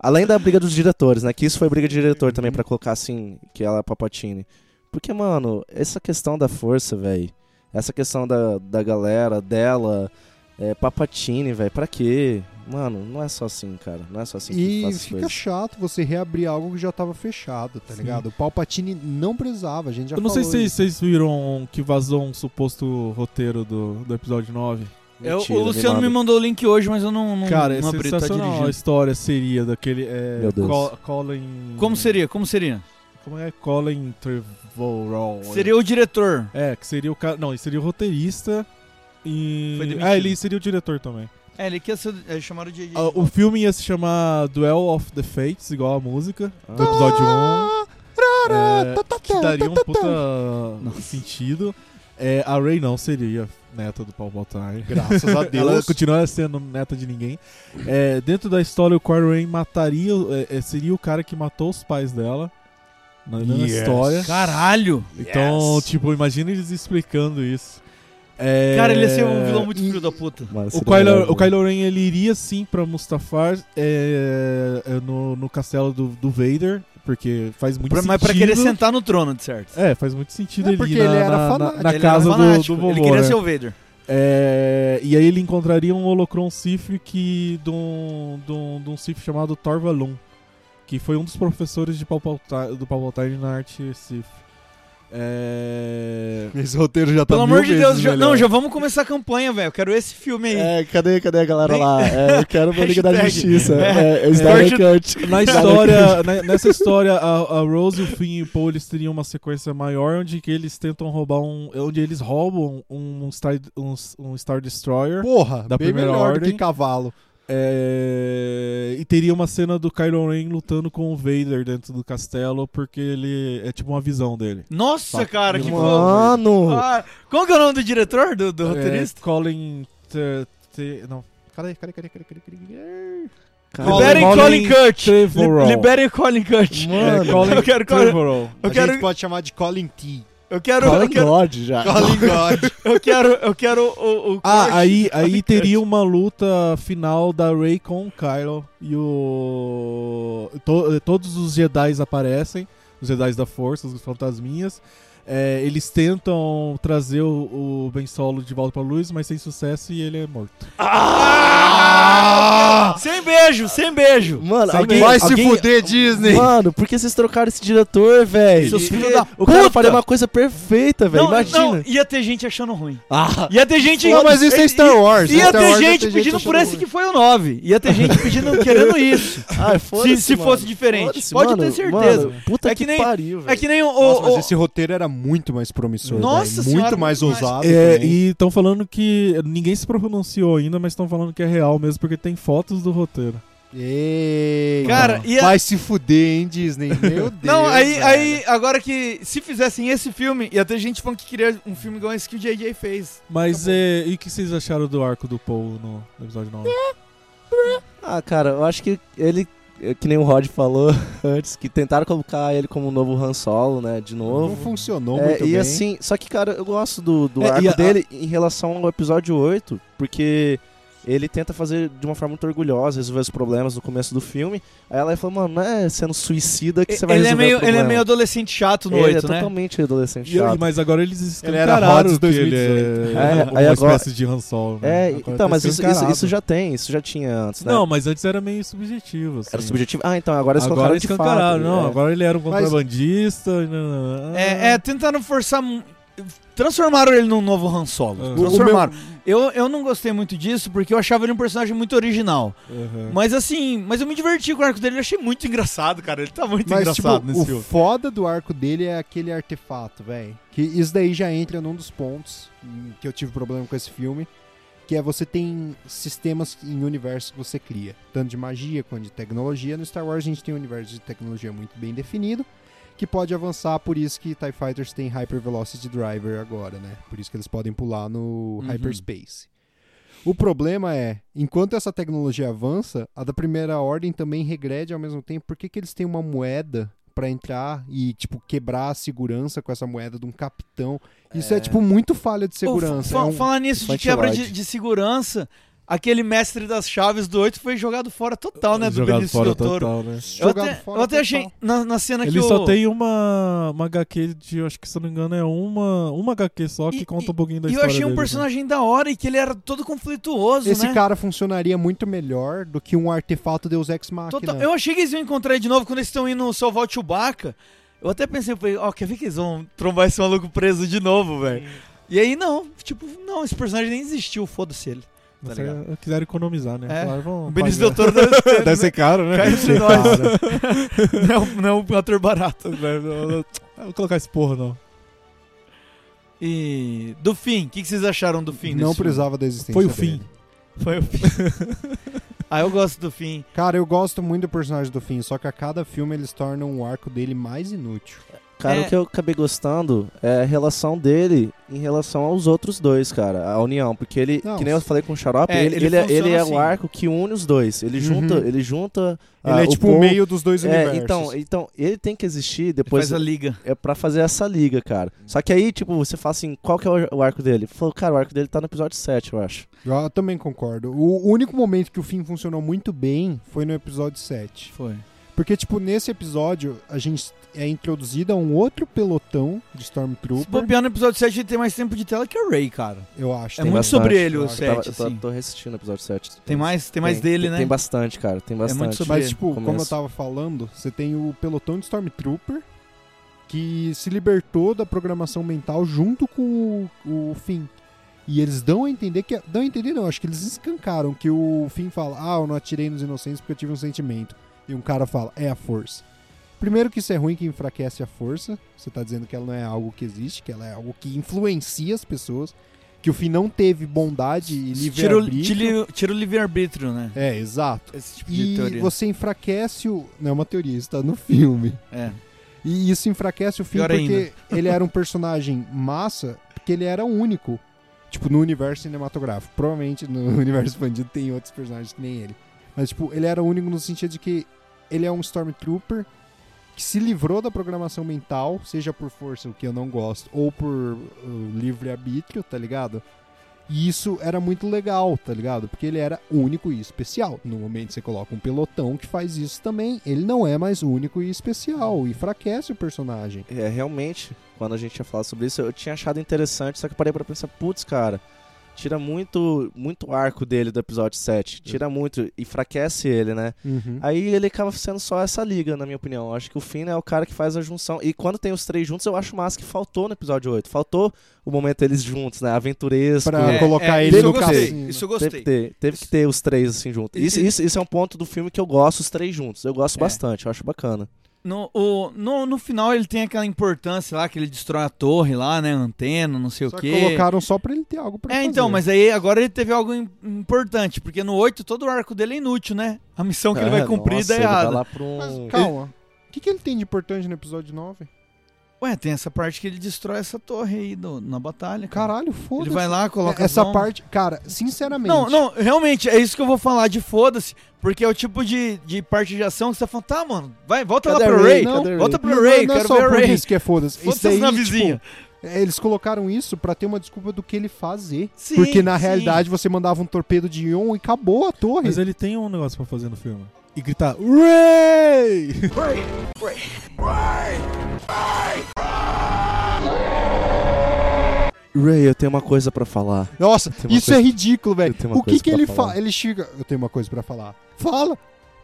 D: Além da briga dos diretores, né? Que isso foi briga de diretor também pra colocar assim, que ela é Papatini. Porque, mano, essa questão da força, velho. Essa questão da, da galera, dela, é, Papatini, velho. Pra quê? Mano, não é só assim, cara. Não é só assim que
C: E
D: faz as
C: fica
D: coisas.
C: chato você reabrir algo que já tava fechado, tá
E: Sim.
C: ligado? O Palpatine não precisava, a gente já
E: eu não sei se
C: falou
E: vocês-
C: isso.
E: vocês viram que vazou um suposto roteiro do, do episódio 9.
B: Eu-
D: Mentira,
B: É o Luciano me
D: manda.
B: mandou o link hoje, mas eu não, não,
E: Cara, é
B: não abri, tá
E: sensacional a
B: dirigindo.
E: história seria daquele. É,
D: Meu Deus.
E: Co- Colin.
B: Como seria? Como seria?
E: Como é Colin Trevorrow?
B: Seria o diretor.
E: É, que seria o cara. Não, ele seria o roteirista e.
B: Foi demitido.
E: ah, ele seria o diretor também.
B: É, ele quer ser. É, chamaram de.
E: Ah, o filme ia se chamar Duel of the Fates, igual a música, do episódio
C: Ah,
E: 1. É, que daria um puta sentido. É, a Ray não seria neta do Paul Baltar.
C: Graças a
E: Ela
C: Deus.
E: continuaria sendo neta de ninguém. É, dentro da história, o Kylo Ren mataria. é, é, seria o cara que matou os pais dela. Na, na
C: Yes.
E: história.
B: Caralho!
E: Então,
D: Yes.
E: tipo, imagina eles explicando isso. É,
B: Cara, ele ia ser um vilão muito
C: e-
B: filho da puta.
D: Mano,
E: O
D: seria
E: Kylo,
D: maravilhoso.
E: o Kylo Ren ele iria sim pra Mustafar é, é, no, no castelo do, do Vader, porque faz muito
B: Pra-
E: sentido.
B: mas pra querer sentar no trono, de certo.
E: É, faz muito sentido
C: É,
E: ele
C: porque
E: ir na,
C: ele era
E: na- na-
C: fanático,
E: na
B: ele
E: casa
B: era
E: do,
B: fanático,
E: do vovô.
B: Ele queria
E: né?
B: ser o Vader.
E: É, e aí ele encontraria um Holocron Sif que de um, de um, de um Sif chamado Torvalum, que foi um dos professores de Palpalti- do Palpatine na arte Sif. É...
C: Esse roteiro já tá
B: Pelo
C: mil
B: amor de
C: vezes
B: Deus, já-
C: melhor.
B: não, já vamos começar a campanha, velho. Eu quero esse filme aí.
D: É, cadê, cadê a galera
B: Nem-
D: lá? É, eu quero uma Liga da
B: Hashtag.
D: Justiça.
B: É.
D: É, é, Snyder Cut.
E: Na história, na- nessa história, a, a Rose, o Finn e o Poe eles teriam uma sequência maior onde que eles tentam roubar um, onde eles roubam um Star, um, um Star Destroyer.
C: Porra,
E: Da
C: bem
E: primeira
C: melhor do
E: ordem.
C: que cavalo.
E: É, E teria uma cena do Kylo Ren lutando com o Vader dentro do castelo, porque ele é tipo uma visão dele.
B: Nossa,
E: Tá.
B: cara, que bom.
D: Mano!
B: Ah, como que é o nome do diretor, do, do
E: É,
B: roteirista?
E: Colin. Te, te, não.
C: Cadê, cadê, cadê, cadê, cadê, cadê, cadê?
D: Cara,
B: Liberem
E: Colin
B: Colin Kurt.
E: Trevorrow.
B: Li- Liberem Colin Kurt.
E: É,
D: Mano,
E: Colin
B: Eu quero-
E: Trevorrow.
B: Eu
C: a
B: quero,
C: gente pode chamar de Colin T.
B: eu quero,
D: Colin
B: eu quero,
D: God já.
C: Colin God.
B: eu quero, eu quero o, o Kurt.
E: Ah, aí, aí teria uma luta final da Rey com o Kylo e o. to- todos os Jedi aparecem, os Jedi da Força, os fantasminhas. É, eles tentam trazer o, o Ben Solo de volta pra luz, mas sem sucesso e ele é morto.
D: Ah.
B: Sem beijo, sem beijo.
D: Mano,
E: Sabe
D: alguém,
C: Vai
D: alguém-
C: se fuder, Disney.
D: Mano, por que vocês trocaram esse diretor, velho?
B: Seus filhos da
D: O cara
B: puta!
D: faria uma coisa perfeita, velho.
B: Não,
D: Imagina.
B: não, ia ter gente achando ruim.
D: Ah,
B: Ia ter gente.
C: Não, mas isso é Star Wars.
B: Ia
C: Star Wars
B: ter
C: vai
B: gente pedindo por
C: achando
B: esse
C: ruim.
B: que foi o 9. Ia ter gente pedindo, querendo isso.
D: ai, Ah, foda-se,
B: se
D: mano.
B: fosse diferente.
D: Foda-se,
B: Pode
D: mano,
B: ter certeza.
D: mano, puta
B: É
D: que,
B: que nem-
D: pariu, velho.
B: É que nem o.
C: Nossa, mas
B: o-
C: esse roteiro era muito mais promissor.
B: Nossa
C: velho.
B: senhora,
C: Muito mais
B: muito mais-
C: ousado.
E: É,
C: Tá também.
E: e estão falando que. Ninguém se pronunciou ainda, mas estão falando que é real mesmo, porque tem fotos do roteiro.
C: Ei,
B: Cara,
C: mano.
B: ia-
C: vai se fuder, hein, Disney? Meu Deus.
B: Não, aí,
C: velho.
B: aí, agora que se fizessem esse filme, ia ter gente falando que queria um filme igual esse que o JJ fez.
E: Mas é, e o que vocês acharam do arco do Paul no, no episódio 9?
D: Ah, cara, eu acho que ele, é, que nem o Rod falou antes, que tentaram colocar ele como o novo Han Solo, né, de
C: Não
D: novo.
C: funcionou
D: É,
C: muito
D: e
C: bem.
D: assim, só que, cara, eu gosto do, do
E: É, e
D: arco
E: a-
D: dele em relação ao episódio 8, porque ele tenta fazer de uma forma muito orgulhosa, resolver os problemas no começo do filme. Aí ela fala, mano, não é sendo suicida que você vai
B: ele, é
D: resolver o
B: meio, ele
D: problema.
B: é meio adolescente chato no
D: Ele
B: 8,
D: é
B: né?
D: totalmente adolescente
E: E-
D: chato.
E: mas agora eles
C: Ele era
E: escancararam
C: Hobbs
E: que ele
C: 2018.
E: é,
D: É,
E: uma
D: aí agora-
E: espécie de Han Solo. né?
D: É,
E: Agora
D: então,
E: tá
D: mas isso, isso,
E: escancarado.
D: isso já tem, isso já tinha antes, né?
E: Não, mas antes era meio subjetivo. assim.
D: Era subjetivo. Ah, então, agora eles
E: Agora
D: colocaram de fato.
E: escancararam. Não,
D: é.
E: agora ele era um
C: Mas-
E: contrabandista. né, e nananã.
B: É,
C: Hum.
B: é, tentaram forçar. mu- Transformaram ele num novo Han Solo.
E: Ah.
B: Transformaram. Eu, eu não gostei muito disso porque eu achava ele um personagem muito original.
C: É.
E: Uhum.
B: Mas assim, mas eu me diverti com o arco dele, eu achei muito engraçado, cara. Ele tá muito
C: Mas, tipo,
B: engraçado nesse
C: o
B: filme.
C: foda do arco dele é aquele artefato, velho. Que isso daí já entra num dos pontos hum, que eu tive problema com esse filme. Que é você tem sistemas em universo que você cria. Tanto de magia quanto de tecnologia. No Star Wars a gente tem um universo de tecnologia muito bem definido. Que pode avançar, por isso que TIE Fighters tem Hyper Velocity Driver agora, né? Por isso que eles podem pular no
B: Uhum.
C: Hyperspace. O problema é, enquanto essa tecnologia avança, a da primeira ordem também regrede ao mesmo tempo. Por que, que eles têm uma moeda pra entrar e, tipo, quebrar a segurança com essa moeda de um capitão? Isso é, tipo, muito falha de segurança.
B: Ô, fa-
C: é um-
B: Falar nisso de quebra de, de segurança, aquele mestre das chaves do 8 foi jogado fora total, né? Do
E: Jogado
B: Benício
E: fora
B: Del Toro.
E: total, né?
B: Eu
C: jogado
B: até,
C: fora
B: eu até
C: total.
B: achei na, na cena que
E: Ele
B: o-
E: só tem uma, uma HQ de, eu acho que se eu não me engano, é uma, uma HQ só que
B: E-
E: conta um pouquinho da
B: E eu
E: história
B: achei um
E: dele, né?
B: personagem da hora e que ele era todo conflituoso,
C: Esse
B: né?
C: cara funcionaria muito melhor do que um artefato Deus Ex Machina.
B: Total- Eu achei que eles iam encontrar ele de novo quando eles estão indo salvar o Chewbacca. Eu até pensei, eu falei, ó, quer ver que eles vão trombar esse maluco preso de novo, velho? E aí, não, tipo, não, esse personagem nem existiu, foda-se ele. Tá
E: Mas
B: ligado?
E: é- Quiseram economizar, né?
B: É.
E: Claro, vamos
B: O Benício Del
E: pagar.
B: Toro deve ser,
E: Deve ser caro, né?
B: Cai entre nós. não, é um- não é um ator barato.
E: Eu Vou colocar esse porra, não.
B: E do fim, o que, que vocês acharam do fim?
C: Não
B: desse
C: precisava da existência
E: Foi o
D: é
E: fim.
C: dele.
B: filme? Foi o fim. ah, eu gosto do fim.
C: Cara, eu gosto muito do personagem do Finn, só que a cada filme eles tornam o arco dele mais inútil.
D: Cara,
B: É.
D: o que eu acabei gostando é a relação dele em relação aos outros dois, cara. A união. Porque ele,
C: Não,
D: que nem eu falei com o Xarope,
B: é,
D: ele,
B: ele
D: ele, é- ele é
B: funciona
D: o
B: assim.
D: arco que une os dois. Ele junta, ele junta.
C: Uhum. Ele
D: ah,
C: é tipo
D: Paul-
C: o meio dos dois
D: É,
C: universos.
D: então, então, ele tem que existir
B: Ele
D: depois
B: faz a Hum. liga.
D: é pra fazer essa liga, cara. Só que aí, tipo, você fala assim, qual que é o- o arco dele? Falou, cara, o arco dele tá no episódio 7, eu acho.
C: Ah, Eu também concordo. O único momento que o Finn funcionou muito bem foi no episódio 7.
B: Foi.
C: Porque, tipo, nesse episódio a gente é introduzido a um outro pelotão de
B: Se
C: Stormtrooper,
B: bobear no episódio 7, ele tem mais tempo de tela que o Ray, cara.
C: eu
B: É
C: acho. também.
B: muito
D: bastante.
B: sobre ele o
C: Eu
B: 7,
D: eu tô,
B: assim.
D: tô reassistindo o episódio 7.
B: Tem mais, tem mais dele,
D: tem,
B: né?
D: Tem bastante, cara, tem bastante.
B: muito sobre-
C: Mas, tipo, como eu
D: Começo.
C: tava falando, você tem o pelotão de Stormtrooper, que se libertou da programação mental junto com o, o Finn. E eles dão a entender que. Dão a entender, não, acho que eles escancaram que o Finn fala: Ah, eu não atirei nos inocentes porque eu tive um sentimento. E um cara fala: É a força. Primeiro, que isso é ruim que enfraquece a força. Você tá dizendo que ela não é algo que existe, que ela é algo que influencia as pessoas. Que o Finn não teve bondade e
B: Tira o,
C: livre-arbítrio.
B: tira, tira o livre-arbítrio, né?
C: É, exato.
B: Esse tipo de
C: E
B: teoria.
C: você enfraquece o. Não é uma teoria, isso tá no filme.
B: É.
C: E isso enfraquece o Finn
B: Pior
C: porque ele era um personagem massa, porque ele era único. Tipo, no universo cinematográfico. Provavelmente no universo expandido tem outros personagens que nem ele. Mas, tipo, ele era único no sentido de que ele é um Stormtrooper que se livrou da programação mental, seja por força, o que eu não gosto, ou por uh, livre-arbítrio, tá ligado? E isso era muito legal, tá ligado? Porque ele era único e especial. No momento que você coloca um pelotão que faz isso também, ele não é mais único e especial. E fraquece o personagem.
D: É, realmente, quando a gente ia falar sobre isso, eu tinha achado interessante, só que eu parei pra pensar, putz, cara, tira muito muito arco dele do episódio 7. Tira muito, enfraquece ele, né?
C: Uhum.
B: Uhum.
D: Aí ele acaba sendo só essa liga, na minha opinião. Eu acho que o Finn é o cara que faz a junção. E quando tem os três juntos, eu acho massa que faltou no episódio 8. Faltou o momento deles juntos, né? Aventuresco.
C: Pra
B: É,
C: colocar
B: é,
C: ele
B: isso
C: no
B: eu gostei,
C: cassino.
B: Isso eu
D: Teve,
B: gostei.
D: que ter, teve que ter os três assim juntos. Isso, isso, isso é um ponto do filme que eu gosto, os três juntos. Eu gosto
B: É.
D: bastante, eu acho bacana.
B: No, o- no, no final ele tem aquela importância lá, que ele destrói a torre lá, né? Antena, não sei
C: Só
B: o
C: que
B: quê.
C: colocaram só pra ele ter algo pra
B: É,
C: fazer.
B: então, mas aí agora ele teve algo im- importante, porque no 8 todo o arco dele é inútil, né? A missão que ele vai
D: É,
B: cumprir
D: nossa,
B: dá
D: ele vai
B: errado.
D: lá pra um-
C: Mas, calma. O que, que ele tem de importante no episódio 9?
B: Ué, tem essa parte que ele destrói essa torre aí do- na batalha. cara.
C: Caralho, foda-se.
B: Ele vai lá, coloca
C: Essa
B: a bomba.
C: parte, é cara, sinceramente.
B: Não, não, realmente, é isso que eu vou falar de foda-se, porque é o tipo de, de parte de ação que você tá falando, tá, mano, vai, volta
D: Cadê
B: lá
D: a
B: pro
D: Rey?
B: Ray,
D: Cadê a Rey?
B: volta pro
C: Não,
B: Ray,
C: não é
B: quero
C: só
B: ver a
C: por
B: Ray.
C: isso que é foda-se. Isso
B: Foda-se
C: aí,
B: na
C: tipo,
B: vizinha.
C: é, eles colocaram isso pra ter uma desculpa do que ele fazer.
B: Sim,
C: Porque na
B: sim.
C: realidade você mandava um torpedo de ion e acabou a torre.
E: Mas ele tem um negócio pra fazer no filme. E gritar, Ray!
D: Ray, eu tenho uma coisa pra falar.
C: Nossa,
D: tenho uma
C: isso é
D: coisa-
C: ridículo, velho.
D: eu tenho uma
C: O que
D: coisa
C: que
D: pra
C: ele
D: falar.
C: fala? Ele chega. Eu tenho uma coisa pra falar. Fala!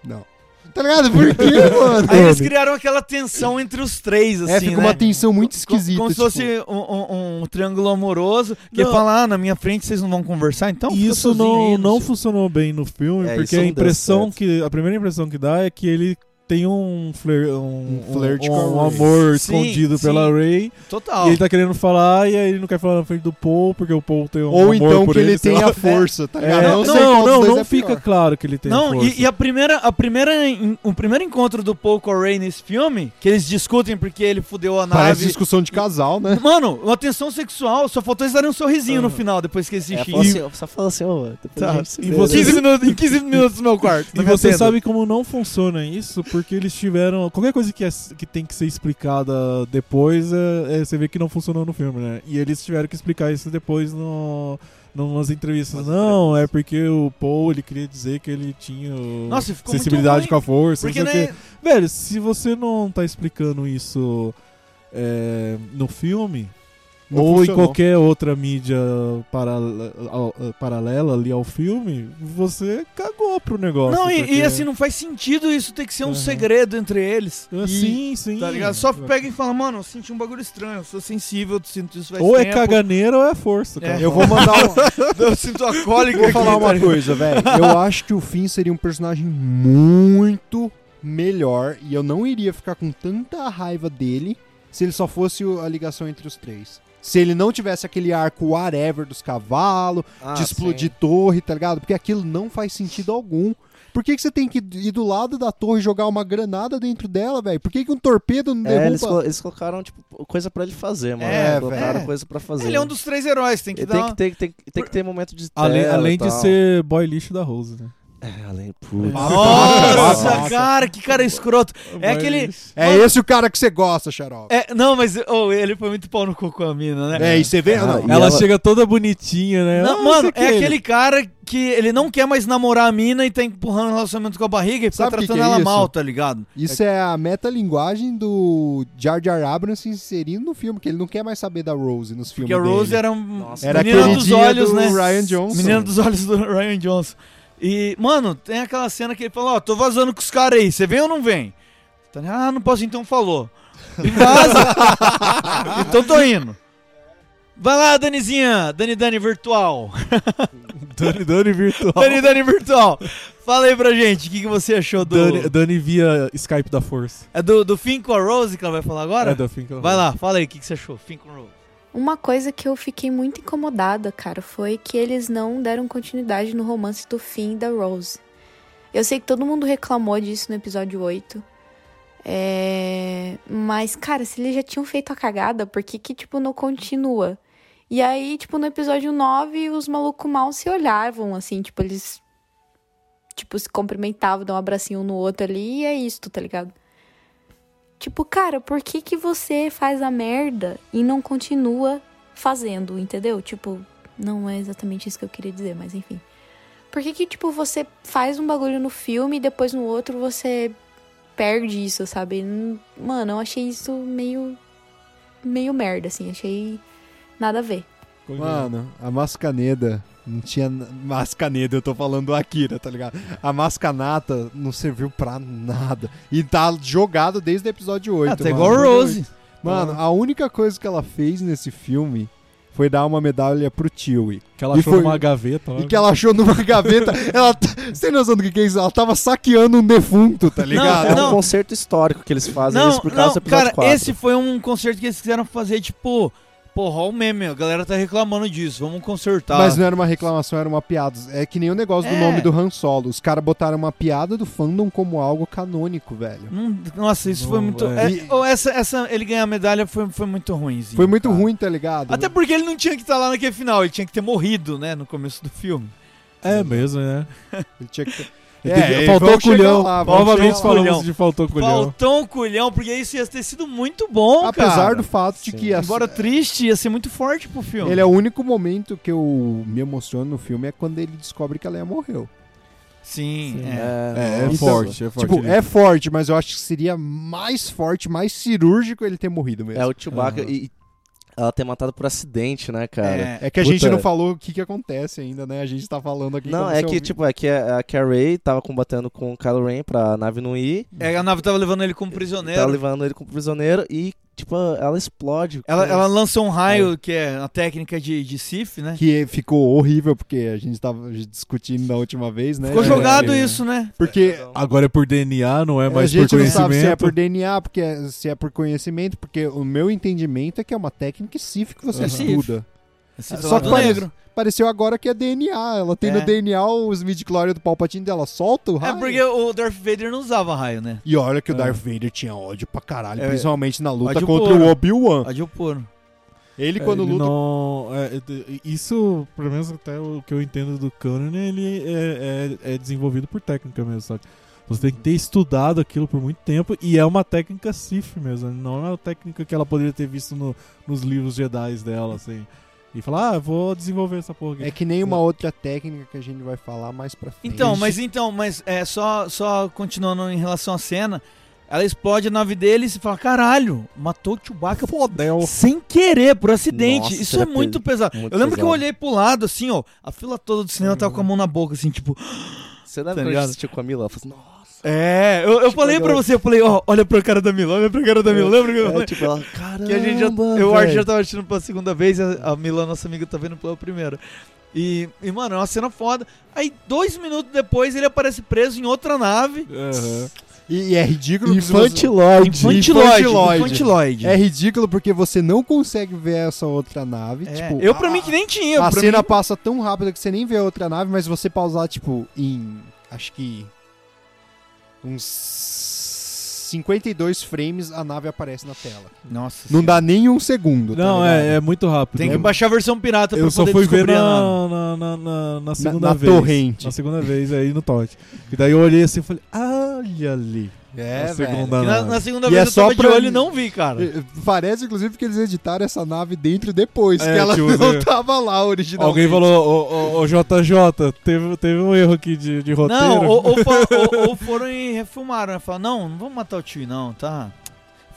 C: Não. Tá ligado? Por quê, mano?
B: Aí eles criaram aquela tensão entre os três, assim,
C: é, fica
B: né?
C: uma tensão muito
B: Co-
C: esquisita.
B: Como se
C: tipo.
B: fosse um, um- um triângulo amoroso, que
E: Não.
B: fala, ah, na minha frente vocês não vão conversar,
C: É
B: então
C: um
B: fica
E: isso
B: sozinho aí,
E: não, não
B: sei.
E: funcionou bem no filme,
D: É,
E: porque
D: isso
E: a
D: não deu
E: impressão
D: certo.
E: que. A primeira impressão que dá é que ele tem um flir, um,
C: Um flerte
E: um-
C: com a
E: um
C: Ray.
E: amor
B: Sim,
E: escondido
B: sim.
E: pela Ray.
B: Total.
C: Ah.
E: E ele tá querendo falar, e aí ele não quer falar na frente do Paul, porque o Paul tem um
C: Ou
E: amor
C: então
E: por
C: que ele
E: sei
C: tem
E: lá.
C: a força, tá
E: É,
C: ligado? Eu
E: não,
C: sei
E: não,
C: qual dos
E: não,
C: dois
E: não
C: é
E: fica
C: pior.
E: claro que ele tem
B: Não,
E: força.
B: e, e a primeira, a primeira, en- o primeiro encontro do Paul com a Ray nesse filme, que eles discutem porque ele fudeu a
C: Parece
B: nave.
C: discussão de casal, né?
B: Mano, uma tensão sexual, só faltou eles darem um sorrisinho no final, depois que eles se
D: É,
B: xingam.
D: fala assim, ó, só fala assim, ó, depois
B: Tá.
D: a gente se
E: E
D: vê,
E: você-
D: né?
B: 15 minutos, em 15 minutos no meu quarto. tá
E: E você sabe como não funciona isso, porque eles tiveram. Qualquer coisa que, é- que tem que ser explicada depois, é- é, você vê que não funcionou no filme, né? E eles tiveram que explicar isso depois no, nas entrevistas.
D: Nas
E: não,
D: entrevistas.
E: é porque o Paul ele queria dizer que ele tinha o-
B: Nossa, ficou muito
E: sensibilidade
B: ruim,
E: com a força.
B: Porque,
E: não sei o
B: né,
E: quê. Velho, se você não tá explicando isso é, no filme.
C: Não
E: ou em
C: funcionou.
E: qualquer outra mídia paralela, ao- paralela ali ao filme, você cagou pro negócio.
B: não, e- e,
E: porque-
B: assim, não faz sentido isso ter que ser um
E: Aham.
B: segredo entre eles.
E: ah,
B: E-
E: sim, sim.
B: Tá ligado? Só pega e fala, mano, eu senti um bagulho estranho, eu sou sensível, eu sinto isso faz
E: Ou é
B: tempo,
E: caganeira ou é força.
B: É.
E: cara.
C: Eu vou mandar um,
B: Eu sinto a cólica
C: Vou
B: aqui,
C: falar
B: tá
C: uma
B: ligado?
C: coisa, velho. Eu acho que o Finn seria um personagem muito melhor e eu não iria ficar com tanta raiva dele se ele só fosse o- a ligação entre os três. Se ele não tivesse aquele arco whatever dos cavalos,
D: Ah,
C: de
D: sim.
C: explodir torre, tá ligado? Porque aquilo não faz sentido algum. Por que, que você tem que ir do lado da torre e jogar uma granada dentro dela, velho? Por que, que um torpedo não
D: É, eles,
C: derruba?
D: colo- eles colocaram, tipo, coisa pra ele fazer, mano.
B: É,
D: colocaram
B: velho.
D: coisa pra fazer.
B: Ele é um dos três heróis, tem que
D: Ele
B: dar
D: tem
B: uma-
D: que, ter, tem, que- tem que ter momento de tela
E: Além,
D: e
E: além de
D: tal.
E: ser boy lixo da Rose, né?
D: É, além... Putz.
B: Nossa,
C: Nossa.
B: cara, que cara escroto. É
E: Boy
B: aquele-
E: lixo.
C: É esse o cara que você gosta, Xarope.
B: É, não, mas oh, ele foi muito pau no cu com a mina, né?
C: É, e você vê.
D: Ah,
C: não,
D: e
E: Ela,
D: ela-
E: chega toda bonitinha, né?
B: Não,
E: Ah,
B: mano,
E: sei
B: é
E: que-
B: aquele cara que ele não quer mais namorar a mina e tá empurrando o relacionamento com a barriga e fica
C: Sabe o que
B: tratando
C: que é
B: ela
C: isso?
B: mal, tá ligado?
C: Isso é a metalinguagem do Jar Jar Abrams se inserindo no filme, que ele não quer mais saber da Rose nos
B: Porque
C: filmes
B: a Rose
C: dele.
B: era, um
D: Nossa,
C: Era
B: menina
C: queridinha
B: dos olhos,
C: do
B: né?
C: Ryan Johnson.
B: Menina dos olhos do Ryan Johnson. E, mano, tem aquela cena que ele fala, ó, tô vazando com os caras aí, você vem ou não vem? Tá ligado? Ah, não posso, então falou. Em casa. então tô indo. Vai lá, Danizinha. Dani Dani Virtual.
E: Dani, Dani virtual.
B: Dani Dani Virtual. Fala aí pra gente, o que, que você achou do,
E: Dani, Dani via Skype da Força.
B: é do, do Fim com a Rose que ela vai falar agora?
E: É, da Finca
B: Vai lá, fala aí, o que, que você achou? Fim com a Rose.
F: Uma coisa que eu fiquei muito incomodada, cara, foi que eles não deram continuidade no romance do Finn e da Rose. Eu sei que todo mundo reclamou disso no episódio 8. É, Mas, cara, se eles já tinham feito a cagada, por que que, tipo, não continua? E aí, tipo, no episódio 9, os malucos mal se olhavam, assim, tipo, eles... Tipo, se cumprimentavam, davam um abracinho um no outro ali, e é isto, tá ligado? Tipo, cara, por que que você faz a merda e não continua fazendo, entendeu? Tipo, não é exatamente isso que eu queria dizer, mas enfim. Por que que, tipo, você faz um bagulho no filme e depois no outro você perde isso, sabe? Hum, Mano, eu achei isso meio. meio merda, assim. Achei nada a ver.
B: né?
C: Mano, a Mascaneda não tinha. n- Mascaneda, eu tô falando do Akira, tá ligado? A Mascanata não serviu pra nada. E tá jogado desde o episódio 8.
B: Até
C: mano.
B: Ah, tá igual a Rose.
C: Mano, a única coisa que ela fez nesse filme foi dar uma medalha pro Tiwi.
E: Que ela
C: E
E: achou
C: foi-
E: numa gaveta.
C: E que ela achou numa gaveta. ela. tá- Você tem noção do que que é isso? Ela tava saqueando um defunto, tá ligado?
D: É
B: Ah, Não.
D: um concerto histórico que eles fazem
B: Não,
D: isso por causa
B: não,
D: do episódio
B: cara,
D: 4.
B: esse foi um concerto que eles quiseram fazer, tipo, porra, olha o meme, a galera tá reclamando disso, vamos consertar.
C: Mas não era uma reclamação, era uma piada. É que nem o negócio
B: Tá. É.
C: do nome do Han Solo. Os caras botaram uma piada do fandom como algo canônico, velho.
B: Não- nossa, isso foi
E: Não,
B: muito.
E: é.
B: é, ou essa, essa, ele ganhar a medalha foi, foi muito ruimzinho.
C: Foi muito
B: cara.
C: ruim, tá ligado?
B: Até porque ele não tinha que estar lá naquele final, ele tinha que ter morrido, né, no começo do filme.
E: É mesmo, né?
C: Ele tinha que...
E: Ele tem que-
C: ele-
E: faltou
C: É, vamos chegar
E: culhão.
C: lá, vamos
E: Novamente
C: chegar lá.
E: falamos
B: Culhão.
E: de faltou culhão.
B: Faltou um culhão, porque isso ia ter sido muito bom,
C: Apesar
B: cara.
C: do fato de
D: Sim.
C: que a-
B: Embora um. triste, ia ser muito forte pro filme.
C: ele é o único momento que eu me emociono no filme é quando ele descobre que a Leia morreu.
B: Sim,
E: Sim.
B: é.
E: É, é
C: Então,
E: forte, é forte.
C: Tipo,
E: ele-
C: é forte, mas eu acho que seria mais forte, mais cirúrgico ele ter morrido mesmo.
D: É o Chewbacca
E: Aham.
D: e e ela ter matado por acidente, né, cara?
B: É.
C: É que a gente
D: Puta.
C: não falou o que, que acontece ainda, né? A gente tá falando aqui.
D: Não,
C: como
D: é
C: se
D: que,
C: eu-
D: tipo, é que a, a que a Rey tava combatendo com o Kylo Ren pra nave não ir.
B: É, a nave tava levando ele como prisioneiro.
D: Tá levando ele como prisioneiro e, tipo, ela explode.
B: Ela,
D: com-
B: ela lança um raio, que é a técnica de, de Sif, né?
C: Que ficou horrível, porque a gente tava discutindo da última vez, né?
B: Ficou
C: É,
B: jogado
E: é.
B: isso, né?
C: Porque
E: Agora é por DNA, não é
C: a
E: mais por
C: gente não sabe se é
E: conhecimento.
C: por DNA, porque é- se é por conhecimento, porque o meu entendimento é que é uma técnica CIF que você
B: É CIF.
C: estuda.
B: Esse é
C: Só
B: lado
C: que parece-
B: negro.
C: Pareceu agora que é DNA. Ela tem
B: É.
C: no DNA os midi-chlorians do Palpatine dela. Solta o
B: É
C: raio.
B: porque o Darth Vader não usava raio, né?
C: E olha que o
E: É.
C: Darth Vader tinha ódio pra caralho,
B: É.
C: principalmente na luta
B: Ódio
C: contra
B: puro.
C: o Obi-Wan.
B: Adiou puro.
C: Ele
E: É,
C: quando
E: ele
C: luta
E: não- é, é, de- isso, pelo menos até o que eu entendo do canon, ele é, é- é desenvolvido por técnica mesmo, sabe? Você tem que ter estudado aquilo por muito tempo e é uma técnica Sif mesmo, né? não é uma técnica que ela poderia ter visto no- nos livros Jedi dela, assim. E falar, ah, vou desenvolver essa porra aqui.
C: É que nem uma outra técnica que a gente vai falar mais pra frente.
B: Então, mas então, mas é só, só continuando em relação à cena, ela explode a nave dele e se fala: caralho, matou o Chewbacca
E: Fodel.
B: sem querer, por acidente.
D: Nossa,
B: Isso é
D: era
B: muito pesado.
D: muito
B: eu lembro que eu
D: pesado.
B: olhei pro lado, assim, ó, a fila toda do cinema tava com a mão na boca, assim, tipo.
D: Você lembra
B: Tá
D: quando a
B: ligado?
D: gente assistiu com a Mila? Ela falou assim, nossa.
B: É, eu, eu
D: Tipo,
B: falei pra
D: legal.
B: você, eu falei, ó, olha pra cara da Mila, olha pra cara da Mila, lembra que eu
D: É,
B: falei?
D: tipo, ela, caramba,
B: Que a gente já. Eu
D: velho."
B: acho que já tava assistindo pela segunda vez, a, a Mila, nossa amiga, tá vendo pela primeira. E, e, mano, é uma cena foda. Aí, dois minutos depois, ele aparece preso em outra nave.
E: Aham.
C: E, e é ridículo que se você-
D: Infantiloide.
B: Infantiloide.
C: Infantiloide.
B: Infantiloide.
C: É ridículo porque você não consegue ver essa outra nave.
B: É,
C: Tipo,
B: eu pra
C: a-
B: mim que nem tinha.
C: a
B: pra
C: cena
B: mim-
C: passa tão rápida que você nem vê a outra nave, mas você pausar, tipo, em. Acho que. Uns 52 frames, a nave aparece na tela.
B: Nossa.
C: Não
B: senhora.
C: dá nem um segundo. tá
E: Não,
C: ligado?
E: é, é muito rápido.
B: Tem que
E: Eu-
B: baixar a versão pirata pra
E: eu só
B: poder
E: fui ver
B: descobrir a nave.
E: na, na, na, na- na segunda
C: na
E: vez.
C: torrente.
E: Na segunda vez aí no Tote. E daí eu olhei assim e falei, olha ali.
C: É,
E: na
C: velho.
E: segunda
B: Que Na,
E: nave.
B: na segunda
C: E
B: vez
C: é
B: eu
C: só
B: tava de
C: pra-
B: olho e não vi, cara.
C: Eh, Parece, inclusive, que eles editaram essa nave dentro depois,
E: É,
C: que ela
E: tipo,
C: não
E: né?
C: tava lá originalmente.
E: Alguém falou, ô, ô, ô, JJ, teve, teve um erro aqui de, de roteiro.
B: Não, ou, ou fo- ou- ou foram e refilmaram. Né? Falaram, não, não vamos matar o tio, não, tá?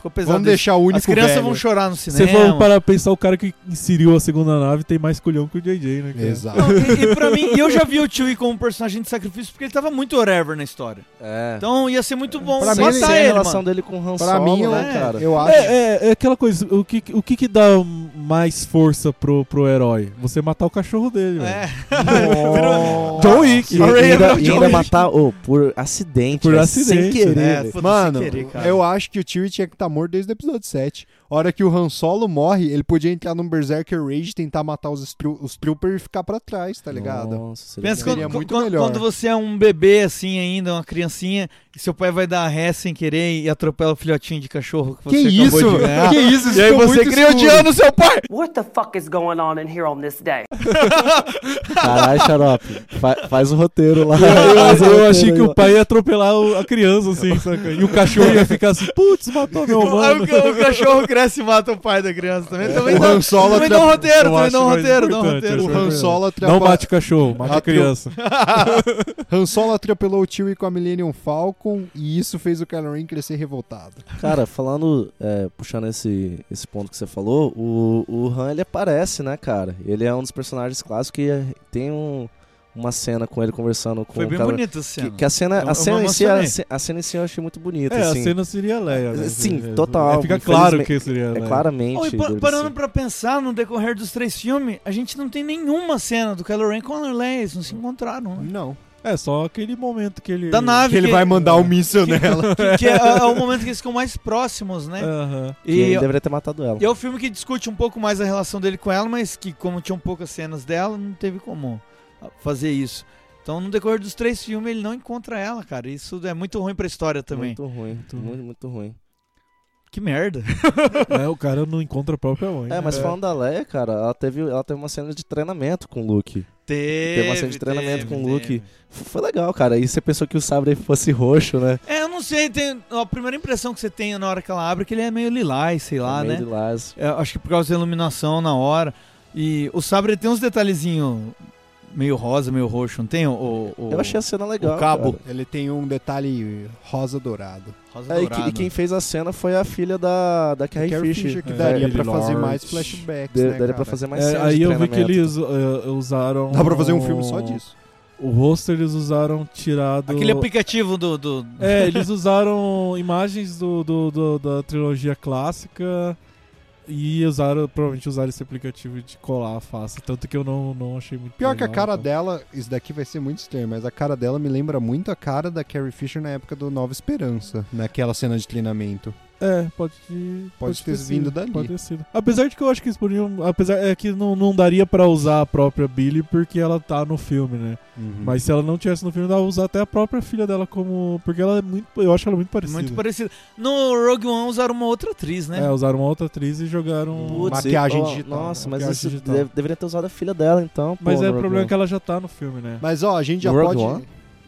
B: Ficou pesado.
C: Vamos
B: isso.
C: deixar o único
B: As crianças
C: velho.
B: vão chorar no
E: Se
B: cinema.
E: for para pensar, o cara que inseriu a segunda nave tem mais colhão que o JJ, né? cara?
C: Exato.
B: Não, e, e pra mim, eu já vi o Chewie como um personagem de sacrifício porque ele tava muito whatever na história.
D: É.
B: Então ia ser muito bom matar
C: Pra
D: sem,
C: mim,
B: ele,
D: sem é a relação
B: mano.
D: dele com o Han
C: Pra
D: Solo,
C: mim, eu,
D: né, cara?
C: um eu acho.
E: É, é, é aquela coisa, o que, o que que dá mais força pro, pro herói? Você matar o cachorro dele,
B: É.
E: velho.
C: Nossa.
E: John Wick.
D: E, e
B: Sorry,
D: ainda,
B: eu não
D: e
B: tinha
D: ainda
B: visto.
D: matar oh, por acidente,
E: Por
D: velho, sem
E: acidente,
D: querer.
B: É,
D: velho.
B: foda-se
C: Mano,
B: sem querer, cara.
C: eu acho que o Chewie tinha que estar morto desde o episódio 7. A hora que o Han Solo morre, ele podia entrar num Berserker Rage, tentar matar os, stru- os troopers e ficar pra trás, tá ligado?
D: Nossa, seria
B: Pensa
D: bom.
B: quando,
C: Seria é muito
B: quando-
C: melhor.
B: quando você é um bebê assim ainda, uma criancinha, e seu pai vai dar ré sem querer e atropela o filhotinho de cachorro que você
C: Que
B: acabou
C: isso?
B: de ganhar.
C: Que isso? Isso
B: E aí
C: ficou
B: você
C: muito
B: cria
C: escuro.
B: odiando seu pai.
I: What the fuck is going on in here on this day?
D: Caralho, xarope. fa- faz o roteiro lá. Faz
E: Eu, eu
D: roteiro
E: achei
D: aí,
E: que
D: ó.
E: o pai ia atropelar o- a criança, assim, saca? E o cachorro ia ficar assim, putz, matou meu
B: Aí
E: mano.
B: o, ca- o cachorro cresce e mata o pai da criança também. Também
C: O
B: dá,
C: Han Solo
B: também dá um
C: atrapa-
B: roteiro,
E: Eu
B: também dá um
E: acho mais
B: roteiro, dá um
E: importante,
B: roteiro.
C: O Han Solo
E: Não
C: atrapalhou.
E: mate o cachorro, mate a
C: Atro-
E: criança.
C: Han Solo atropelou o Chewie com a Millennium Falcon e isso fez o Kylo Ren crescer revoltado.
D: Cara, falando, é, puxando esse, esse ponto que você falou, o, o Han ele aparece, né, cara? Ele é um dos personagens clássicos que é- tem um- uma cena com ele conversando com
B: Foi
D: o
B: bem
D: cara.
B: bonito esse
D: Que,
B: cena.
D: que a cena,
B: Eu-
D: a
B: eu
D: cena
B: me
D: em si, a,
B: emocionei.
D: ce- a cena em si eu achei muito bonita,
E: É, a
D: assim.
E: cena seria Leia, né?
D: Sim,
E: É,
D: total,
E: é, fica claro
D: infelizmente-
E: que seria
D: É
E: Leia.
D: claramente.
B: Oh, e pa-
D: dele,
B: parando
D: assim.
B: pra pensar no decorrer dos três filmes, a gente não tem nenhuma cena do Kylo Ren com a Leia, eles não se encontraram. né?
C: Não.
E: É só aquele momento que ele...
B: Da nave
C: Que ele É.
B: que-
C: vai mandar o míssil
D: né,
C: né? nela.
B: Que, que é, é o momento que eles ficam mais próximos,
D: Ah,
B: né?
E: Aham.
D: Que ele
B: E,
D: deveria ter matado ela.
B: e é o filme que discute um pouco mais a relação dele com ela, mas que como tinham poucas cenas dela, não teve como fazer isso. Então no decorrer dos três filmes ele não encontra ela, cara. Isso é muito ruim pra história também.
D: Muito ruim,
E: Muito
D: muito,
E: ruim.
D: muito, ruim.
B: Que merda.
D: Né?
E: É, o cara não encontra a própria mãe.
D: É,
E: né?
D: mas falando da Leia, cara, ela teve, ela teve uma cena de treinamento com o Luke.
B: Teve,
D: uma cena de treinamento com o Luke.
B: teve.
D: F- Foi legal, cara. E você pensou que o sabre fosse roxo, né?
B: É, eu não sei, tem, a primeira impressão que você tem na hora que ela abre é que ele é meio lilás, sei lá, né?
D: Meio de lás.
B: É, acho que por causa da iluminação na hora. E o sabre tem uns detalhezinhos meio rosa, meio roxo, não tem? O, o- o-
D: Eu achei a cena legal.
B: o cabo.
D: cara.
C: Ele tem um detalhe rosa dourado.
B: rosa
D: É, e, que-
B: dourado.
D: e quem fez a cena foi a filha da, da Carrie
C: Carrie
D: Fisher.
C: Fisher que
E: É.
C: daria
E: Lily
C: pra fazer
E: Lawrence.
C: mais flashbacks,
D: De-
C: né,
D: daria pra
C: cara?
D: fazer mais
E: É,
D: cenas
E: aí
D: de
E: eu vi que
D: treinamento.
E: eles eh, usaram...
C: Dá pra fazer um filme só disso.
E: O rosto eles usaram tirado...
B: Aquele
C: é
B: aplicativo do. do- do-
E: É, eles usaram imagens do, do- do- da trilogia clássica e usaram, provavelmente usaram esse aplicativo de colar a face. Tanto que eu não, não achei muito
C: Pior que a
E: legal,
C: cara
E: então.
C: dela, isso daqui vai ser muito estranho, mas a cara dela me lembra muito a cara da Carrie Fisher na época do Nova Esperança, naquela cena de treinamento.
E: É, pode, pode,
C: ter vindo dali.
E: Pode ter sido. Apesar de que eu acho que eles podiam. Apesar é que não, não daria pra usar a própria Billy porque ela tá no filme, né?
C: Uhum.
E: Mas se ela não tivesse no filme, dava pra usar até a própria filha dela como. Porque ela é muito. Eu acho ela muito parecida.
B: muito parecido. No Rogue One usaram uma outra atriz, né?
E: É, usaram uma outra atriz e jogaram.
D: Putz,
C: Maquiagem
D: e- oh,
C: digital,
D: Nossa,
E: maquiagem
D: mas isso
E: digital.
D: deve- deveria ter usado a filha dela, então.
E: Mas
D: pô,
E: é
D: no
E: o problema
D: Rogue
E: que ela já tá no filme, né?
C: Mas ó, a gente já
D: No Rogue
C: pode.
D: One?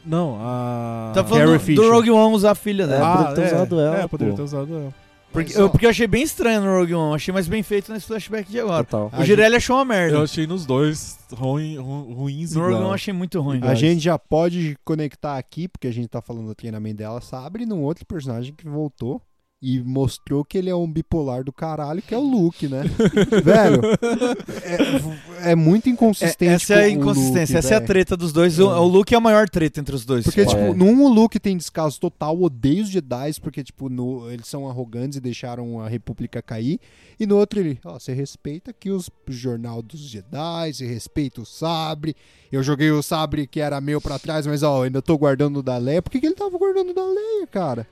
E: Não, a. Ah,
B: Tá
C: Carrie
B: falando do- do
C: Fisher.
B: Rogue One usar a filha
D: É,
B: dela.
D: poderia ter usado ela,
E: É, poderia
D: pô.
E: ter usado ela.
B: porque,
C: Mas, ó,
B: eu, porque eu achei bem estranho no Rogue One, achei mais bem feito nesse flashback de
D: One.
B: agora.
D: Total.
C: A
B: o Girelli achou uma merda.
E: Eu achei nos dois ruim, ru- ruins
B: no Rogue é
E: igual.
B: One achei muito ruim.
C: A gente já pode conectar aqui, porque a gente tá falando do treinamento dela, sabe, num outro personagem que voltou e mostrou que ele é um bipolar do caralho, que é o Luke, né? velho, é, é muito inconsistente.
B: É- essa é a
C: com o Luke,
B: inconsistência, essa é a
C: velho.
B: treta dos dois. O, o Luke é a maior treta entre os dois.
C: Porque,
B: É.
C: tipo,
D: É.
C: num o Luke tem descaso total, odeia os Jedi, porque, tipo, no- eles são arrogantes e deixaram a República cair. E no outro ele, ó, você respeita aqui os jornal dos Jedi, você respeita o sabre. Eu joguei o sabre que era meu pra trás, mas, ó, ainda tô guardando o da Leia. Por que, que ele tava guardando o da Leia, cara?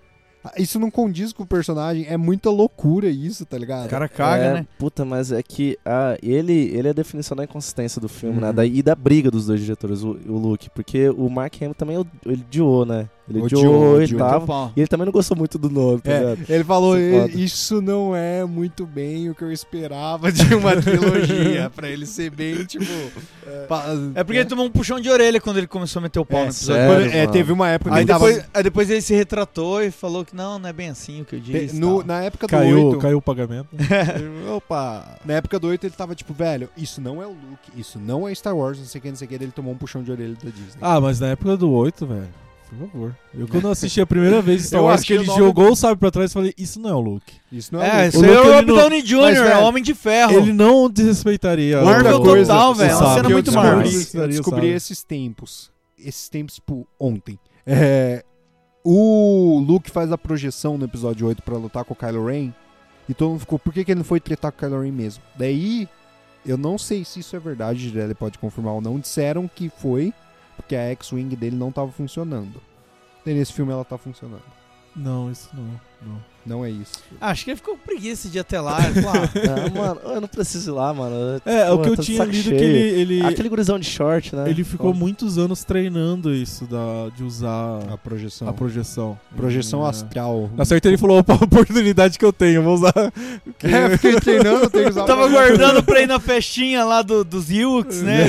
C: Ah, Isso não condiz com o personagem, é muita loucura isso, tá ligado?
B: o cara caga,
D: é,
B: né?
D: Puta, mas é que ah, ele, ele é a definição da inconsistência do filme, né?
C: Uhum.
D: Da, e da briga dos dois diretores, o, o Luke. Porque o Mark Hamill também o- ele odiou, né? Ele
C: Odiou,
D: odiou,
C: odiou.
D: ele
E: Então
D: tava.
B: Pau.
D: E ele também não gostou muito do nome, tá ligado?
C: É, ele falou,
D: Isso é foda.
C: isso não é muito bem o que eu esperava de uma trilogia, pra ele ser bem, tipo... pa-
B: É porque ele tomou um puxão de orelha quando ele começou a meter o pau no episódio.
D: sério,
C: Quando- é,
D: mano.
C: teve uma época que
B: Aí
C: ele
B: depois,
C: tava.
B: aí depois ele se retratou e falou que não, não é bem assim o que eu
C: te-
B: disse.
C: no-
B: tal.
C: na época do
E: Caiu,
C: 8.
E: caiu o pagamento.
C: Opa! Na época do 8 ele tava tipo, velho, isso não é o Luke, isso não é Star Wars, não sei o que, não sei o que. Ele tomou um puxão de orelha da Disney.
E: Ah, mas na época do 8, velho. Por favor. Eu quando assisti a primeira vez Star
C: Eu
E: Wars, que
C: achei
E: ele
C: o nome-
E: jogou o sabre pra trás, eu falei, isso não é o Luke.
C: Isso não é,
B: É,
C: é
B: isso
E: O
B: aí é
E: Luke,
B: o
E: ele
B: Rob
E: não-
B: Downey
C: Mas,
B: Jr., é
C: velho,
B: Homem de Ferro.
E: Ele não desrespeitaria.
B: Marvel total,
E: outra coisa,
B: velho, é
E: o
B: uma
E: sabre.
B: cena muito
E: Eu
B: Marvel.
E: descobri-
C: Eu descobri
E: sabe?
C: esses tempos. Esses tempos, tipo, ontem. É, o Luke faz a projeção no episódio 8 pra lutar com o Kylo Ren. E todo mundo ficou, por que, que ele não foi tretar com o Kylo Ren mesmo? Daí, eu não sei se isso é verdade, ele pode confirmar ou não. Disseram que foi, porque a X-Wing dele não tava funcionando. Daí, nesse filme ela tá funcionando.
E: Não, isso não. não.
C: Não é isso.
B: Ah, Acho que ele ficou com preguiça de ir até lá. ele falou, ah,
D: Ah, mano, eu não preciso ir lá, mano.
E: É,
D: Pô,
E: o que eu
D: tô de
E: tinha
D: saco
E: lido
D: cheio.
E: que ele... ele...
D: Aquele gurizão de short, né?
E: Ele ficou
D: Pô.
E: muitos anos treinando isso da, de usar
C: A Hum, é.
E: a,
C: projeção.
E: projeção.
C: Projeção
E: Ele, né?
C: astral.
E: Na certa ele falou, opa, a oportunidade que eu tenho, vou usar.
C: É, eu fiquei treinando, tem que usar.
B: eu tava guardando pra ir na festinha lá do, dos Ewoks, né?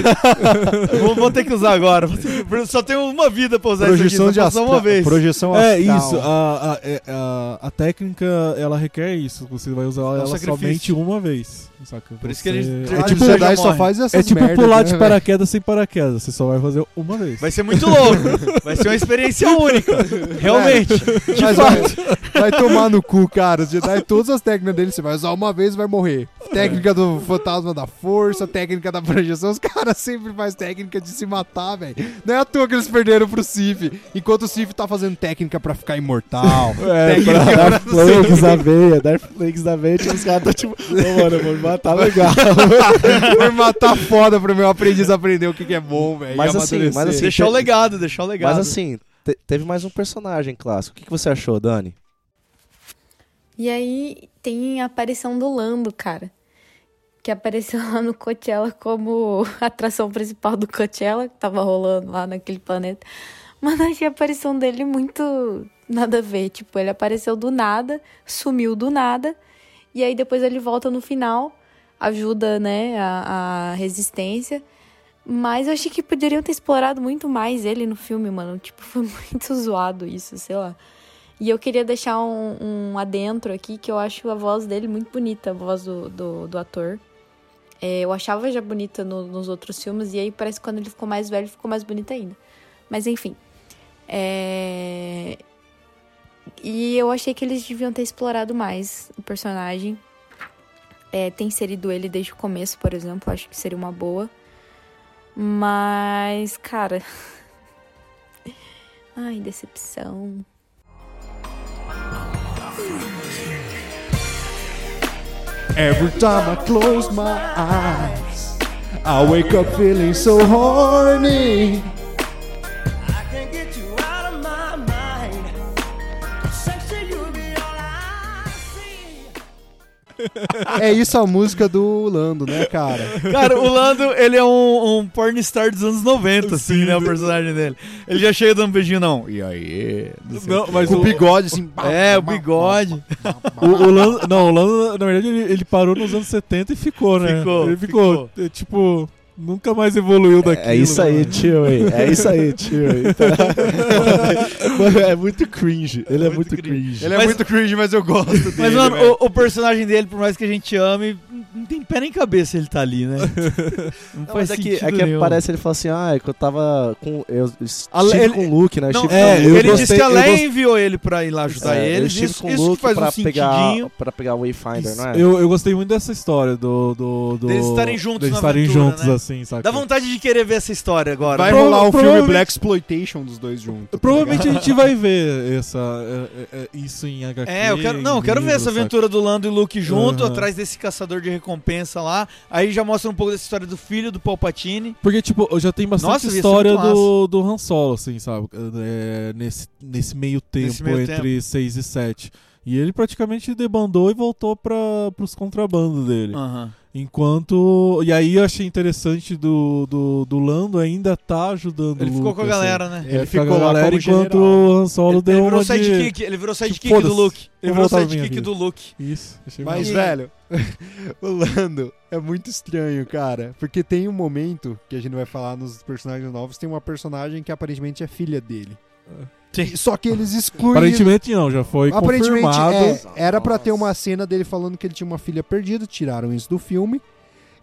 B: vou, vou ter que usar agora. vou ter que- Só tenho uma vida pra usar
C: Projeção
B: isso
C: de
B: aqui, só posso usar
C: astral.
B: uma vez.
C: Projeção
E: É
C: astral.
E: isso, a, a, é, a, a técnica ela requer isso, você vai usar ela
B: sacrifício.
E: somente uma vez. Saca?
B: Por isso
E: Você-
B: que eles-
C: É
B: Ah,
C: tipo,
B: o Jedi
C: Jedi só
B: morre.
C: faz essas
E: É tipo
C: merdas,
E: pular
C: né,
E: de
C: velho?
E: paraquedas sem paraquedas, você só vai fazer uma vez.
B: Vai ser muito louco. Vai ser uma experiência única. Realmente. De
C: Mas
B: fato.
C: vai, vai tomar no cu, cara. Os Jedi, todas as técnicas dele, você vai usar uma vez e vai morrer. Técnica do fantasma da força, técnica da projeção. Os caras sempre fazem técnica de se matar, velho. Não é à toa que eles perderam pro Sif. Enquanto o Sif tá fazendo técnica pra ficar imortal.
D: É, pra dar flags na veia, dar flags na veia, tipo, os caras tão tipo, ô mano, eu vou me matar legal.
C: Vai matar tá foda pro meu aprendiz aprender o que, que é bom, velho. e
D: Mas assim, mas
C: amadurecer.
D: assim,
B: Deixar o legado, deixar o legado.
D: Mas assim, te- teve mais um personagem clássico. O que, que você achou, Dani?
F: E aí tem a aparição do Lando, cara. Que apareceu lá no Coachella como atração principal do Coachella, que tava rolando lá naquele planeta. Mas eu achei a aparição dele muito nada a ver. Tipo, ele apareceu do nada, sumiu do nada. E aí depois ele volta no final, ajuda, né, a, a resistência. Mas eu achei que poderiam ter explorado muito mais ele no filme, mano. Tipo, foi muito zoado isso, sei lá. E eu queria deixar um, um adentro aqui, que eu acho a voz dele muito bonita, a voz do, do, do ator. É, eu achava já bonita no- nos outros filmes, e aí parece que quando ele ficou mais velho, ficou mais bonita ainda. Mas enfim. É, E eu achei que eles deviam ter explorado mais o personagem. É, ter inserido ele desde o começo, por exemplo, acho que seria uma boa. Mas, cara. Ai, decepção.
C: Every time I close my eyes, I wake up feeling so horny. É isso a música do Lando, né, cara?
B: Cara, o Lando, ele é um, um pornstar dos anos 90, assim, né? O personagem dele. Ele já chega dando um beijinho, não. E aí? sei
E: Não,
B: o quê.
E: mas
C: Com o
E: o,
C: bigode, assim.
B: É, o bigode.
E: o, o Lando, não, o Lando, na verdade, ele, ele parou nos anos 70 e ficou, né?
B: Ficou,
E: ele ficou, é, tipo, nunca mais evoluiu daquilo. né,
D: É isso aí,
E: mano.
D: tio, hein? É isso aí, tio. hein? Tá? Mano, é muito cringe. Ele é, muito, cringe.
C: Ele é
B: Mas-
C: muito cringe, mas eu gosto dele.
B: Mas, mano,
C: velho.
B: o, o personagem dele, por mais que a gente ame, não tem pé nem cabeça ele tá ali, né? Não,
D: Não,
B: faz
D: mas é que,
B: sentido
D: é que
B: nenhum.
D: aparece ele fala assim: ah, é que eu tava com. Eu
B: A-
D: estive
B: ele-
D: com o Luke, né? Eu
B: Não,
D: estive
B: é,
D: com o
E: eu
B: ele
D: Luke.
B: disse
E: gostei-
B: que a
E: eu
B: Leia
E: gost-
B: enviou ele pra ir lá ajudar
D: É,
B: ele.
D: eu estive
B: Isso,
D: com o
B: isso que
D: Luke
B: faz
D: pra,
B: um
D: pegar,
B: sentidinho.
D: pra pegar o Wayfinder, não é?
E: Eu, eu gostei muito dessa história do. do, do
B: Deles estarem juntos
E: Deles
B: na
E: estarem
B: aventura,
E: juntos,
B: né?
E: assim, saca?
B: Dá vontade de querer ver essa história agora.
C: Vai
B: né?
E: Prova-
C: rolar um filme
E: provavelmente-
C: Black Exploitation dos dois juntos. tá
E: Provavelmente a gente vai ver essa, é, é, é, isso em HQ.
B: É, eu quero, não,
E: em
B: eu quero ver
E: livro,
B: essa
E: saca?
B: aventura do Lando e Luke junto,
E: Aham.
B: atrás desse caçador de recompensa lá. Aí já mostra um pouco dessa história do filho do Palpatine.
E: Porque, tipo, eu já tem bastante
B: Nossa, ia ser
E: história
B: muito
E: do, do Han Solo, assim, sabe? É, nesse, nesse meio tempo
B: Nesse meio
E: entre 6 e 7. E ele praticamente debandou e voltou para pros contrabandos dele.
B: Aham.
E: Enquanto. E aí eu achei interessante do, do, do Lando ainda tá ajudando
B: Ele
E: o
B: ficou
E: Luke,
B: com a
E: assim.
B: galera, né?
E: Ele, ficou com a galera enquanto o Han Solo
B: Ele,
E: deu
B: ele virou
E: uma de... Tipo,
B: sidekick, ele virou sidekick do
E: foda-se,
B: Luke. Ele
E: vou
B: virou
E: voltar pra minha
B: sidekick
E: vida.
B: do Luke.
E: Isso, achei
C: Mas,
B: E-
C: velho, o Lando é muito estranho, cara. Porque tem um momento que a gente vai falar nos personagens novos, tem uma personagem que aparentemente é filha dele.
B: Sim.
C: Só que eles excluem.
E: Aparentemente não, já foi
C: aparentemente
E: confirmado.
C: é, era pra ter uma cena dele falando que ele tinha uma filha perdida, tiraram isso do filme.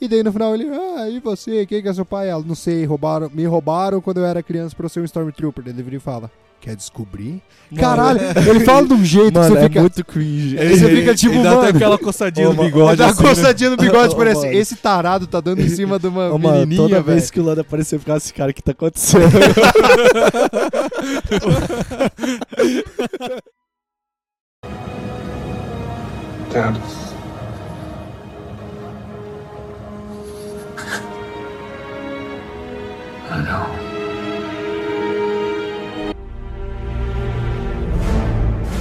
C: E daí no final ele, ah, e você, quem que é seu pai? Ela, não sei, roubaram, me roubaram quando eu era criança pra eu ser um Stormtrooper. Daí ele vira e fala, quer descobrir? Caralho, ele fala de um jeito
D: Mano,
C: que
D: é
C: você fica...
D: muito cringe.
C: Ele- Você fica tipo,
E: e dá até
C: mano.
E: aquela coçadinha
D: Ô,
E: no
D: mano,
E: bigode.
C: Dá uma
E: assim, né?
C: coçadinha no bigode,
D: Ô,
C: parece,
D: mano.
C: esse tarado tá dando em cima de uma
D: Ô, mano, toda
C: menininha, velho.
D: vez que o Lando aparecer, eu ficava assim, cara, o que tá acontecendo?
G: Carlos. I know.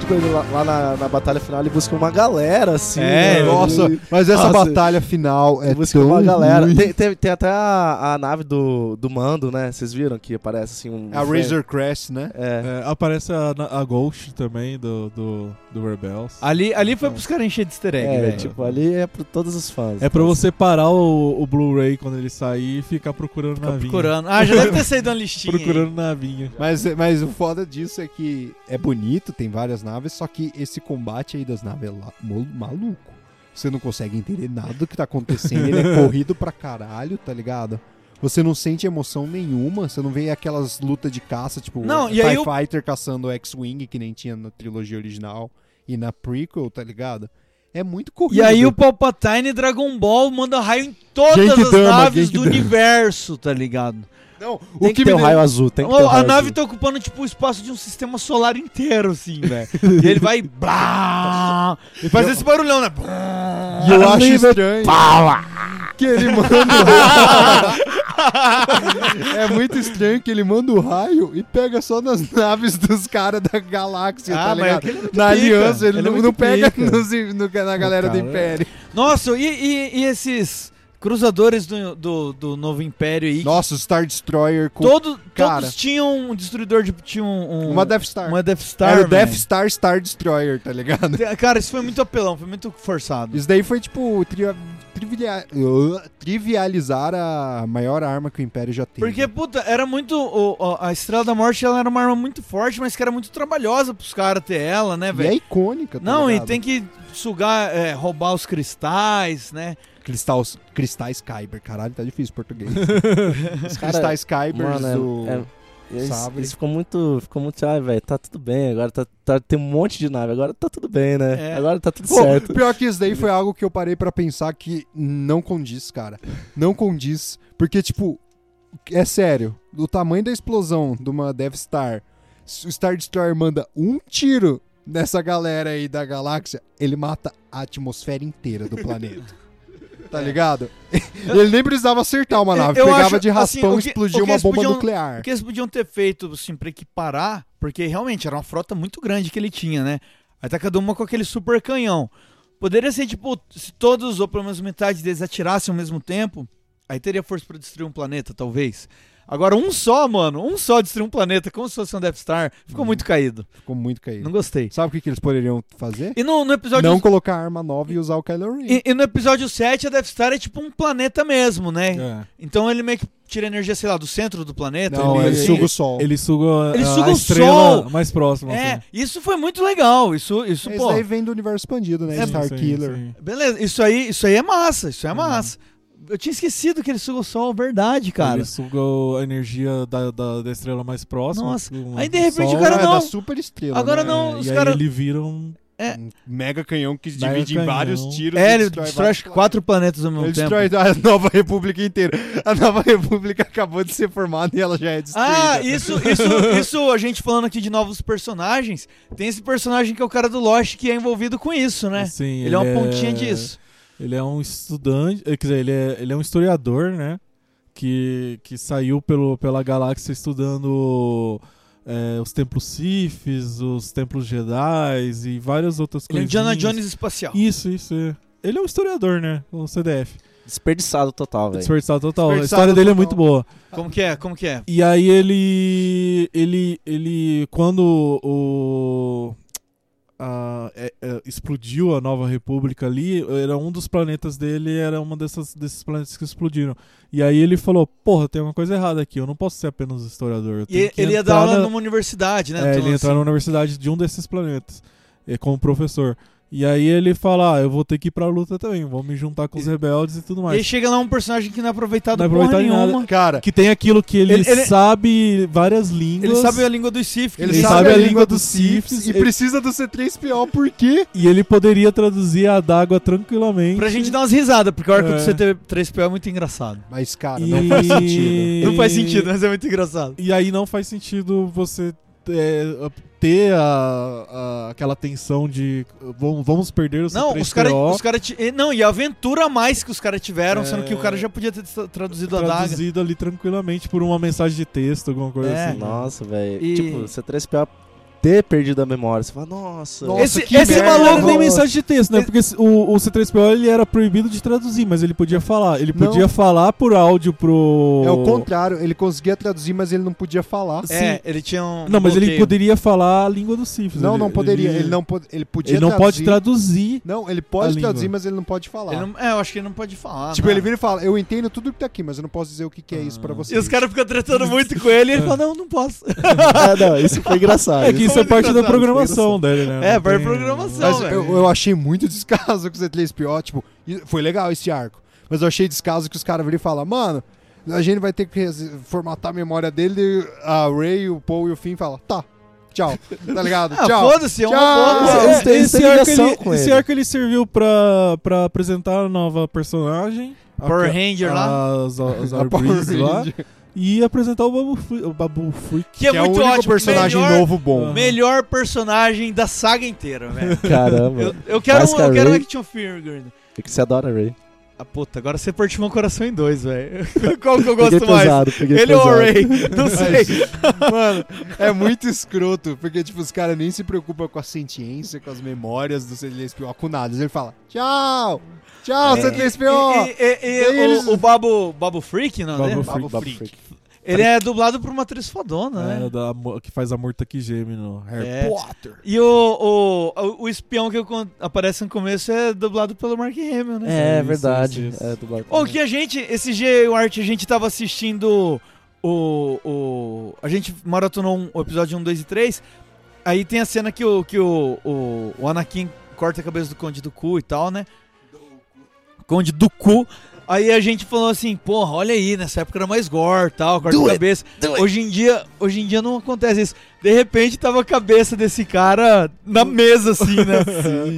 D: Tipo, ele lá, lá na, na batalha final, ele busca uma galera, assim.
B: É,
D: mano.
C: Nossa,
D: Ele-
C: mas essa
D: Nossa,
C: batalha final é
D: ele busca
C: tão
D: uma galera.
C: ruim.
D: Tem, tem- tem até a, a nave do, do Mando, né? Vocês viram que aparece assim um.
C: A Razor Crest, né?
D: É.
E: É, aparece a, na- a Ghost também do, do, do Rebels.
B: Ali, ali foi pros caras encher de easter egg,
D: É,
B: velho.
D: tipo, ali é pra todos os fãs.
E: É pra você parar o, o Blu-ray quando ele sair e ficar procurando
B: Fica
E: navinha.
B: procurando. Ah, já deve ter saído uma listinha. aí.
E: Procurando navinha.
C: Mas, mas o foda disso é que é bonito, tem várias naves, só que esse combate aí das naves é lá- mo- maluco. Você não consegue entender nada do que tá acontecendo, ele é corrido pra caralho, tá ligado? Você não sente emoção nenhuma, você não vê aquelas lutas de caça, tipo,
B: Não,
C: o
B: e aí
C: TIE
B: o-
C: Fighter caçando o X-Wing, que nem tinha na trilogia original e na prequel, tá ligado? É muito corrido.
B: E aí o Palpatine Dragon Ball manda raio em todas
C: Genki
B: as
C: Dama,
B: naves
C: Genki
B: do
C: Dama.
B: universo, tá ligado?
C: Não, o
D: Tem que,
B: um
D: ter o
C: me-
D: raio azul, tem que ter
B: Ô,
D: o
B: a
D: raio
B: nave
D: azul.
B: tá ocupando, tipo, o espaço de um sistema solar inteiro, assim, velho. e ele vai... Blá, e faz esse barulhão, né? Blá.
C: E eu acho estranho. Que ele manda o raio. é muito estranho que ele manda o raio e pega só nas naves dos caras da galáxia,
B: Ah,
C: tá
B: mas
C: ligado?
B: aquele é muito
C: Na
B: pica.
C: aliança,
B: Ele
C: ele,
B: é
C: não,
B: muito
C: não pega
B: pica.
C: nos- no- na galera do
E: cara,
C: Império.
B: Nossa, e, e- e esses cruzadores do, do, do Novo Império aí? que
C: Nossa, o Star Destroyer com
B: todo,
C: cara.
B: Todos tinham um destruidor de... Tinha um, um-
C: uma Death Star.
B: uma Death Star,
C: Era o
B: velho. É,
C: Death Star Star Destroyer, tá ligado?
B: Cara, isso foi muito apelão, foi muito forçado.
C: Isso daí foi tipo tri- trivialia- uh, trivializar a maior arma que o Império já teve.
B: Porque, puta, era muito. o- o- a Estrela da Morte ela era uma arma muito forte, mas que era muito trabalhosa pros caras ter ela, né,
C: e
B: velho?
C: é icônica, tá
B: Não, e
C: ligado?
B: tem que sugar, é, roubar os cristais, né?
C: Cristais, cristais Kyber, caralho, tá difícil o português. Os
D: Cara,
C: cristais Kybers
D: Mano,
C: do...
D: é- é- eles-
C: sabre.
D: eles ficam muito, ficou muito, ai, velho, tá tudo bem, agora tá, tá- tem um monte de nave, agora tá tudo bem, né?
B: É.
D: Agora tá tudo
C: Pô,
D: certo.
C: pior que isso daí foi algo que eu parei pra pensar que não condiz, cara. Não condiz, porque tipo, é sério, do tamanho da explosão de uma Death Star, se o Star Destroyer manda um tiro nessa galera aí da galáxia, ele mata a atmosfera inteira do planeta. Tá ligado? Ele nem precisava acertar uma nave,
B: É. Eu
C: pegava
B: acho,
C: de raspão
B: assim, o
C: e
B: que-
C: explodia
B: o que
C: uma
B: eles
C: bomba
B: podiam-
C: nuclear.
B: O que eles podiam ter feito, assim, pra equiparar, porque realmente era uma frota muito grande que ele tinha, né? Aí tá cada uma com aquele super canhão. Poderia ser, tipo, se todos, ou pelo menos metade deles atirassem ao mesmo tempo, aí teria força pra destruir um planeta, talvez. Agora, um só, mano, um só destruir um planeta, como se fosse um Death Star, ficou muito caído.
C: Ficou muito caído.
B: Não gostei.
C: Sabe o que, que eles poderiam fazer?
B: E no, no episódio.
C: Não colocar arma nova e usar o Kylo Ren.
B: E, e no episódio 7, a Death Star é tipo um planeta mesmo, né?
E: É.
B: Então ele meio que tira energia, sei lá, do centro do planeta.
C: Não,
B: ele-
C: Então, ele suga o sol.
E: Ele suga a,
B: Ele
E: a
B: suga o
E: estrela
B: sol.
E: mais próxima.
B: É,
E: assim.
B: isso foi muito legal. Isso, isso,
C: Isso
B: pô. É
C: daí vem do universo expandido, né?
E: Sim,
C: Star
E: sim,
C: Killer.
E: sim.
B: Beleza, isso aí, isso aí é massa, isso é
E: Uhum.
B: massa. Eu tinha esquecido que ele suga o sol, verdade, cara.
E: Ele suga o- a energia da, da, da estrela mais próxima.
B: Nossa,
E: do-
B: aí,
E: do
B: de repente,
E: sol.
B: o cara
C: Não,
B: não.
C: É da super estrela.
B: Agora
C: né?
B: não,
E: É,
B: os
E: e aí
B: cara-
E: ele vira um.
C: Um mega canhão que se
E: Mega
C: divide em
E: canhão.
C: vários tiros.
B: É,
C: e
B: ele destrói
C: vários
B: acho que quatro planetas ao mesmo
C: Ele
B: tempo.
C: destrói a nova república inteira. A nova república acabou de ser formada e ela já é destruída.
B: Ah,
E: né?
B: isso, isso, isso, a gente falando aqui de novos personagens, tem esse personagem que é o cara do Lost que é envolvido com isso, né?
E: Assim,
B: ele, é uma pontinha disso.
E: Ele é um estudante. eh, Quer dizer, ele é, ele é um historiador, né? Que, que saiu pelo, pela galáxia estudando eh, os templos Sifis, os templos Jedi e várias outras
B: Ele é
E: coisas.
B: Indiana Jones espacial.
E: Isso, isso. é. Ele é um historiador, né? O CDF.
D: Desperdiçado total, velho.
E: Desperdiçado total. a
C: Desperdiçado
E: história dele é
C: total.
E: muito boa.
B: Como que é? Como que é?
E: E aí ele. ele. ele. quando o. a- é- é, explodiu a Nova República ali, era um dos planetas dele, era um dessas, desses planetas que explodiram. E aí ele falou, porra, tem uma coisa errada aqui, eu não posso ser apenas historiador. eu
B: E
E: tenho
B: ele-
E: que
B: ele ia
E: entrar
B: dar aula
E: na-
B: numa universidade, né?
E: é,
B: Então,
E: ele entra
B: assim,
E: na universidade de um desses planetas, eh, como professor. E aí ele fala, ah, eu vou ter que ir pra luta também, vou me juntar com os rebeldes e tudo
B: e aí
E: mais.
B: chega lá um personagem que não é aproveitado
E: Não é
B: porra
E: aproveitado em nada.
B: nenhuma.
C: Cara,
E: Que tem aquilo que ele,
B: Ele- ele-
E: sabe várias línguas.
B: Ele sabe a língua dos Sif.
C: ele,
E: ele
C: sabe, a língua dos
E: Siths,
C: Sifs e
E: ele-
C: precisa do C3PO por quê?
E: E ele poderia traduzir a adágua tranquilamente.
B: Pra gente dar umas risadas, porque o arco
E: É.
B: do CT3PO é muito engraçado.
C: Mas, cara,
E: E-
C: não faz sentido.
B: Não faz sentido, mas é muito engraçado.
E: E aí não faz sentido você é, ter a, a- aquela tensão de vamos, vamos perder o
B: Não,
E: C3PO.
B: os
C: é
B: caras. Os cara ti- e- Não, e a aventura a mais que os caras tiveram, sendo que o
E: É.
B: cara já podia ter tra- traduzido a daga.
E: traduzido ali tranquilamente por uma mensagem de texto, alguma coisa
B: É.
E: assim.
D: Nossa, velho.
B: E-
D: Tipo, C3PO ter perdido a memória. Você fala, nossa.
C: Nossa,
B: esse
C: que
B: esse
C: merda.
E: Não era
B: maluco
E: nem
B: nem mensagem.
E: mensagem de texto, né?
B: Ele-
E: Porque o, o C3PO ele era proibido de traduzir, mas ele podia falar. Ele
C: Não.
E: podia falar por áudio pro.
C: É o contrário, ele conseguia traduzir, mas ele não podia falar.
B: É, ele tinha um.
E: Não, mas ele
B: bloqueio.
E: poderia falar a língua do Sifis.
C: Não, não poderia. Ele não, po- ele podia
E: ele não pode
C: traduzir.
E: traduzir.
C: Não, ele
E: a
C: pode
E: língua.
C: traduzir, mas ele não pode falar.
B: Ele não- é, eu acho que ele não pode falar.
C: tipo,
B: né?
C: ele vira e fala, eu entendo tudo que tá aqui, mas eu não posso dizer o que, que é
E: Ah.
C: isso pra você.
B: E os caras ficam tretando muito com ele e ele fala: Não, não posso.
D: Ah, não, Ah, isso foi engraçado.
E: É que isso é
B: Muito
E: parte da
B: engraçado,
E: programação dele, né?
B: É,
E: Não
B: parte
E: tem-
B: da programação.
C: Mas
B: velho.
C: eu, eu achei muito descaso com o C3PO, tipo, e- foi legal esse arco. Mas eu achei descaso que os caras viram e falam, mano, a gente vai ter que res- formatar a memória dele, a Ray, o Paul e o Finn falam, tá, tchau, tá ligado?
B: Ah,
C: tchau.
B: foda-se, é uma
C: Tchau.
B: boa.
D: Eles têm-
E: esse,
D: têm
E: arco
D: ligação
E: ele,
D: com
E: esse
D: ele.
E: arco ele serviu pra, pra apresentar a nova personagem. a-
B: Power Ranger lá.
E: As, as
C: A Power
E: Arbreeze lá.
C: Ranger.
E: E apresentar o Babu Freak. O Babu Freak.
B: Que é,
C: né? Que é o
B: muito
C: único
B: ótimo.
C: personagem
B: melhor,
C: novo bom.
B: Uhum. Melhor personagem da saga inteira, velho.
D: Caramba.
B: Eu, eu quero,
D: Mas
B: um,
D: que a
B: eu quero um
D: Ray-
B: action figure, Gordon.
D: É que você adora Ray.
B: Ah, puta, agora você partiu meu coração em dois, velho. Qual que eu
D: Peguei
B: gosto mais?
D: pesado, peguei
B: Ele ou o
D: pesado.
B: Ray? Não sei.
C: Mano, é muito escroto, porque, tipo, os caras nem se preocupam com a sentiência, com as memórias do C3PO, com nada. Ele fala, tchau, tchau, C3PO.
B: É. E, e- e- e
C: Daí eles-
B: o, o Babu, Babu Freak, não, né?
E: Babu
C: Babu
D: Babu
C: Freak.
D: Freak.
B: Ele é dublado por uma atriz fodona, né?
E: É, da, mo- que faz a morta que geme no Harry
B: É.
E: Potter.
B: E o, o, o espião que eu con- aparece no começo é dublado pelo Mark Hamill, né?
D: É,
E: Isso,
D: verdade.
E: isso, isso.
D: É, dublado.
B: Ou que a gente, esse G Art, a gente tava assistindo o, o. A gente maratonou um, o episódio 1, 2 e 3. Aí tem a cena que o, que o, o, o Anakin corta a cabeça do Conde do Cu e tal, né? Conde do Cu. Aí a gente falou assim, porra, olha aí, nessa época era mais gore tal, corta a cabeça. Hoje em dia, hoje em dia não acontece isso. De repente tava a cabeça desse cara na mesa, assim, né?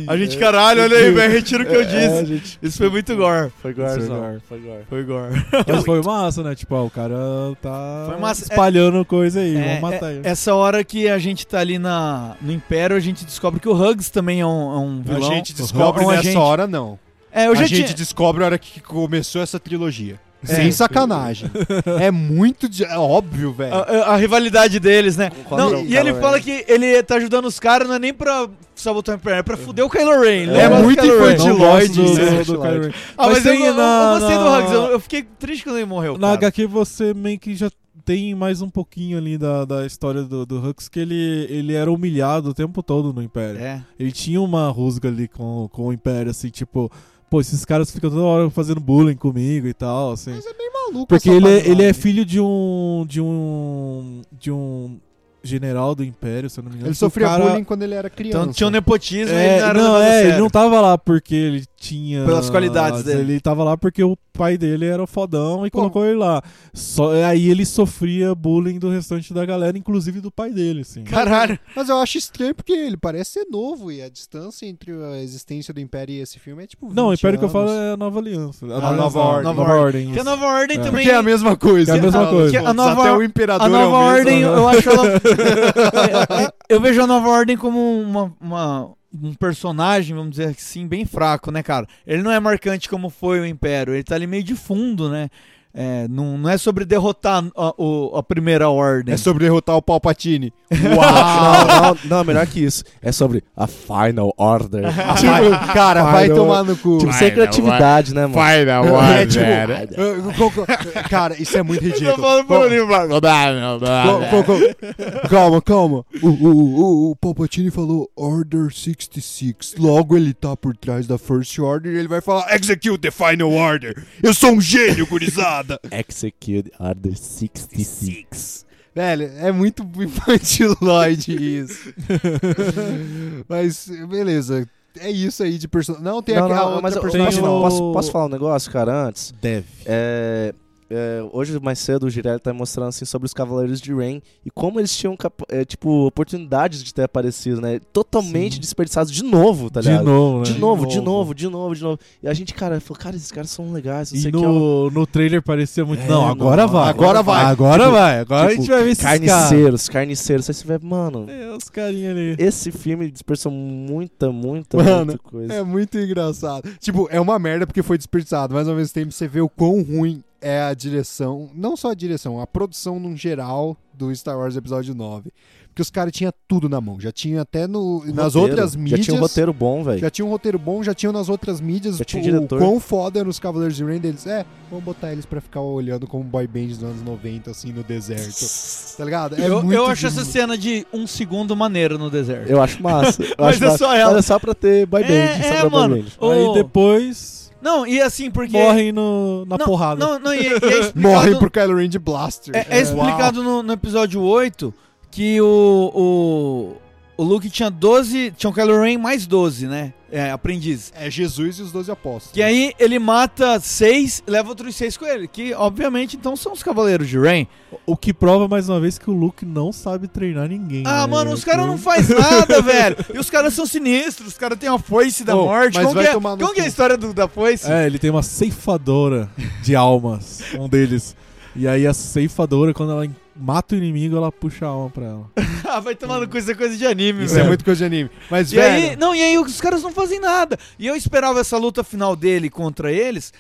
B: a gente, caralho, olha aí, velho, retira o
E: É,
B: que eu disse. isso foi muito gore.
D: Foi
E: Isso é
D: Gorzão.
E: gore.
D: Foi Gore.
B: Foi gore.
E: Mas foi massa, né? Tipo, ah, o cara tá
B: Foi massa.
E: espalhando coisa aí.
B: É,
E: vamos matar
B: é-
E: ele.
B: essa hora que a gente tá ali na, no Império, a gente descobre que o Hugs também é um, é um
C: A
B: vilão.
C: gente descobre
B: um
C: nessa
B: agente.
C: hora, não.
B: É, eu já
C: a gente
B: tinha...
C: descobre a hora que começou essa trilogia.
B: É.
C: Sem sacanagem. é muito de- é óbvio, velho.
B: A, a- a rivalidade deles, né?
D: Concordo,
B: Não, e
D: cara,
B: ele
D: velho.
B: fala que ele tá ajudando os caras, não é nem pra sabotar o Império, é pra fuder o Kylo Ren.
C: É,
B: lembra do
C: muito
B: Kylo Ren?
C: infantil.
E: Não gosto
C: Lloyd,
E: do, do,
D: Lloyd.
E: do Kylo Ren.
B: Ah, mas,
E: né? Mas
B: eu,
E: tem
B: eu- eu
E: na-
B: gostei do
E: na-
B: Hugs, eu, eu fiquei triste quando ele morreu,
E: Na
B: cara.
E: HQ você meio que já tem mais um pouquinho ali da, da história do, do Hux, que ele, ele era humilhado o tempo todo no Império.
B: É.
E: Ele tinha uma rusga ali com, com o Império, assim, tipo, pô, esses caras ficam toda hora fazendo bullying comigo e tal, assim.
C: Mas é bem maluco
E: Porque
C: essa
E: ele, é-
C: parada. né?
E: ele é filho de um. de um. de um general do Império, se eu não me engano.
C: Ele
E: que o
C: sofria
E: cara-
C: bullying quando ele era criança.
B: Então tinha um nepotismo e
E: É,
B: ele não era
E: não,
B: levado a
E: é, ele
B: sério.
E: não tava lá porque ele tinha.
B: Pelas qualidades dele.
E: Ele tava lá porque o pai dele era o fodão e
C: Pô.
E: colocou ele lá. Só, é, aí ele sofria bullying do restante da galera, inclusive do pai dele, assim.
B: Caralho.
C: Mas eu acho estranho porque ele parece ser novo e a distância entre a existência do Império e esse filme é tipo 20
E: Não, o Império que eu
C: anos.
E: falo é a nova aliança. A,
C: Nova
E: Aliança,
C: Ordem.
E: Nova,
B: Nova
E: ordem.
B: Porque a
E: isso.
B: Nova Ordem
E: É.
B: também...
C: Porque é a mesma coisa.
E: É a mesma
C: Então,
E: coisa.
C: foda-se,
B: A nova-
C: Até o Imperador
B: A nova
C: é o mesmo.
B: ordem,
E: né?
B: eu acho ela. eu vejo a nova ordem como uma, uma- um personagem, vamos dizer assim, bem fraco, né, cara? Ele não é marcante como foi o Império, ele tá ali meio de fundo, né? É, não, não é sobre derrotar a, o- a primeira ordem.
C: É sobre derrotar o Palpatine.
D: Uau! não, não, não, melhor que isso. É sobre a Final Order.
C: tipo, cara, vai
D: Final-
C: tomar no cu.
D: Tipo, sem criatividade, né, mano?
J: Final
C: É,
J: Order.
C: tipo, ah, qual- qual- cara, isso é muito ridículo.
J: Não dá, não dá.
C: Qual- qual- qual- Calma, calma. O, o, o, o Palpatine falou Order 66. Logo ele tá por trás da First Order e ele vai falar Execute the Final Order. Eu sou um gênio, gurizada.
D: Execute Order 66.
C: Velho, é muito infantiloide isso. Mas, beleza. É isso aí de personagem. Não, tem
D: Não,
C: aquela
D: não,
C: outra
D: mas eu-
C: personagem.
D: posso,
E: Tem o-
D: posso, posso falar um negócio, cara, antes?
E: Deve.
D: É, é, hoje, mais cedo, o Girelli tá mostrando assim, sobre os Cavaleiros de Rain e como eles tinham capa- é, tipo, oportunidades de ter aparecido, né? Totalmente desperdiçados de novo, tá
E: de
D: ligado?
E: novo, né?
D: De novo, de novo, de novo, de novo. E a gente, cara, falou, cara, esses caras são legais, não
E: E
D: sei é o que. ó.
E: no, no trailer parecia muito.
D: É,
E: não,
D: não,
E: agora vai.
D: agora vai.
E: Agora
D: Tipo-
E: vai. Agora
D: tipo,
E: a gente vai ver esses caras.
D: Carniceiros, carniceiros. Aí você vai, mano,
E: É, os carinha ali.
D: esse filme dispersou muita, muita,
C: Mano,
D: muita coisa.
C: É muito engraçado. Tipo, é uma merda porque foi desperdiçado, mas ao mesmo tempo você vê o quão ruim é a direção, não só a direção, a produção num geral do Star Wars Episódio 9. Porque os caras tinham tudo na mão, já tinha até no, nas
D: Roteiro.
C: outras mídias.
D: Já tinha um roteiro bom, velho.
C: Já tinha um roteiro bom, já tinham nas outras mídias
D: Já tinha
C: o
D: diretor.
C: quão foda eram os Cavaleiros de Rain deles. É, vamos botar eles pra ficar olhando como boy bands dos anos 90, assim, no deserto. Tá ligado? É
B: eu
C: muito
B: eu acho essa
C: ruim.
B: cena de um segundo maneiro no deserto.
D: Eu acho massa. Eu
B: Mas
D: acho
B: é
D: massa.
B: só ela.
D: Olha, só pra ter boy band.
B: É,
D: só
B: é,
D: pra boy
B: mano.
D: band.
B: O-
E: Aí depois
B: Não, e assim, porque.
E: morrem no, na
B: não,
E: porrada.
B: Não, não, e, e é explicado-
C: Morre pro Kylo Ren de Blaster.
B: É, é explicado no, no episódio 8 que o, o, o Luke tinha 12. Tinha o Kylo Ren mais 12, né? É, aprendiz.
C: É Jesus e os 12 apóstolos.
B: Que é aí ele mata seis, leva outros seis com ele. Que, obviamente, então são os Cavaleiros de Rain.
E: O que prova mais uma vez que o Luke não sabe treinar ninguém.
B: Ah,
E: né?
B: mano, os
E: Que-
B: caras não fazem nada, velho. E os caras são sinistros, os caras têm a foice da
C: Ô,
B: morte.
C: mas
B: Como,
C: vai
B: que é,
C: tomar no
B: como que é a
C: cu.
B: história do- da foice?
E: É, ele tem uma ceifadora de almas, um deles. E aí a ceifadora, quando ela mata o inimigo, ela puxa a alma pra ela.
B: Ah, vai tomar no cu, isso é coisa de anime,
C: Isso
B: velho.
C: é muito coisa de anime. Mas,
B: E
C: velho,
B: aí, não, e aí os caras não fazem nada. E eu esperava essa luta final dele contra eles,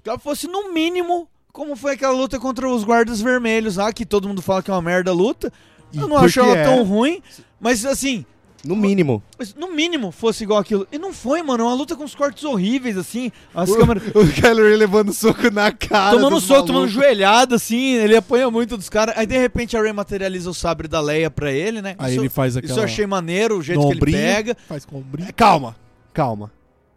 B: que ela fosse no mínimo como foi aquela luta contra os guardas vermelhos lá, que todo mundo fala que é uma merda a luta. eu não
C: porque
B: acho ela
C: é.
B: tão ruim, mas assim,
D: No mínimo.
B: no mínimo fosse igual aquilo. E não foi, mano, é uma luta com os cortes horríveis, assim, as
C: O-
B: câmeras...
C: o Kylo Ren levando soco na cara.
B: Tomando
C: dos
B: soco, tomando
C: malucos.
B: joelhada, assim, ele apanha muito dos caras. Aí de repente a Ray materializa o sabre da Leia pra ele, né?
E: Aí
B: isso,
E: ele faz
B: isso
E: aquela.
B: eu achei maneiro, o jeito
E: no
B: que ele
E: ombrinho,
B: pega.
E: Faz com um o ombrinho.
C: Calma, calma.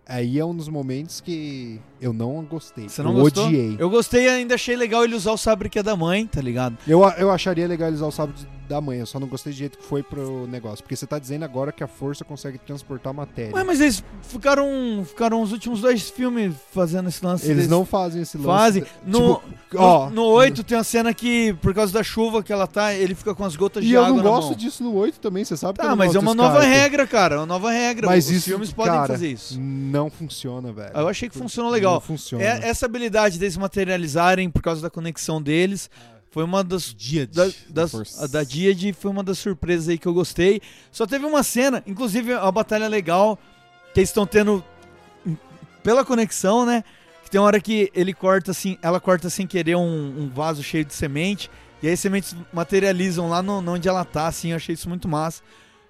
C: Aí é um dos momentos que eu não gostei.
B: Você não
C: eu
B: gostou?
C: odiei.
B: Eu gostei e ainda achei legal ele usar o sabre que é da mãe, tá ligado?
C: Eu, eu acharia legalizar o sábado da manhã, eu só não gostei do jeito que foi pro negócio. Porque você tá dizendo agora que a força consegue transportar matéria.
B: Ué, mas eles ficaram, ficaram os últimos dois filmes fazendo esse lance.
C: Eles
B: desse-
C: não fazem esse lance. Tipo,
B: fazem. No, no,
C: ó.
B: no 8 tem uma cena que, por causa da chuva que ela tá, ele fica com as gotas
C: E
B: de
C: eu
B: água
C: não
B: na
C: gosto
B: mão.
C: disso no 8 também, você sabe que eu
B: Tá,
C: não
B: mas é
C: gosto
B: uma
C: desse
B: nova
C: cara.
B: regra, cara. É uma nova regra.
C: Mas
B: os
C: isso,
B: filmes podem
C: cara,
B: fazer isso.
C: Não funciona, velho.
B: Ah, Eu achei que funcionou
C: Não
B: legal.
C: funciona.
E: Uhum.
B: É, essa habilidade deles materializarem por causa da conexão deles foi uma das
E: Dia de
B: da, das- a da Díade foi uma das surpresas aí que eu gostei. Só teve uma cena, inclusive uma batalha legal, que eles estão tendo hum, pela conexão, né? Que tem uma hora que ele corta assim, ela corta sem querer um, um vaso cheio de semente, e aí as sementes materializam lá no, no onde ela tá, assim, eu achei isso muito massa.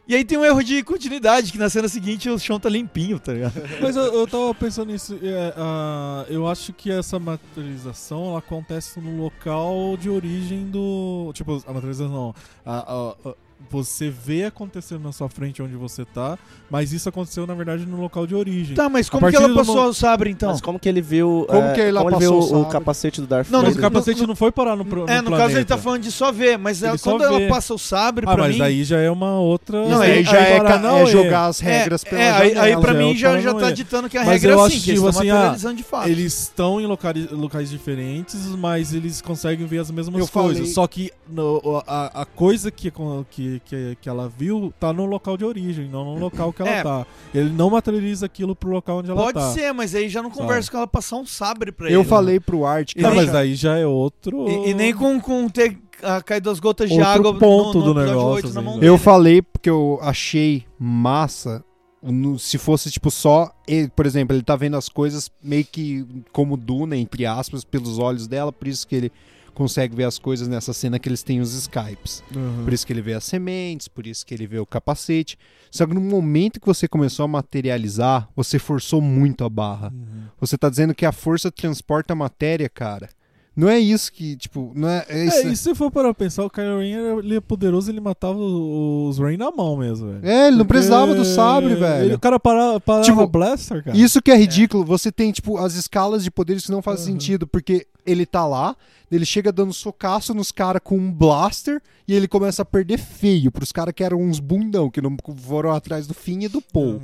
B: E aí tem um erro de continuidade, que na cena seguinte o chão tá limpinho, tá ligado?
E: Mas eu, eu tava pensando nisso. é, ah, eu acho que essa materialização ela acontece no local de origem do. Tipo, a materialização não. a- a- a- você vê acontecendo na sua frente onde você tá, mas isso aconteceu, na verdade, no local de origem.
B: Tá, mas como
E: A
B: que ela
E: partir do
B: passou
E: mo-
B: o sabre então?
D: Mas como que ele viu.
C: Como
D: é,
C: que ele
D: como ele
C: passou
D: viu
C: o
D: o,
C: sabre?
D: capacete do Darth
B: Não,
D: Vader?
E: Mas o capacete não foi parar no, pro,
B: é, no, caso
E: planeta.
B: ele tá falando de só ver, mas ela-
E: Ele só
B: quando ela
E: vê.
B: passa o sabre
E: Ah,
B: pra
E: mas
B: mim.
E: aí já é uma outra.
B: Não,
C: Isso
B: aí-
C: aí já
B: aí
C: é,
B: para
C: ca-
E: não
C: é
E: é.
C: jogar as regras
B: é,
C: pela
B: é, aí, aí
C: janela,
B: pra
E: já é
B: mim
E: o
B: já, já
E: paranoia.
B: tá ditando que a
E: Mas
B: regra
E: eu
B: é assim,
E: acho,
B: que eles
E: tipo
B: estão
E: assim,
B: materializando de fato.
E: Eles estão em locais, locais diferentes, mas eles conseguem ver as mesmas
C: Eu
E: coisas.
C: falei-
E: Só que no- a, a coisa que, con- que, que, que ela viu tá no local de origem, não no local que ela
B: É.
E: tá. Ele não materializa aquilo pro local onde ela
B: Pode
E: tá.
B: ser, mas aí já não converso com ela passar um sabre pra ele.
C: Eu falei pro Art que
E: Tá,
B: nem-
E: mas aí já é outro.
B: né? E, e nem com, com ter ah, caído as gotas de
E: Outro
B: água
E: ponto
B: no, no
E: do
B: episódio
E: negócio, né?
B: oito na
E: assim,
B: mão
E: né?
B: dele.
C: Eu falei porque eu achei massa No- se fosse, tipo, só. ele- por exemplo, ele tá vendo as coisas meio que como Duna, entre aspas, pelos olhos dela, por isso que ele consegue ver as coisas nessa cena que eles têm os Skypes. Por isso que ele vê as sementes, por isso que ele vê o capacete. Só que no momento que você começou a materializar, você forçou muito a barra. Você tá dizendo que a força transporta a matéria, cara. Não é isso que, tipo, não é. é isso-
B: né?
E: É, e se for para pensar, o Kylo Ren era- ele é poderoso, ele matava o- os Rain na mão mesmo, velho.
C: É, ele não
E: Porque
C: precisava do sabre, velho.
E: Ele, o cara parava, parava
C: Tipo,
E: tipo, Blaster, cara.
C: Isso que é ridículo. Você tem, tipo, as escalas de poderes que não fazem sentido, porque ele tá lá, ele chega dando socaço nos caras com um blaster e ele começa a perder feio pros caras que eram uns bundão, que não foram atrás do fim e do Paul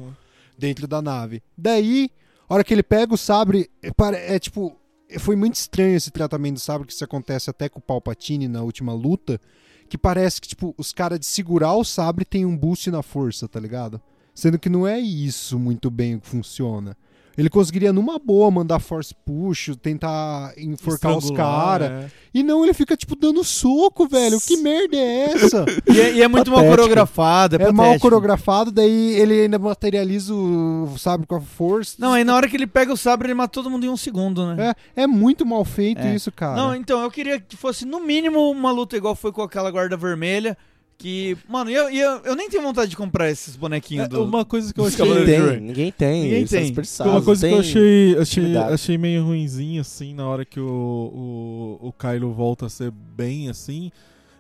C: dentro da nave. Daí, a hora que ele pega o sabre, é, pare- é tipo. Foi muito estranho esse tratamento do sabre, que isso acontece até com o Palpatine na última luta. Que parece que, tipo, os caras de segurar o sabre tem um boost na força, tá ligado? Sendo que não é isso muito bem que funciona. Ele conseguiria, numa boa, mandar force push, tentar enforcar os
E: Estrangular,
C: caras.
E: é.
C: E não, ele fica, tipo, dando soco, velho. Que merda é essa?
B: E é, e é muito mal
D: Patético.
B: coreografado, é,
C: É mal
B: patético.
C: coreografado, daí ele ainda materializa o sabre com a força.
B: Não, aí na hora que ele pega o sabre, ele mata todo mundo em um segundo, né?
C: É, é muito mal feito
B: É.
C: isso, cara.
B: Não, então, eu queria que fosse, no mínimo, uma luta igual foi com aquela guarda vermelha. Que, mano, eu, eu, eu nem tenho vontade de comprar esses bonequinhos
E: É,
B: do.
E: uma coisa que eu
B: dos
E: achei.
B: Cavaleiros
D: Ninguém
B: do
D: tem,
B: Ren.
D: ninguém tem.
B: Ninguém
D: isso é
B: tem.
D: dispersado,
E: Uma coisa que eu
D: tem-
E: achei, achei,
D: intimidade.
E: achei meio ruinzinho, assim, na hora que o, o, o Kylo volta a ser bem, assim,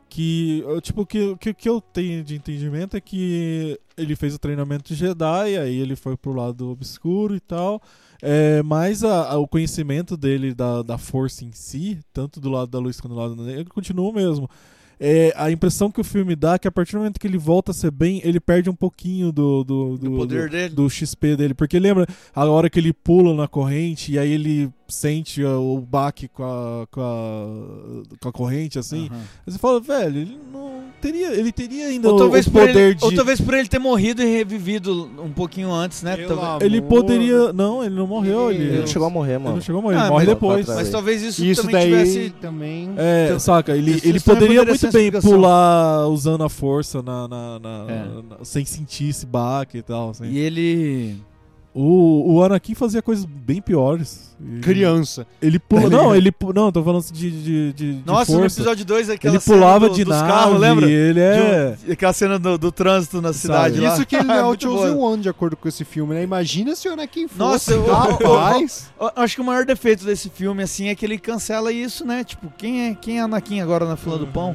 E: que, eu, tipo, que, que, que eu tenho de entendimento é que ele fez o treinamento de Jedi, aí ele foi pro lado obscuro e tal, é, mas a- a- o conhecimento dele da, da força em si, tanto do lado da luz quanto do lado da negra, continua o mesmo. É, a impressão que o filme dá é que a partir do momento que ele volta a ser bem, ele perde um pouquinho do, do,
B: Do poder dele.
E: do XP dele. Porque lembra a hora que ele pula na corrente e aí ele sente ó, o baque com a, com a, com a corrente, assim?
B: Aham.
E: Aí Você fala, velho, ele não teria. Ele teria ainda
B: Ou
E: o,
B: talvez,
E: o
B: por
E: poder
B: ele,
E: de.
B: ou talvez por ele ter morrido e revivido um pouquinho antes, né? Talvez-
E: Ele poderia. Não, ele não morreu. Ele,
D: Ele não chegou a morrer,
E: Ele
D: mano.
E: não chegou a morrer, ele
B: Ah,
E: morre
B: mas-
E: depois.
B: Mas
D: Aí.
B: talvez isso,
C: Isso
B: também
C: daí
B: tivesse.
C: também.
E: É,
B: Então,
E: saca, ele,
B: isso
E: ele
B: também
E: poderia
B: poderia ser uma
E: muito bem
B: explicação.
E: pular usando a força na, na- na-
B: É.
E: na- sem sentir esse baque e tal. assim.
B: E ele.
E: O, o Anakin fazia coisas bem piores. E-
C: Criança.
E: Ele pula. não, ele pu- Não, eu tô falando assim de. de, de- de
B: Tá Nossa, no
E: força.
B: episódio 2, aquela
E: Ele
B: cena
E: pulava
B: do-
E: de
B: dos
E: nave.
B: carros, lembra?
E: Ele é.
B: De um- aquela cena do, do trânsito na cidade lá.
C: Isso que ele não é o
B: Muito
C: Chosen
B: boa.
C: One, de acordo com esse filme, né? Imagina se o Anakin fosse.
B: Nossa, eu-
C: rapaz.
B: Eu Acho que o maior defeito desse filme, assim, é que ele cancela isso, né? Tipo, quem é, quem é Anakin agora na fila
C: Uhum.
B: do pão?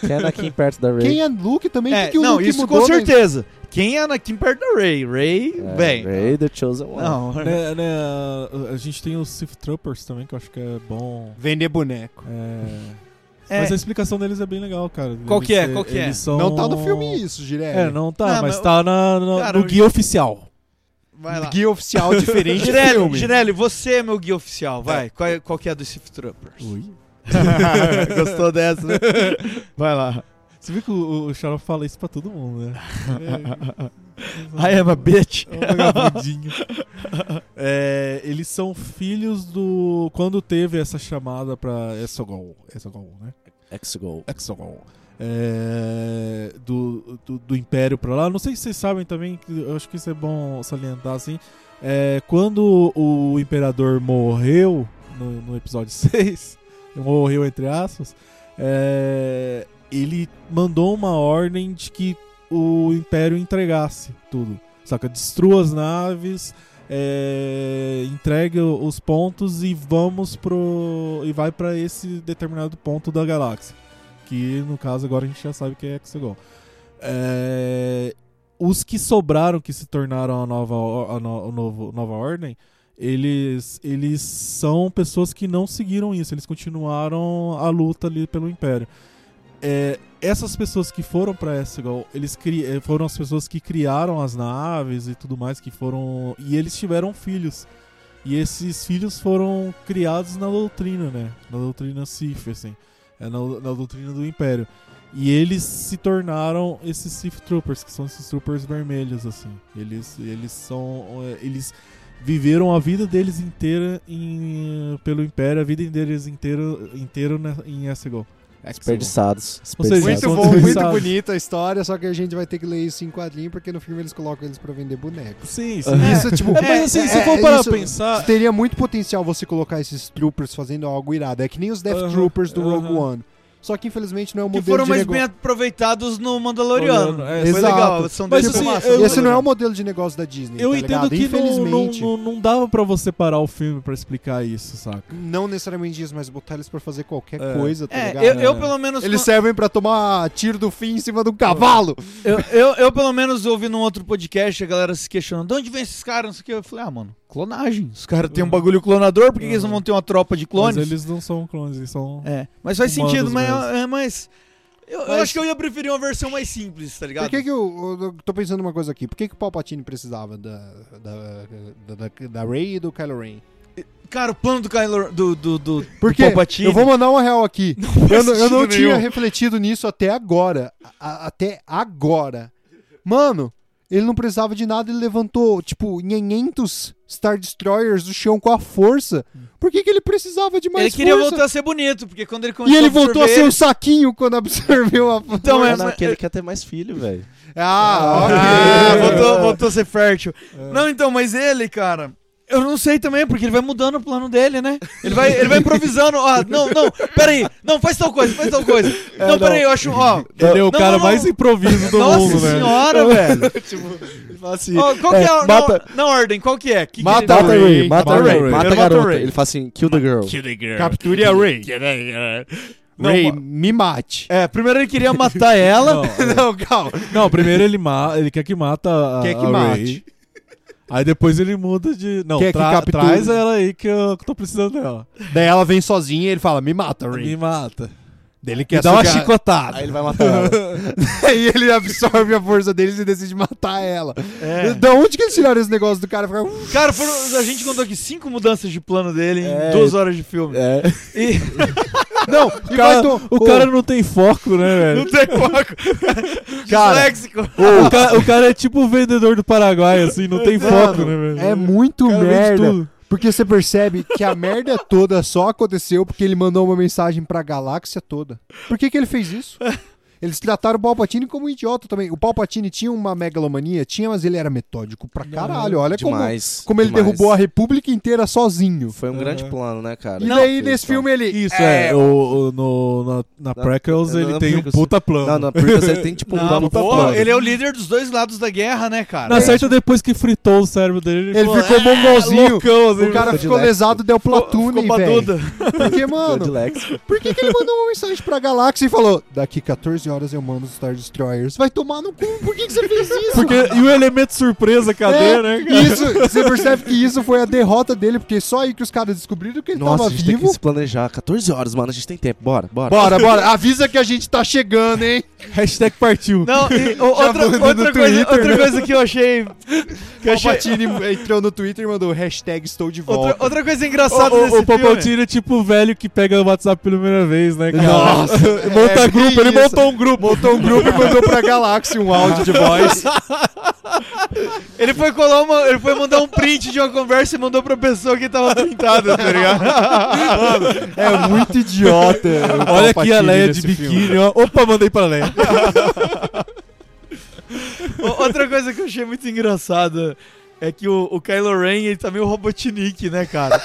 D: Quem é daqui perto da Ray?
C: Quem é Luke também? o
B: É,
C: que que o
B: não,
C: Luke
B: isso
C: mudou né?
B: com
C: na-
B: certeza. Quem é Anakin perto da Ray? Ray,
D: É,
B: bem.
D: Ray the Chosen One.
B: Não, é.
E: Né, né, a- a gente tem os Sith Troopers também, que eu acho que é bom.
C: Vender boneco.
E: É...
B: É.
E: Mas a explicação deles é bem legal, cara.
B: Qual que é?
E: Eles-
B: Qual que é?
E: eles são-
C: Não tá no filme isso, Girelli.
E: É, não tá,
B: Não,
E: mas
B: mas-
E: tá na, na-
B: Cara,
E: no
B: eu-
E: guia oficial.
B: vai lá.
C: Guia oficial diferente do
B: Girelli,
C: filme.
B: Girelli, você é meu guia oficial, vai. Qual, é- qual que é a do Sith Troopers?
E: Ui.
B: Gostou dessa, né? Vai lá.
E: Você viu que o, o Xarope fala isso pra todo mundo, né?
B: I am a bitch.
E: É um vagabundinho. É, eles são filhos do. Quando teve essa chamada pra Exogol. Exogol, né?
D: Exegol.
E: Exogol. É, do, do, do Império pra lá. Não sei se vocês sabem também, que eu acho que isso é bom salientar assim. É, quando o Imperador morreu no, no episódio 6, morreu entre aspas, é, ele mandou uma ordem de que o Império entregasse tudo. Saca? Destrua as naves, é, entregue os pontos e vamos pro. e vai pra esse determinado ponto da galáxia. Que no caso agora a gente já sabe que é Hexagon. É, os que sobraram, que se tornaram a nova, or- a no- o novo, nova ordem, eles, eles são pessoas que não seguiram isso, eles continuaram a luta ali pelo Império. É, essas pessoas que foram para Exegol, eles cri, eh, foram as pessoas que criaram as naves e tudo mais, que foram. E eles tiveram filhos. E esses filhos foram criados na doutrina, né? Na doutrina Sif, assim. É, na, na doutrina do Império. E eles se tornaram esses Sith Troopers, que são esses troopers vermelhos, assim. Eles, eles são. eh, Eles viveram a vida deles inteira em, pelo Império, a vida deles inteira, inteira na- em Essegol.
D: Desperdiçados.
E: seja,
D: desperdiçados.
E: Exato.
C: Muito bom, muito
E: Sabe.
C: bonita a história, só que a gente vai ter que ler isso em quadrinho, porque no filme eles colocam eles pra vender bonecos.
E: Sim, sim.
C: Isso, tipo,
E: É, mas assim, se for parar
C: isso-
E: pra pensar.
C: Teria muito potencial você colocar esses troopers fazendo algo irado. É que nem os Death
E: Aham,
C: Troopers do Rogue
E: aham.
C: One. Só que infelizmente não é o
B: Que
C: modelo
B: foram
C: de
B: mais
C: nego-
B: bem aproveitados no Mandaloriano.
E: Mandaloriano, é,
B: Foi
C: exato.
B: legal. São
E: Mas,
B: dois
E: assim,
B: filmaços,
E: eu-
B: né?
C: Esse não é o modelo de negócio da Disney.
E: Eu
C: tá
E: entendo
C: ligado?
E: que não, não,
C: infelizmente.
E: não, não dava pra você parar o filme pra explicar isso, saca?
C: Não necessariamente isso, mas botar eles pra fazer qualquer
E: É.
C: coisa, tá
B: É,
C: ligado?
B: eu, eu pelo menos.
C: Eles servem pra tomar tiro do fim em cima de um cavalo.
B: Eu, eu, eu, pelo menos ouvi num outro podcast a galera se questionando: de onde vem esses caras? Não sei o que. Eu falei: ah, mano, clonagem. Os caras têm um bagulho clonador, por que, que eles não vão ter uma tropa de clones?
E: Mas eles não são clones, eles são.
B: É, mas faz
E: Humanos
B: sentido, mas,
E: mesmo.
B: é, mas eu, eu
C: Mas-
B: acho que eu ia preferir uma versão mais simples, tá ligado?
C: Por que que eu, eu tô pensando uma coisa aqui? Por que que o Palpatine precisava da, da, da, da, da Rey e do Kylo Ren?
B: Cara, o plano do Kylo do do, do, do
C: Porque
B: Palpatine.
C: eu vou mandar uma real aqui. eu, não- eu
B: sentido
C: não tinha
B: nenhum.
C: refletido nisso até agora. A- a- até agora. Mano, ele não precisava de nada, ele levantou, tipo, 500 Star Destroyers do chão com a força. Por que, que ele precisava de mais
B: ele queria
C: força?
B: voltar a ser bonito, porque quando ele começou
C: E ele
B: a absorver,
C: voltou a ser um saquinho quando absorveu a força.
B: Então,
D: Não,
B: é,
D: não,
B: mas-
D: que ele quer ter mais filho, velho.
C: Ah, ok.
B: Ah, voltou, voltou a ser fértil. Não, então, mas ele, cara. Eu não sei também, porque ele vai mudando o plano dele, né? Ele vai, ele vai improvisando. Ó, não, não, peraí. Não, faz tal coisa, faz tal coisa. não, peraí, eu acho. Ó,
E: Ele é o
B: Não,
E: cara
B: não, não.
E: mais improviso do
B: nossa
E: mundo, né? velho.
B: senhora, velho.
D: Ele fala assim.
B: Ó, qual que é,
D: É,
B: a- na-
D: mata-
B: na, ordem? Qual que é? Que que ele-
D: Mata a Ray, mata a
E: mata a Ray.
D: Ray, mata a
B: Primeiro mata a
D: garota.
B: Ray.
D: Ele fala assim, kill the girl.
C: Capture a Ray. Ray, me mate.
B: É, primeiro ele queria matar ela.
E: Não,
C: Não, calma.
E: Não, primeiro ele mata, ele quer que mata a,
C: Quer que
E: a
C: mate.
E: Rey. Aí depois ele muda de. Não,
C: Quer que
E: tra-
C: capture.
E: traz ela aí que eu tô precisando dela.
C: Daí ela vem sozinha e ele fala, me mata, Ray.
E: Me mata.
C: Daí ele
E: Me
C: quer
E: dá uma
C: sugar-
E: chicotada.
D: Aí ele vai matar ela.
C: Aí ele absorve a força deles e decide matar ela. Da onde que eles tiraram esse negócio do cara "Uh, ficar. "Uf,
B: Cara, foram- a gente contou aqui cinco mudanças de plano dele em
D: É.
B: duas horas de filme.
D: É.
B: E
C: Não,
E: O
C: e vai
E: cara,
C: to-
E: o cara não tem foco, né, velho?
B: não tem foco.
C: Cara,
B: Disléxico.
E: O, ca- o cara é tipo o vendedor do Paraguai, assim, não tem foco, né, velho?
C: É muito
E: O cara vende
C: merda.
E: tudo.
C: Porque você percebe que a merda toda só aconteceu porque ele mandou uma mensagem pra galáxia toda. Por que, que ele fez isso? Eles trataram o Palpatine como um idiota também. O Palpatine tinha uma megalomania, tinha, mas ele era metódico pra caralho. Olha como,
D: Demais.
C: como ele
D: demais.
C: derrubou a República inteira sozinho.
D: Foi um grande plano, né, cara?
C: E daí, nesse filme, ele.
E: Isso, é. o- o- no, na, na
D: Na-
E: Prequels
D: na-
E: ele
D: na
E: tem um
D: Prequels.
E: puta plano.
D: Não, não, Prequels ele tem tipo um
B: Não,
C: tá
D: plano
B: porra,
D: plano.
B: ele é o líder dos dois lados da guerra, né, cara?
E: Na
C: é
E: certa, depois que fritou o cérebro dele, ele,
C: Ele
E: falou,
C: ficou mongolzinho.
E: loucão, assim,
C: o cara
D: ficou
C: ficou
D: direto.
C: lesado, deu platune,
B: Ficou
C: velho.
B: baduda.
C: Porque,
D: Ficou de
C: mano,
D: Lex.
C: por que, que ele mandou uma mensagem pra galáxia e falou: daqui 14 horas eu mando os Star Destroyers? Vai tomar no cu, por que, que você fez isso?
E: Porque, e o elemento surpresa, cadê,
C: É,
E: né, cara?
C: isso, você percebe que isso foi a derrota dele, porque só aí que os caras descobriram que ele
D: Nossa, a
C: tava
D: gente tem que
C: vivo.
D: se planejar. 14 horas, mano, a gente tem tempo. Bora, bora.
C: Bora, bora, avisa que a gente tá chegando, hein?
E: Hashtag partiu.
B: Não, e, o-
C: Já
B: outra,
C: mandou no
B: outra, coisa,
C: Twitter,
B: outra
C: né?
B: coisa que eu achei. Que eu achei
C: Palpatine entrou no Twitter e mandou hashtag estou de volta.
B: outra, outra coisa engraçada
E: O, o,
B: desse
E: o Papaltini é tipo o velho que pega o WhatsApp pela primeira vez, né, cara?
C: Nossa,
E: monta
C: é,
E: grupo,
C: que
E: ele
C: isso.
E: montou um grupo.
C: Montou um grupo e mandou pra galáxia um áudio de voz.
B: filme, ele foi colar uma. Ele foi mandar um print de uma conversa e mandou pra pessoa que tava printada, tá ligado?
C: É muito idiota. o
E: Olha aqui
C: Palpatine
E: a Leia de
C: nesse filme.
E: biquíni, ó. Opa, mandei pra Leia.
B: O- outra coisa que eu achei muito engraçada. É que o, o Kylo Ren, ele tá meio Robotnik, né, cara?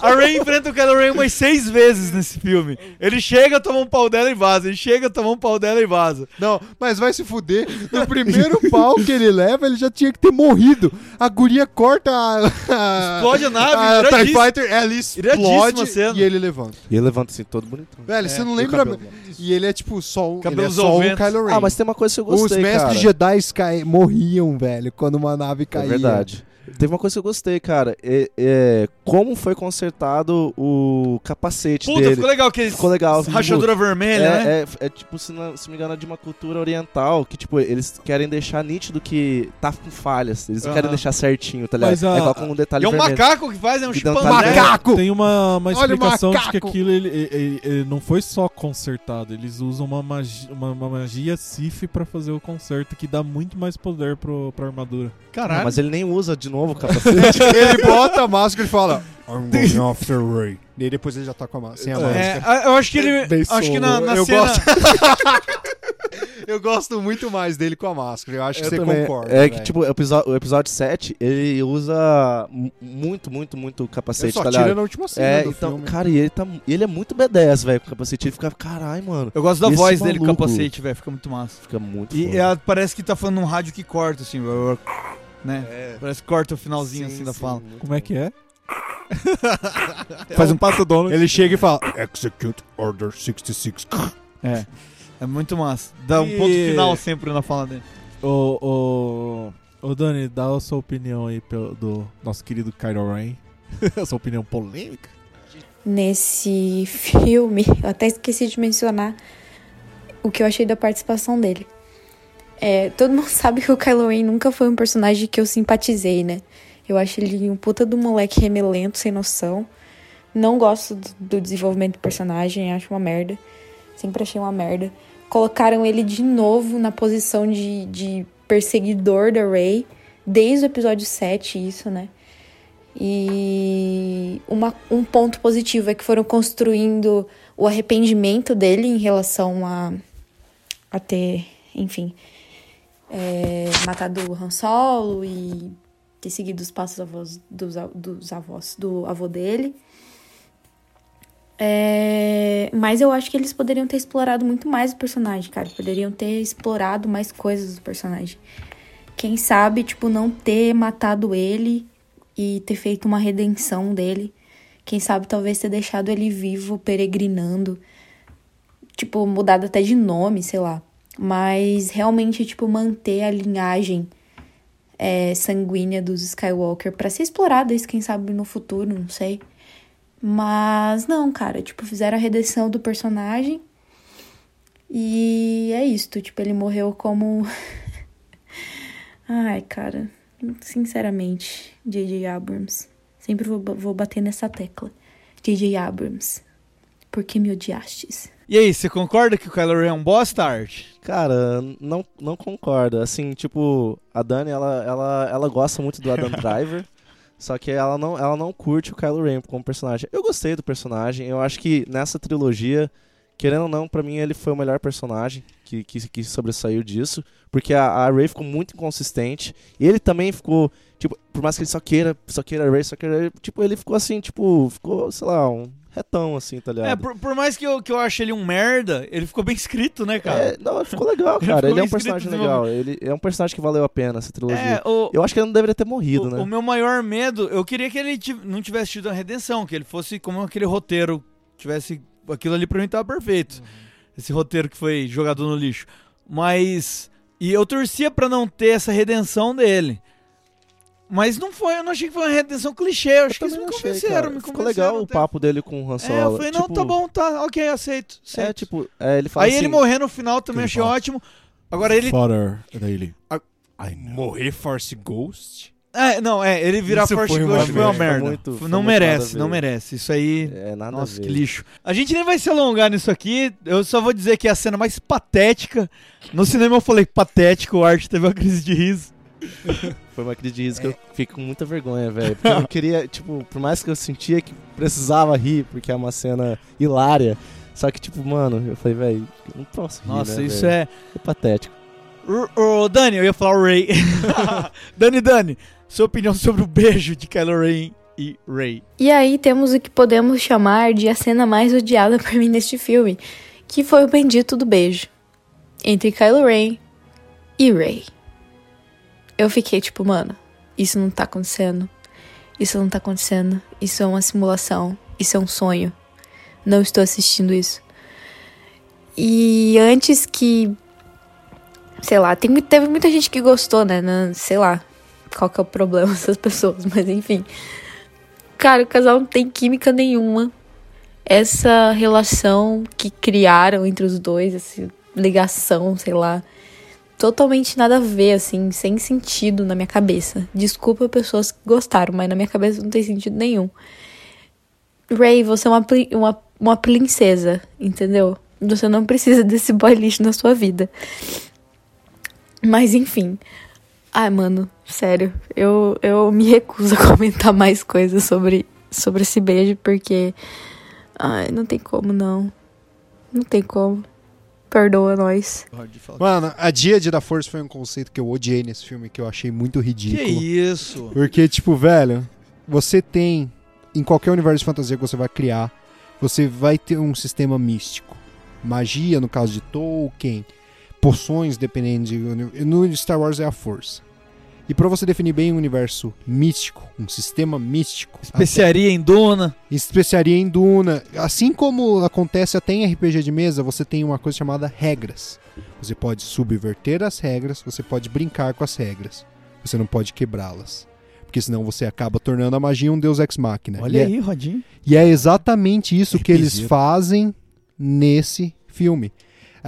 B: a Ren enfrenta o Kylo Ren umas seis vezes nesse filme. Ele chega, toma um pau dela e vaza. Ele chega, toma um pau dela e vaza.
D: Ah.
C: Não, mas vai se fuder. No primeiro pau que ele leva, ele já tinha que ter morrido. A guria corta a. a
B: Explode a nave,
D: Ah,
C: a
D: tá
C: TIE
B: iradíssimo.
C: Fighter, ela
B: Iradíssima
C: explode
B: cena.
C: e ele levanta.
B: um
D: E ele levanta assim, todo bonitão.
C: Velho, você não lembra. E ele é tipo só um. Ele é
B: Cabelos
C: só
B: ao
C: um
B: vento.
C: Kylo Ren.
D: Ah, mas tem uma coisa que eu
C: Os
D: gostei, cara.
C: mestres Jedi cai- morriam, velho, quando uma nave
D: É
C: caía.
D: verdade. Teve uma coisa que eu gostei, cara. É, é, como foi consertado o capacete
B: Puta,
D: dele.
B: ficou legal que eles
D: Ficou legal.
B: Rachadura
D: É,
B: vermelha, né?
D: é, é tipo, se não, se não me engano, é de uma cultura oriental que, tipo, eles querem deixar nítido que tá com falhas. Eles não querem
B: Aham.
D: deixar certinho, tá ligado?
E: Mas a-
D: é com um detalhe
B: E é um
D: vermelho.
B: macaco que faz, é um
D: Que dá um
B: chimpanzé.
D: talher.
C: Macaco!
E: Tem uma, uma
C: Olha o
E: explicação de que
C: macaco.
E: aquilo ele, ele- ele- ele não foi só consertado. Eles usam uma magia, uma, uma magia Sif pra fazer o conserto, que dá muito mais poder pro, pra armadura.
D: Não,
B: Caralho.
D: mas ele nem usa de novo o capacete.
C: Ele bota a máscara e fala: I'm going after Ray. E aí depois ele já tá com a ma- sem a máscara.
B: É, a- eu acho que ele.
C: Bem
B: acho que na,
C: solo.
B: na
C: Eu
B: cena.
C: gosto. Eu gosto muito mais dele com a máscara. Eu acho que
D: Eu
C: você
D: também-
C: concorda.
D: É que,
C: velho.
D: tipo, o episódio, o episódio 7, ele usa mu- muito, muito, muito o
C: Ele
D: capacete,
C: só
D: tá
C: tira
D: ligado?
C: na última cena
D: É,
C: do
D: então,
C: filme.
D: cara, e ele, tá, e ele é muito B10, velho, com o capacete. Ele fica, caralho, mano.
B: Eu gosto da
D: Esse
B: voz dele com
D: maluco.
B: capacete, velho. Fica muito massa.
D: Fica muito
B: E
D: foda.
B: ela parece que tá falando num rádio que corta, assim. Né? Parece que corta o finalzinho,
C: Sim,
B: assim, da
C: sim,
B: fala.
C: muito
E: Como é que é?
B: Faz um passo dono.
C: Ele chega e fala: Execute Order 66.
B: É. É muito massa. Dá um
E: E-
B: ponto final sempre na fala dele.
E: Ô, ô, ô Dani, dá a sua opinião aí pelo- do nosso querido Kylo Ren. a sua opinião polêmica.
F: Nesse filme, eu até esqueci de mencionar o que eu achei da participação dele. É, todo mundo sabe que o Kylo Ren nunca foi um personagem que eu simpatizei, né? Eu acho ele um puta do moleque remelento, sem noção. Não gosto do, do desenvolvimento do personagem, acho uma merda. Sempre achei uma merda. Colocaram ele de novo na posição de, de perseguidor da Rey, desde o episódio 7, isso, né? E uma, um ponto positivo é que foram construindo o arrependimento dele em relação a, a ter, enfim, é, matado o Han Solo e ter seguido os passos avós, dos, a- dos avós, do avô dele. É, mas eu acho que eles poderiam ter explorado muito mais o personagem, cara. Poderiam ter explorado mais coisas do personagem. Quem sabe, tipo, não ter matado ele e ter feito uma redenção dele. Quem sabe talvez ter deixado ele vivo, peregrinando. Tipo, mudado até de nome, sei lá. Mas realmente, tipo, manter a linhagem é, sanguínea dos Skywalker pra ser explorada isso, quem sabe, no futuro, não sei. Mas não, cara, tipo, fizeram a redenção do personagem. E é isto, tipo, ele morreu como. Ai, cara, sinceramente, J.J. Abrams. Sempre vou, vou bater nessa tecla. J.J. Abrams, por que me odiastes?
B: E aí, você concorda que o Kylo Ren é um bosta, Art?
D: Cara, não, não concordo. Assim, tipo, a Dani, ela, ela, ela gosta muito do Adam Driver. só que ela não, ela não curte o Kylo Ren como personagem. Eu gostei do personagem. Eu acho que nessa trilogia, querendo ou não, pra mim ele foi o melhor personagem que, que, que sobressaiu disso. Porque a, a Rey ficou muito inconsistente. E ele também ficou, tipo, por mais que ele só queira, só queira a Rey, só queira. a Rey, Tipo, ele ficou assim, tipo, ficou, sei lá, um retão assim, tá ligado?
B: É, por, por mais que eu, que eu ache ele um merda, ele ficou bem escrito, né,
D: É,
B: cara?
D: não, ficou legal,
B: Ele
D: cara.
B: ficou
D: Ele é um
B: inscrito
D: personagem
B: de
D: legal. Ele é um personagem que valeu a pena essa trilogia.
B: É, o,
D: Eu acho que ele não deveria ter morrido,
B: o,
D: né?
B: o meu maior medo, eu queria que ele ti- não tivesse tido a redenção, que ele fosse como aquele roteiro, tivesse aquilo ali pra mim tava perfeito.
D: Uhum.
B: Esse roteiro que foi jogado no lixo. Mas e eu torcia pra não ter essa redenção dele. Mas não foi, eu não achei que foi uma redenção clichê, eu acho que eles me
D: não achei,
B: convenceram,
D: cara.
B: me
D: Ficou
B: convenceram.
D: legal o
B: até.
D: papo dele com o Han Solo.
B: É, eu falei, não,
D: tipo,
B: tá bom, tá, ok, aceito. aceito.
D: É, tipo, é, ele fala
B: Aí
D: assim,
B: ele morrer no final também
E: ele
B: achei
E: fala.
B: ótimo. Agora ele.
E: Father Daily.
C: Morrer Force Ghost?
B: Ah, não, é, ele virar
C: Isso
B: Force
C: foi uma
B: Ghost foi uma
C: merda.
B: merda.
D: Foi muito-
B: F-
D: foi
B: não
D: muito nada a
B: merece,
D: ver.
B: não merece. Isso aí.
D: É, nada a
B: Nossa,
D: ver.
B: que lixo. A gente nem vai se alongar nisso aqui. Eu só vou dizer que é a cena mais patética. No cinema eu falei patético, o Art teve uma crise de riso.
D: Foi uma crise de riso
B: É.
D: que eu fico com muita vergonha, velho. Porque eu não queria, tipo, por mais que eu sentia que precisava rir, porque é uma cena hilária. Só que, tipo, mano, eu falei, velho, eu não posso rir,
B: Nossa,
D: né,
B: isso
D: velho?
B: é.
D: é patético.
B: Ô, ô, Dani, eu ia falar o Ray. Dani, Dani, sua opinião sobre o beijo de Kylo Ren e Ray.
F: E aí temos o que podemos chamar de a cena mais odiada por mim neste filme, que foi o bendito do beijo entre Kylo Ren e Rey. Eu fiquei tipo, mano, isso não tá acontecendo. Isso não tá acontecendo. Isso é uma simulação. Isso é um sonho. Não estou assistindo isso. E antes que sei lá, tem- teve muita gente que gostou, né? Não- Sei lá qual que é o problema dessas pessoas, mas enfim. Cara, o casal não tem química nenhuma. Essa relação que criaram entre os dois, essa ligação, sei lá, totalmente nada a ver, assim, sem sentido na minha cabeça. Desculpa pessoas que gostaram, mas na minha cabeça não tem sentido nenhum. Ray, você é uma, pri- uma, uma princesa, entendeu? Você não precisa desse boy lixo na sua vida. Mas enfim. Ai, mano, sério. Eu, eu me recuso a comentar mais coisas sobre, sobre esse beijo, porque. Ai, não tem como, não. Não tem como. Perdoa nós.
C: Mano, a Díade da Força foi um conceito que eu odiei nesse filme, que eu achei muito
B: Que
C: ridículo.
B: isso?
C: Porque, tipo, velho, você tem, em qualquer universo de fantasia que você vai criar, você vai ter um sistema místico. Magia, no caso de Tolkien, poções, dependendo de. uni- No Star Wars é a força. E pra você definir bem um universo místico, um sistema místico,
B: Especiaria em Duna.
C: especiaria em Duna. Assim como acontece até em RPG de mesa, você tem uma coisa chamada regras. Você pode subverter as regras, você pode brincar com as regras. Você não pode quebrá-las. Porque senão você acaba tornando a magia um deus ex machina.
B: Olha
C: e É,
B: aí, Rodinho.
C: e é exatamente isso que eles
B: RPG.
C: fazem nesse filme.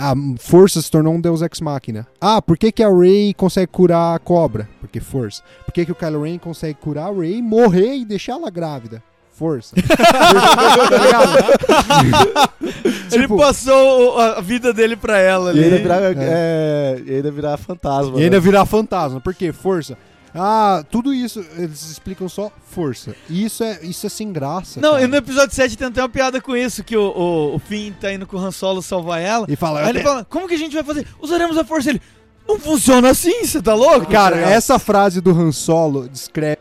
C: A força se tornou um deus ex machina. Ah, por que, que a Rey consegue curar a cobra? Porque força. Por que, que o Kylo Ren consegue curar a Rey, morrer e deixar ela grávida? Força. Tá Tipo, ligado?
B: Ele passou o- a a vida dele pra ela
D: Tipo- E
B: ali.
D: ainda virar, é, e ainda virar fantasma.
C: E
D: né?
C: ainda virar fantasma. Por quê? Força. Ah, tudo isso eles explicam só força. E isso é, isso é sem graça.
B: Não,
C: cara.
B: e no episódio 7 tem até uma piada com isso, que o, o, o Finn tá indo com o Han Solo salvar ela.
C: E fala,
B: Aí ele
C: "Eu
B: fala, como que a gente vai fazer? Usaremos a força. Ele, não funciona assim, você tá louco?
C: Cara, essa frase do Han Solo descreve.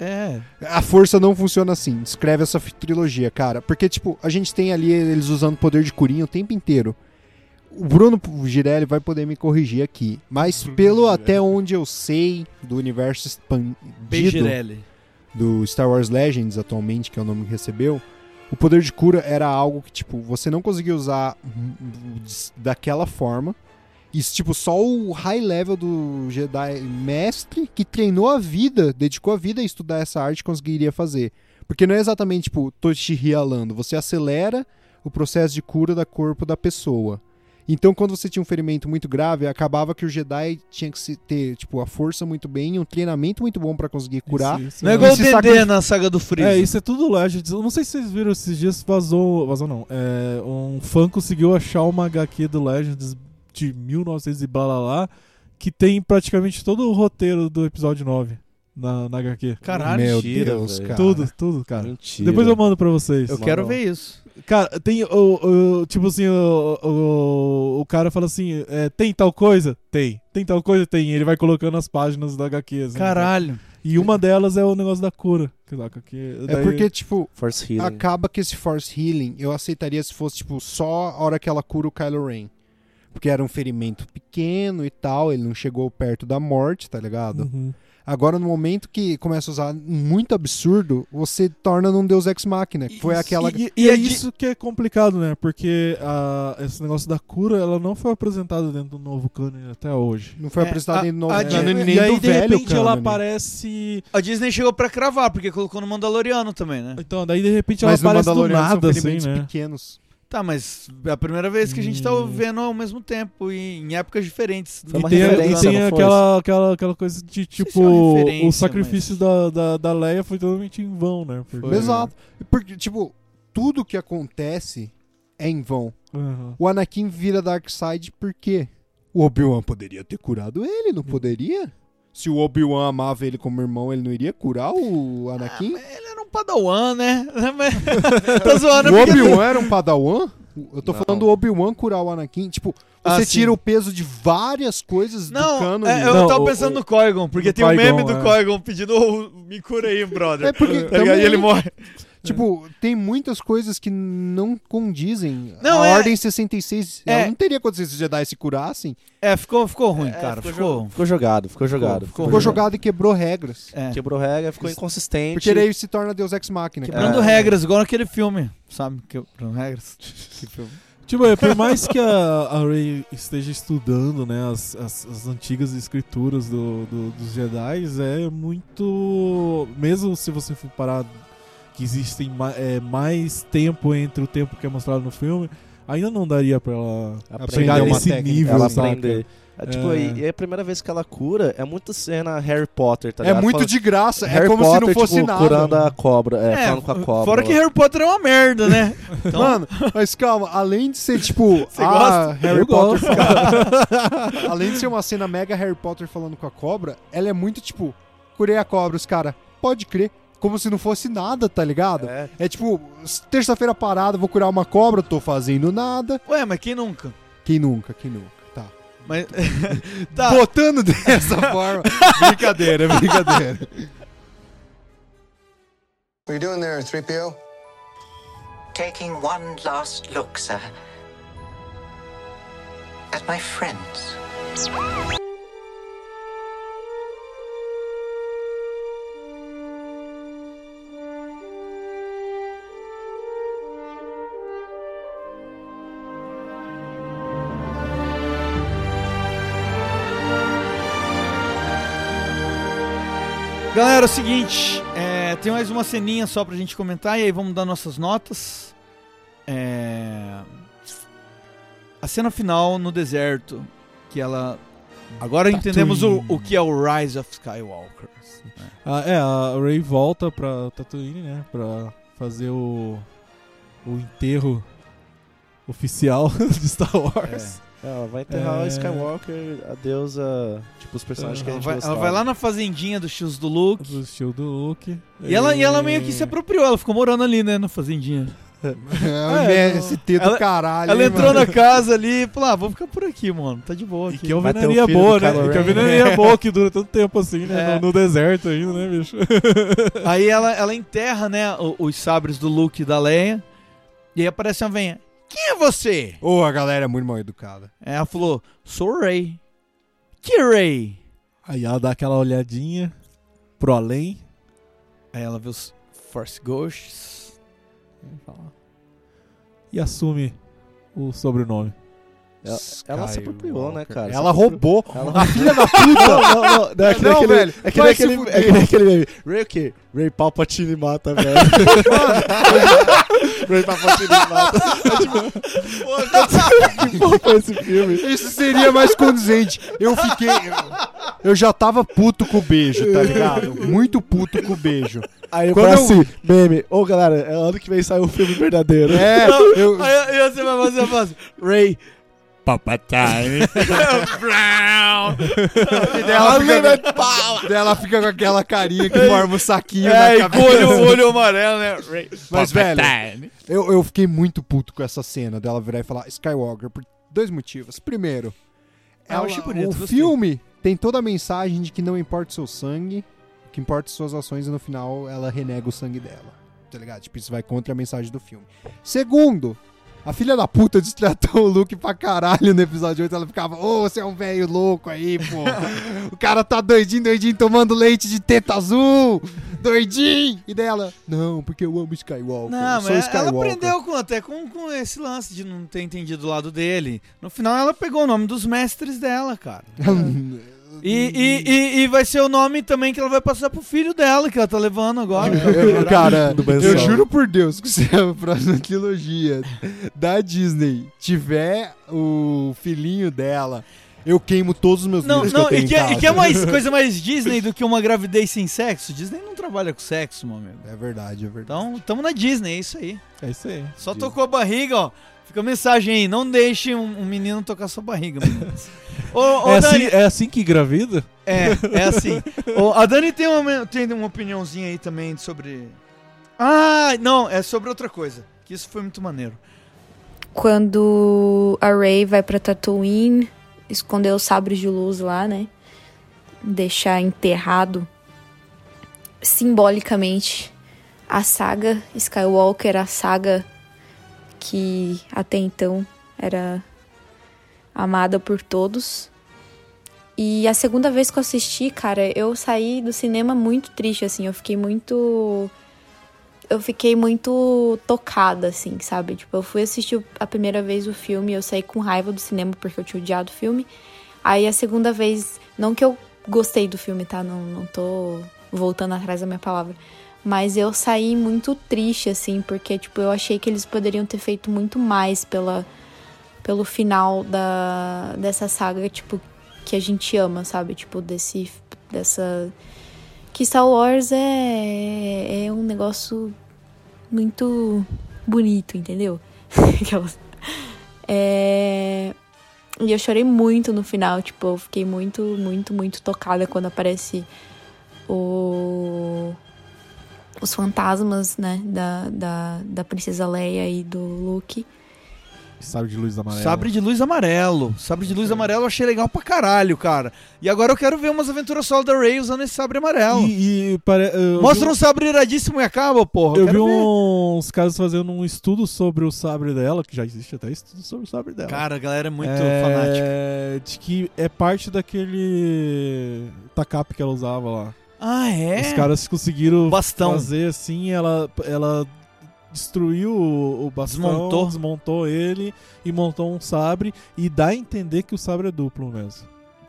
B: É.
C: A força não funciona assim. Descreve essa fi- trilogia, cara. Porque, tipo, a gente tem ali eles usando poder de curinho o tempo inteiro. O Bruno Girelli vai poder me corrigir aqui. Mas pelo até onde eu sei do universo expandido.
B: Beijirelli.
C: do Star Wars Legends atualmente, que é o nome que recebeu, o poder de cura era algo que, tipo, você não conseguia usar hum, hum, des- daquela forma. Isso, tipo, só o high level do Jedi mestre que treinou a vida, dedicou a vida a estudar essa arte, conseguiria fazer. Porque não é exatamente, tipo, tô te rialando. Você acelera o processo de cura do corpo da pessoa. Então, quando você tinha um ferimento muito grave, acabava que o Jedi tinha que se- ter, tipo, a força muito bem, e um treinamento muito bom pra conseguir curar.
E: Isso, isso
B: Não é
E: é-
B: igual o
C: se
B: Dedê
C: sacrifica-
B: na saga do Freeza.
E: É, isso é tudo Legends. Eu não sei se vocês viram esses dias, vazou. Vazou não. É, um fã conseguiu achar uma HQ do Legends de 1900 e blá blá blá, que tem praticamente todo o roteiro do episódio 9 na, na HQ.
B: Caralho,
C: Meu
D: mentira,
C: Deus,
D: velho.
C: cara.
E: Tudo, tudo, cara.
D: Mentira.
E: Depois eu mando pra vocês.
B: eu quero ver isso.
E: Cara, tem o. o- tipo assim, o, o, o cara fala assim: é, tem tal coisa? Tem. Tem tal coisa? Tem. Ele vai colocando as páginas da HQ. assim,
B: Caralho.
E: E uma delas é o negócio da cura. Que lá, que,
C: É porque, tipo,
D: Force Healing.
C: acaba que esse Force Healing eu aceitaria se fosse, tipo, só a hora que ela cura o Kylo Ren. Porque era um ferimento pequeno e tal, ele não chegou perto da morte, tá ligado?
E: Uhum.
C: Agora, no momento que começa a usar muito absurdo, você torna num Deus Ex Machina. que Foi
E: Isso,
C: aquela.
E: E,
B: e
E: e é
B: a di-
E: isso que é complicado, né? Porque a- esse negócio da cura, ela não foi apresentada dentro do novo cânone até hoje.
C: Não foi
B: É,
C: apresentada
B: a-
C: nem do novo
B: a
C: cânone,
B: Disney-
C: nem
E: e aí,
C: Ah, do
E: de
C: velho
E: repente, ela
C: cânone.
E: aparece.
B: A Disney chegou pra cravar, porque colocou no Mandaloriano também, né?
E: Então, daí de repente
C: Mas no
E: ela aparece do
C: Mandaloriano
E: nada,
C: são
E: assim,
C: ferimentos
E: né?
C: pequenos.
B: Tá, mas é a primeira vez que a gente tá
E: Hum.
B: vendo ao mesmo tempo e em épocas diferentes.
C: É
D: Foi uma
E: Tem, a- e
D: referência,
E: tem
D: não foi?
E: aquela, aquela, aquela coisa de
B: sei se é
E: tipo,
B: uma referência,
E: o sacrifício da, da, da Leia foi totalmente em vão, né? Porque-
C: Exato. Porque, tipo, tudo que acontece é em vão.
E: Uhum.
C: O Anakin vira Darkseid porque o Obi-Wan poderia ter curado ele, não poderia? Se o Obi-Wan amava ele como irmão, ele não iria curar o Anakin?
B: Ele era um padawan, né? tá zoando
C: o
B: porque-
C: Obi-Wan era um padawan? Eu tô
D: Não.
C: falando do Obi-Wan curar o Anakin. Tipo,
B: Ah,
C: você
B: sim.
C: tira o peso de várias coisas do
B: Não,
C: cânone.
B: é, eu
E: Não,
B: tava
E: o-
B: pensando
E: o-
B: no Koigon, porque
E: o
B: tem o um meme do
E: Qui-Gon, é.
B: Koigon pedindo "Ô, me cura aí, brother.
C: É porque
B: Tá ligado?
C: também-
B: E ele morre.
C: Tipo, tem muitas coisas que não condizem.
B: Não,
C: a
B: é-
C: Ordem 66 ela
B: é-
C: não teria acontecido se os Jedi se curassem.
B: É, ficou, ficou ruim, cara. Ficou.
D: Ficou jogado, ficou jogado.
B: ficou
C: Ficou jogado e quebrou regras.
B: É.
D: Quebrou regra, ficou inconsistente.
C: Porque ele é se torna Deus Ex Machina. cara.
B: Quebrando
D: É.
B: regras, igual naquele filme, sabe? Quebrando regras. Que filme.
E: Tipo, é, por mais que a, a Rey esteja estudando, né, as, as, as antigas escrituras do, do- dos Jedi, é muito. Mesmo se você for parar que existem ma- é, mais tempo entre o tempo que é mostrado no filme, ainda não daria pra ela
C: Aprender
E: chegar
C: uma
E: nesse
C: técnica,
E: nível,
D: ela
E: saca?
D: aprender. É, tipo,
E: É.
D: e, e a primeira vez que ela cura é muita cena Harry Potter, tá
C: É
D: ligado?
C: muito
D: Falando-
C: de graça, é
D: Harry
C: como se
D: Potter,
C: não fosse
D: tipo,
C: nada.
D: curando a cobra, é,
B: É,
D: falando com a cobra.
B: Fora que
D: lá.
B: Harry Potter é uma merda, né? Então,
C: Mano, mas calma, além de ser tipo.
B: Você
C: ah,
B: gosta?
C: Harry
E: Eu
C: Potter
E: gosto.
C: falando- além de ser uma cena mega Harry Potter falando com a cobra, ela é muito tipo. Curei a cobra, os cara. Pode crer. Como se não fosse nada, tá ligado? É,
D: É.
C: tipo, s- terça-feira parada, vou curar uma cobra, tô fazendo nada.
B: ué, mas quem nunca?
C: Quem nunca, quem nunca. Tá.
B: Mas, tá,
C: Botando dessa forma. brincadeira, brincadeira.
J: What are you doing there, 3PO?
I: Taking one last look, sir, at my friends.
B: Galera, é o seguinte, é, tem mais uma ceninha só pra gente comentar e aí vamos dar nossas notas. É, A cena final no deserto, que ela. Agora entendemos o, o que é o Rise of Skywalker.
E: Ah, é, a Ray volta pra Tatooine, né? Pra fazer o, o enterro oficial de Star
C: É.
E: Wars.
D: Ela vai enterrar
E: É.
D: o Skywalker, a deusa, tipo, os personagens que a
B: Ela
D: gente
B: vai, ela
D: gostava.
B: vai lá na fazendinha dos tios do Luke.
E: Do estilo do Luke.
B: E ela, e ela meio que se apropriou, ela ficou morando ali, né, na fazendinha.
C: É, o MST do
B: Ela-
C: caralho.
B: Ela
C: hein,
B: entrou
C: mano?
B: na casa ali e falou: ah, vou ficar por aqui, mano, tá de boa
E: E
B: aqui.
E: que
D: Vai ter é o
E: alvenaria
D: filho
E: boa,
D: do
E: né?
D: Kylo
E: Que
D: Ren.
E: alvenaria boa que dura tanto tempo assim, né?
B: É.
E: No, no deserto ainda, né, bicho?
B: Aí ela, ela enterra, né, o- os sabres do Luke e da Leia. E aí aparece uma venha. Quem é você?
C: Ô, a galera é muito mal educada.
B: Aí ela falou, sou o Rey. Que Rey?
E: Aí ela dá aquela olhadinha pro além.
B: Aí ela vê os Force Ghosts.
E: E assume o sobrenome.
D: Ela, ela se apropriou, né, cara?
C: Ela roubou.
D: Ela-
C: A Ah, filha da
D: Não, não, não. Não, é que nem
C: Não,
D: aquele,
C: velho,
D: É que nem
C: vai
D: aquele,
C: se fuder.
D: é que nem aquele meme. Ray o quê? Ray Palpatine mata, velho. Ray Palpatine mata. que porra foi esse filme?
C: Isso seria mais condizente. Eu fiquei. eu- Eu já tava puto com o beijo, tá ligado? Muito puto com o beijo.
D: Aí eu
C: Quando
D: falei
C: eu-
D: assim, meme. Ô, galera, é ano que vem sai o filme verdadeiro.
C: É, eu.
B: Aí, aí você vai fazer a frase, Rey.
J: Papatine.
C: e daí Ela fica, daí ela fica com aquela carinha que forma o saquinho
B: É,
C: na
B: e com o
C: cabeça.
B: olho, o olho amarelo, né? Rey.
C: Mas, velho, eu, eu fiquei muito puto com essa cena dela virar e falar Skywalker por dois motivos. Primeiro,
B: Ah,
C: ela-
B: eu achei bonito,
C: o
B: gostei.
C: filme tem toda a mensagem de que não importa o seu sangue, o que importa são suas ações e no final ela renega o sangue dela. Tá ligado? Tipo, isso vai contra a mensagem do filme. Segundo, a filha da puta destratou o Luke pra caralho no episódio 8. Ela ficava, ô, você é um velho louco aí, pô. o cara tá doidinho, doidinho, tomando leite de teta azul. Doidinho! E dela, não, porque eu amo Skywalker. eu
B: Não, mas
C: sou
B: ela
C: Skywalker.
B: aprendeu com, até com, com esse lance de não ter entendido o lado dele. No final ela pegou o nome dos mestres dela, cara. E, e, e, e vai ser o nome também que ela vai passar pro filho dela, que ela tá levando agora.
C: Eu- cara, eu
D: Benção.
C: juro por Deus que se a próxima trilogia da Disney tiver o filhinho dela, eu queimo todos os meus
B: Não,
C: livros
B: não,
C: que eu tenho
B: e que,
C: em
B: é- e
C: casa.
B: que é mais coisa mais Disney do que uma gravidez sem sexo? Disney não trabalha com sexo, meu amigo.
C: É verdade, é verdade.
B: Então, tamo na Disney, é isso aí.
E: É isso aí.
B: Só tocou a barriga, ó. Fica a mensagem aí, não deixe um, um menino tocar sua barriga, meninas. Ô, ô,
E: é,
B: Dani,
E: assim, é assim que engravida?
B: é, é assim. Ô, a Dani tem uma, tem uma opiniãozinha aí também sobre... Ah, não, é sobre outra coisa. Que isso foi muito maneiro.
F: Quando a Ray vai pra Tatooine, esconder os sabres de luz lá, né? Deixar enterrado simbolicamente a saga Skywalker, a saga que até então era amada por todos. E a segunda vez que eu assisti, cara, eu saí do cinema muito triste, assim. Eu fiquei muito eu fiquei muito tocada, assim, sabe? Tipo, eu fui assistir a primeira vez o filme, eu saí com raiva do cinema porque eu tinha odiado o filme. Aí a segunda vez, não que eu gostei do filme, tá? Não, não tô voltando atrás da minha palavra. Mas eu saí muito triste, assim, porque, tipo, eu achei que eles poderiam ter feito muito mais pela, pelo final da, dessa saga, tipo, que a gente ama, sabe? Tipo, desse. dessa. Que Star Wars é, é um negócio muito bonito, entendeu? Aquelas- é... E eu chorei muito no final, tipo, eu fiquei muito, muito, muito tocada quando aparece o... os fantasmas, né, da, da, da princesa Leia e do Luke.
E: Sabe de luz amarela.
B: Sabre de luz amarelo. Sabre de luz amarelo eu achei legal pra caralho, cara. E agora eu quero ver umas aventuras solo da Ray usando esse sabre amarelo.
E: E, e pare... eu
B: Mostra
E: vi,
B: um sabre iradíssimo e acaba, porra.
E: Eu vi
B: quero ver.
E: uns caras fazendo um estudo sobre o sabre dela, que já existe até estudo sobre o sabre dela.
B: Cara, a galera é muito
E: É,
B: fanática.
E: De que é parte daquele tacap que ela usava lá.
B: Ah, é?
E: Os caras conseguiram
B: Bastão.
E: fazer assim, ela, ela destruiu o, o bastão,
B: Desmontou.
E: desmontou ele e montou um sabre. E dá a entender que o sabre é duplo mesmo.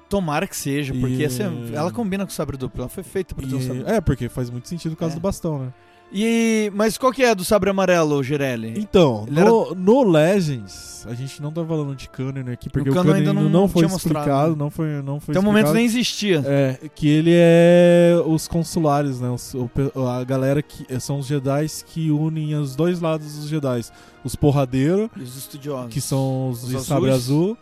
B: Tomara que seja, porque
E: E-
B: essa é- ela combina com o sabre duplo. Ela foi feita pra ter um
E: E-
B: sabre.
E: é, porque faz muito sentido o caso
B: É.
E: do bastão, né?
B: E, mas qual que é a do sabre amarelo, Girelli?
E: Então,
B: Ele
E: no, no Legends, a gente não tá falando de canon aqui, porque
B: O
E: o
B: canon
E: canon
B: ainda
E: ainda
B: não
E: não, foi
B: tinha mostrado,
E: explicado,
B: né?
E: não foi, não foi
B: Até o momento
E: explicado.
B: nem existia.
E: É, que ele é os consulares, né? Os- o pe- a galera que eh, são os Jedi que unem os dois lados dos Jedi. Os porradeiros,
B: E os estudiosos.
E: É. que são os,
B: Os
E: de sabre
B: azuis?
E: azul,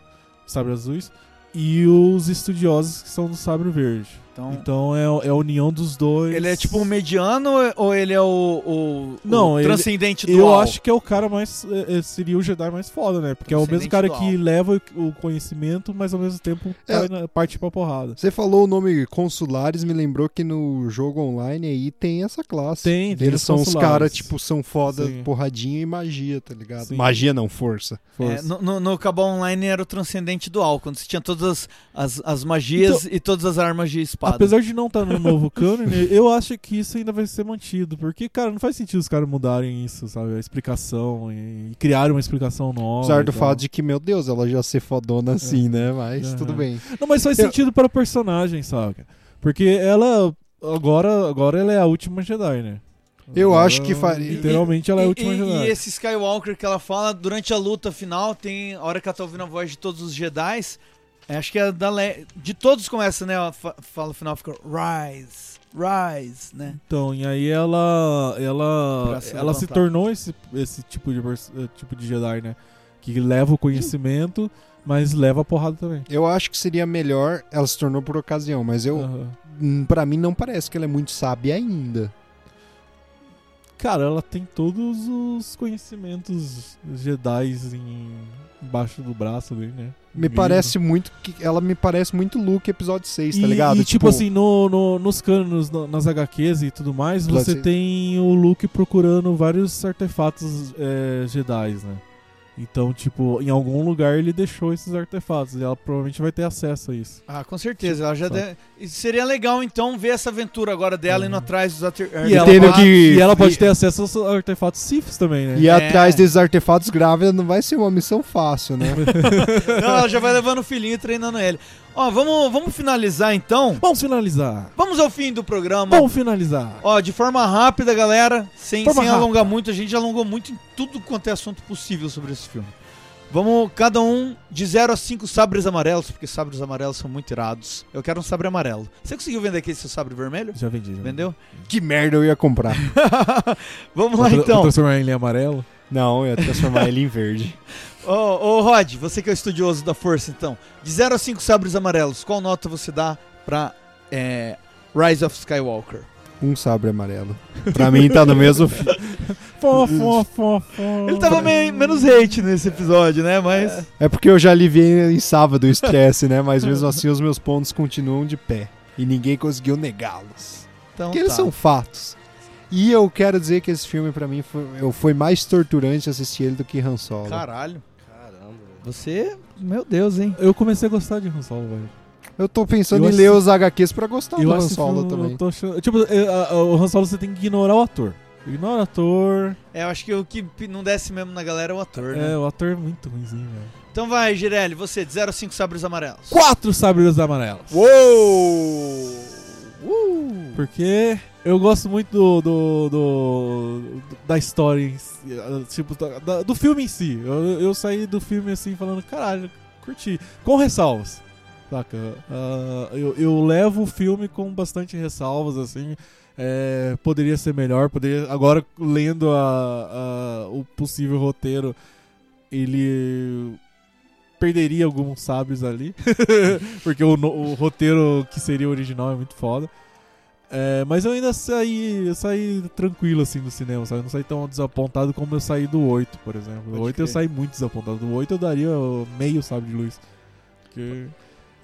E: sabre azuis, e os estudiosos, que são do sabre verde.
B: Então,
E: Então é, o- é a união dos dois.
B: ele é tipo o mediano ou ele é o, o-
E: Não,
B: o
E: ele-
B: transcendente
E: Eu
B: dual?
E: acho que é o cara mais. eh, eh, Seria o Jedi mais foda, né? Porque é o mesmo
B: Transcendente
E: cara
B: dual.
E: que leva o conhecimento, mas ao mesmo tempo
C: É.
E: cai na- parte pra porrada.
C: Você falou o nome consulares, me lembrou que no jogo online aí tem essa classe.
E: Tem, tem
C: Eles
E: os
C: são os
E: consulares.
C: caras, tipo, são foda,
E: Sim.
C: porradinha e magia, tá ligado?
E: Sim.
C: Magia não, força.
B: É, no, no, no Cabal Online era o transcendente dual, quando você tinha todas as, as, as magias e todas as armas de espada.
E: Então- Apesar de não estar no novo canon, né, eu acho que isso ainda vai ser mantido. Porque, cara, não faz sentido os caras mudarem isso, sabe? A explicação e, e criarem uma explicação nova.
C: Apesar
E: e
C: do
E: tal.
C: fato de que, meu Deus, ela já ser fodona assim, né? Mas
E: É. Aham.
C: tudo bem.
E: Não, mas faz
C: Eu-
E: sentido para o personagem, sabe? Porque ela. Agora, agora ela é a última Jedi, né?
C: Eu
E: Agora,
C: acho que faria-
E: Literalmente ela é a
B: E-
E: última
B: e,
E: Jedi.
B: e esse Skywalker que ela fala durante a luta final, tem a hora que ela tá ouvindo a voz de todos os Jedi's, é, acho que é da Le... de todos começa, né? Ela fa- fala no final, fica Rise, Rise, né?
E: Então, e aí ela ela
B: Pra se
E: ela se
B: levantar.
E: tornou esse, esse tipo de vers- eh, tipo de Jedi, né? Que leva o conhecimento, mas leva a porrada também.
C: Eu acho que seria melhor, ela se tornou por ocasião, mas eu,
E: Aham.
C: hum, pra mim não parece que ela é muito sábia ainda.
E: Cara, ela tem todos os conhecimentos Jedi em embaixo do braço dele, né?
C: Me
E: Livro.
C: parece muito que ela me parece muito Luke episódio 6, tá
E: E-
C: ligado?
E: E, tipo, assim, no, no- nos canos, no- nas HQs e tudo mais,
C: Episódio
E: você
C: seis.
E: tem o Luke procurando vários artefatos é, Jedi, né? Então, tipo, em algum lugar ele deixou esses artefatos e ela provavelmente vai ter acesso a isso.
B: Ah, com certeza. Ela já
E: Só-
B: deve- e Seria legal, então, ver essa aventura agora dela
E: Uhum.
B: indo atrás dos ater...
E: E ela,
C: Entendo
E: pode,
C: que-
E: e ela pode
C: e-
E: ter acesso aos artefatos Siths também, né?
C: E
B: É.
C: atrás desses artefatos grávidos não vai ser uma missão fácil, né?
B: Não, ela já vai levando o filhinho e treinando ele. Ó, vamos, vamos finalizar, então.
E: Vamos finalizar.
B: Vamos ao fim do programa.
E: Vamos finalizar.
B: Ó, de forma rápida, galera, sem,
E: Forma
B: sem alongar
E: rápida.
B: muito, a gente já alongou muito em tudo quanto é assunto possível sobre esse filme. Vamos, cada um, de 0 a 5 sabres amarelos, porque sabres amarelos são muito irados. Eu quero um sabre amarelo. Você conseguiu vender aqui seu sabre vermelho?
E: Já vendi. Já vendi.
B: Vendeu?
C: que merda eu ia comprar.
B: Vamos
E: Vou
B: lá
E: tra- vou
B: então.
E: transformar ele em amarelo.
C: Não, eu ia transformar ele em verde.
B: Ô, ô Rod, você que é o estudioso da força, então. De 0 a 5 sabres amarelos, qual nota você dá pra é, Rise of Skywalker?
C: Um sabre amarelo. Pra mim tá no mesmo fi-
E: Fó, fó, fó, fó.
B: Uhum. Ele tava meio, menos hate nesse episódio, né? Mas.
C: É porque eu já aliviei em sábado o estresse, né? Mas mesmo assim os meus pontos continuam de pé. E ninguém conseguiu negá-los.
B: Então,
C: Porque eles
B: tá.
C: são fatos. E eu quero dizer que esse filme, pra mim, foi, eu, foi mais torturante assistir ele do que Han Solo.
B: Caralho. Você. Meu Deus, hein?
E: Eu comecei a gostar de Han Solo, velho.
C: eu tô pensando
E: Eu
C: em
E: assi-
C: ler os HQs pra
B: Tá
C: gostar
E: Eu
C: do Han
E: acho que
C: Solo
E: eu-
C: também.
E: Eu tô achando... Tipo, eh, a- a- o Han Solo você tem que ignorar o ator. Ignora o ator.
B: É, eu acho que o que p- não desce mesmo na galera é o ator, né?
E: É, o ator é muito ruimzinho, velho.
B: Então vai, Girelli, você, de 0 a 5 sabres amarelos.
E: Quatro sabres amarelos.
B: Uou! Uh!
E: Porque eu gosto muito do. do, do- da história em si, tipo, da- da- do filme em si. Eu, eu saí do filme assim falando, caralho, curti. Com ressalvas. Saca? Ah, eu, eu levo o filme com bastante ressalvas, assim. É, poderia ser melhor, poderia. Agora, lendo a- a- o possível roteiro, ele perderia alguns sabres ali. porque o, no- o roteiro que seria original é muito foda. É, mas eu ainda saí, eu saí tranquilo assim do cinema, sabe? Eu não saí tão desapontado como eu saí do 8, por exemplo. Do
B: Pode
E: 8 eu
B: crer.
E: saí muito desapontado. Do 8 eu daria meio sabre de luz. Porque-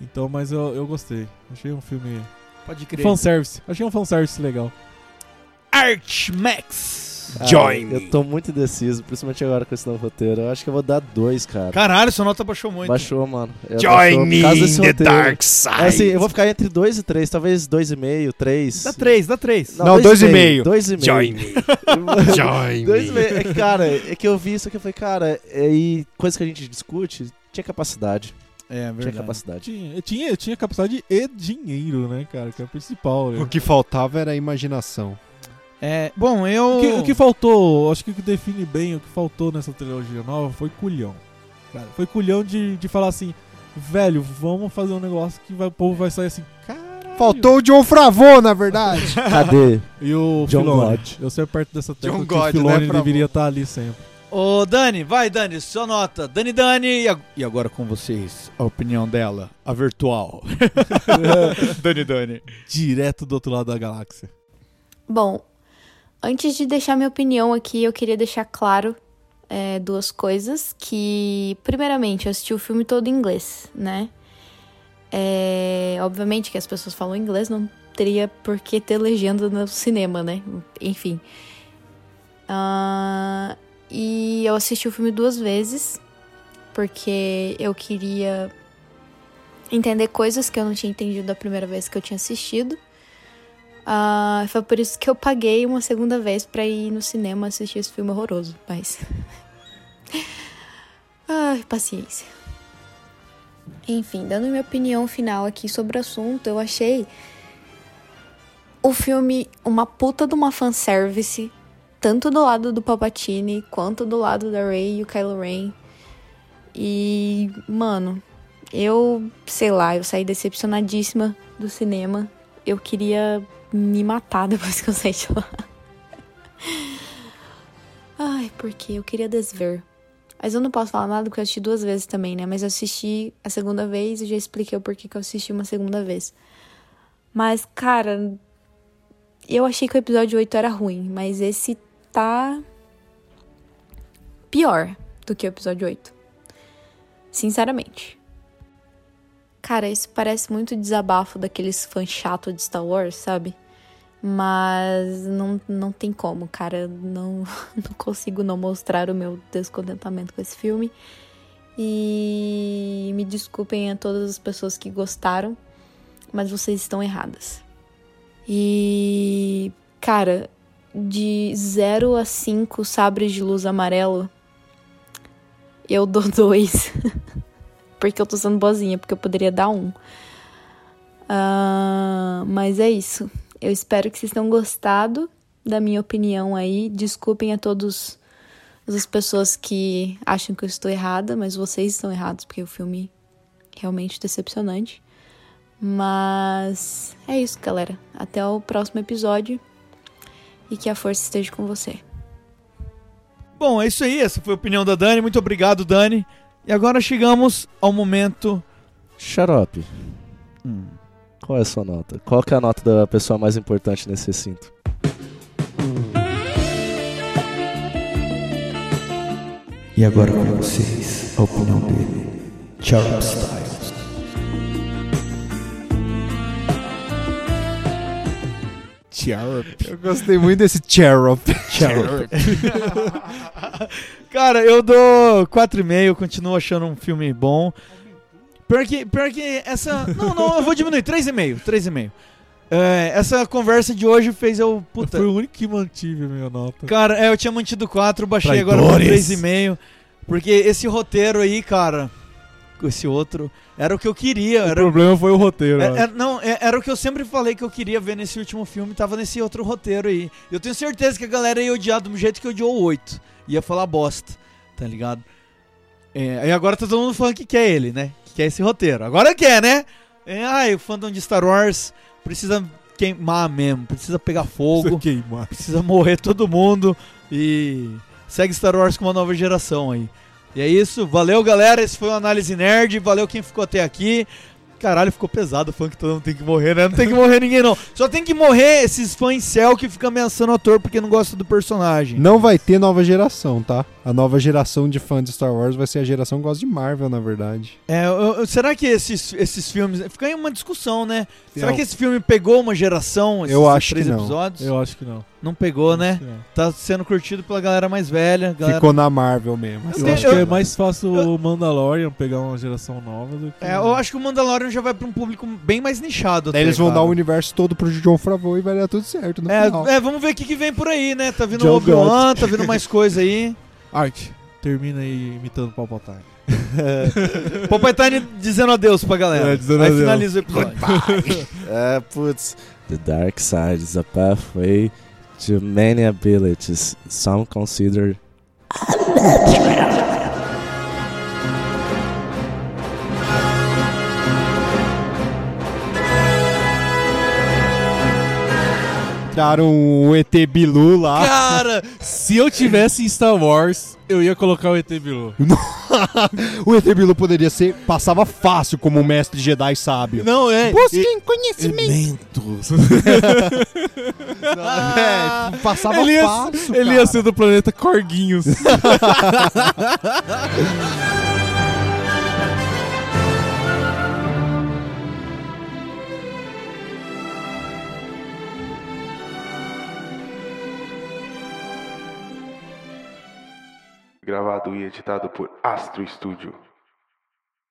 E: Então, mas eu, eu gostei. Achei um filme.
B: Pode crer.
E: Fanservice. Achei um fanservice legal.
B: Archmax.
D: Cara, Eu tô muito indeciso, principalmente agora com esse novo roteiro. Eu acho que eu vou dar dois, cara.
B: Caralho, sua nota baixou muito.
D: Baixou, mano. Eu-
B: Join
D: baixou por
B: me
D: causa desse
B: in the
D: roteiro.
B: dark side.
D: É assim, eu vou ficar entre dois e três, talvez dois e meio, três.
B: Dá três, dá três.
C: Não, dois e meio.
D: Dois e meio.
B: Join me.
J: Join
D: dois e
J: me.
D: meio. É que, cara, é que eu vi isso aqui e falei, cara, é, e coisa que a gente discute, tinha capacidade.
B: É,
D: Tinha
B: verdade.
D: capacidade.
E: Tinha, eu tinha, eu tinha capacidade e dinheiro, né, cara? Que é o principal. né?
C: O que faltava era a imaginação.
B: É, bom,
E: O
B: eu...
E: que, o que faltou, acho que o que define bem o que faltou nessa trilogia nova foi culhão. Cara, foi culhão de, de falar assim, velho, vamos fazer um negócio que vai- o povo vai sair assim, caralho.
C: Faltou o John Fravô, na verdade.
D: Cadê?
E: E o
D: John
E: Filone.
D: God.
E: Eu sempre perto dessa tecla
J: John
E: que
J: God,
E: o Filone
J: né, pra-
E: deveria estar ali sempre.
B: Ô, Dani, vai, Dani, sua nota. Dani, Dani, e, ag- e agora com vocês, a opinião dela, a virtual. Dani, Dani.
E: Direto do outro lado da galáxia.
F: Bom, antes de deixar minha opinião aqui, eu queria deixar claro é, duas coisas. Que, primeiramente, eu assisti o filme todo em inglês, né? É, obviamente que as pessoas falam inglês, não teria por que ter legenda no cinema, né? Enfim. Ah, e eu assisti o filme duas vezes, porque eu queria entender coisas que eu não tinha entendido da primeira vez que eu tinha assistido. Ah, foi por isso que eu paguei uma segunda vez pra ir no cinema assistir esse filme horroroso, mas. Ai, paciência. Enfim, dando minha opinião final aqui sobre o assunto, eu achei o filme uma puta de uma fanservice, tanto do lado do Palpatine quanto do lado da Rey e o Kylo Ren. E, mano, eu, sei lá, eu saí decepcionadíssima do cinema. Eu queria me matar depois que eu saí de lá. Ai, porque eu queria desver. Mas eu não posso falar nada porque eu assisti duas vezes também, né? Mas eu assisti a segunda vez e já expliquei o porquê que eu assisti uma segunda vez. Mas, cara, eu achei que o episódio 8 era ruim, mas esse tá pior do que o episódio 8. Sinceramente. Cara, isso parece muito desabafo daqueles fãs chato de Star Wars, sabe? Mas não, não tem como, cara. Não, não consigo não mostrar o meu descontentamento com esse filme. E me desculpem a todas as pessoas que gostaram, mas vocês estão erradas. E, cara, de 0 a 5 sabres de luz amarelo, eu dou dois. porque eu tô sendo boazinha, porque eu poderia dar um. Ah, mas é isso. Eu espero que vocês tenham gostado da minha opinião aí. Desculpem a todos as pessoas que acham que eu estou errada, mas vocês estão errados porque o filme é realmente decepcionante. Mas é isso, galera. Até o próximo episódio e que a força esteja com você.
B: Bom, é isso aí, essa foi a opinião da Dani. Muito obrigado, Dani. E agora chegamos ao momento...
D: Xarope,
B: Hum.
D: qual é a sua nota? Qual que é a nota da pessoa mais importante nesse recinto?
G: E agora com vocês, a opinião dele, Charles Styles.
C: Eu gostei muito desse Cherub.
B: Cara, eu dou 4,5, continuo achando um filme bom. Pior que, pior que essa. Não, não, eu vou diminuir. 3,5. 3,5. É, essa conversa de hoje fez eu. Puta.
E: Foi o único que mantive a minha nota.
B: Cara, é, eu tinha mantido 4, baixei agora pra
E: Traidores.
B: 3,5. Porque esse roteiro aí, cara. com esse outro. Era o que eu queria.
E: O
B: Era,
E: problema foi o roteiro.
B: era-
E: ó.
B: era- não, é- era o que eu sempre falei que eu queria ver nesse último filme. Tava nesse outro roteiro aí. Eu tenho certeza que a galera ia odiar do jeito que odiou o 8. Ia falar bosta, tá ligado? É, e agora tá todo mundo falando que quer ele, né? Que quer esse roteiro. Agora quer, né? É, ai, o fandom de Star Wars precisa queimar mesmo. Precisa pegar
E: Você
B: fogo
E: queimar.
B: precisa morrer todo mundo e segue Star Wars com uma nova geração aí. E é isso, valeu galera, esse foi o Análise Nerd, valeu quem ficou até aqui. Caralho, ficou pesado o fã que todo mundo tem que morrer, né? Não tem que morrer ninguém não. Só tem que morrer esses fãs céu que ficam ameaçando o ator porque não gosta do personagem.
C: Não vai ter nova geração, tá? A nova geração de fã de Star Wars vai ser a geração que gosta de Marvel, na verdade.
B: É, eu- eu- será que esses, esses filmes. Fica aí uma discussão, né? Será
E: Eu-
B: que esse filme pegou uma geração? Esses
C: Eu acho
B: três
C: que não.
B: episódios?
E: Eu acho que não.
B: Não pegou, né?
E: Acho que não.
B: Tá sendo curtido pela galera mais velha. Galera...
C: Ficou na Marvel
B: Eu
C: mesmo. assim.
E: Eu,
B: tenho-
E: acho que
B: eu-
E: é mais fácil o Mandalorian pegar uma geração nova do que.
B: É, eu acho que o Mandalorian já vai pra um público bem mais nichado.
C: Daí
B: até,
C: eles vão
B: cara.
C: dar um o universo todo pro John Favreau e vai dar tudo certo no final.
B: É, é, vamos ver o que, que vem por aí, né? Tá vindo
C: Joe
B: Obi-Wan, tá vindo mais coisa aí.
E: Arte. Termina aí imitando Palpatine.
B: Popeye Tiny dizendo adeus pra galera.
E: É, dizendo
B: aí
E: adeus.
B: finaliza o episódio.
D: É, Ah, putz. The dark side is a pathway to many abilities. Some consider
C: Tiraram um ET Bilu lá.
E: Cara, se eu tivesse em Star Wars, eu ia colocar o ET Bilu.
C: o ET Bilu poderia ser. Passava fácil como um mestre Jedi sábio.
E: Não, é.
C: Busquem conhecimento.
E: Elementos.
C: É, passava
E: Ele ia,
C: fácil.
E: ele ia ser do planeta Corguinhos.
K: Gravado e editado por Astro Studio.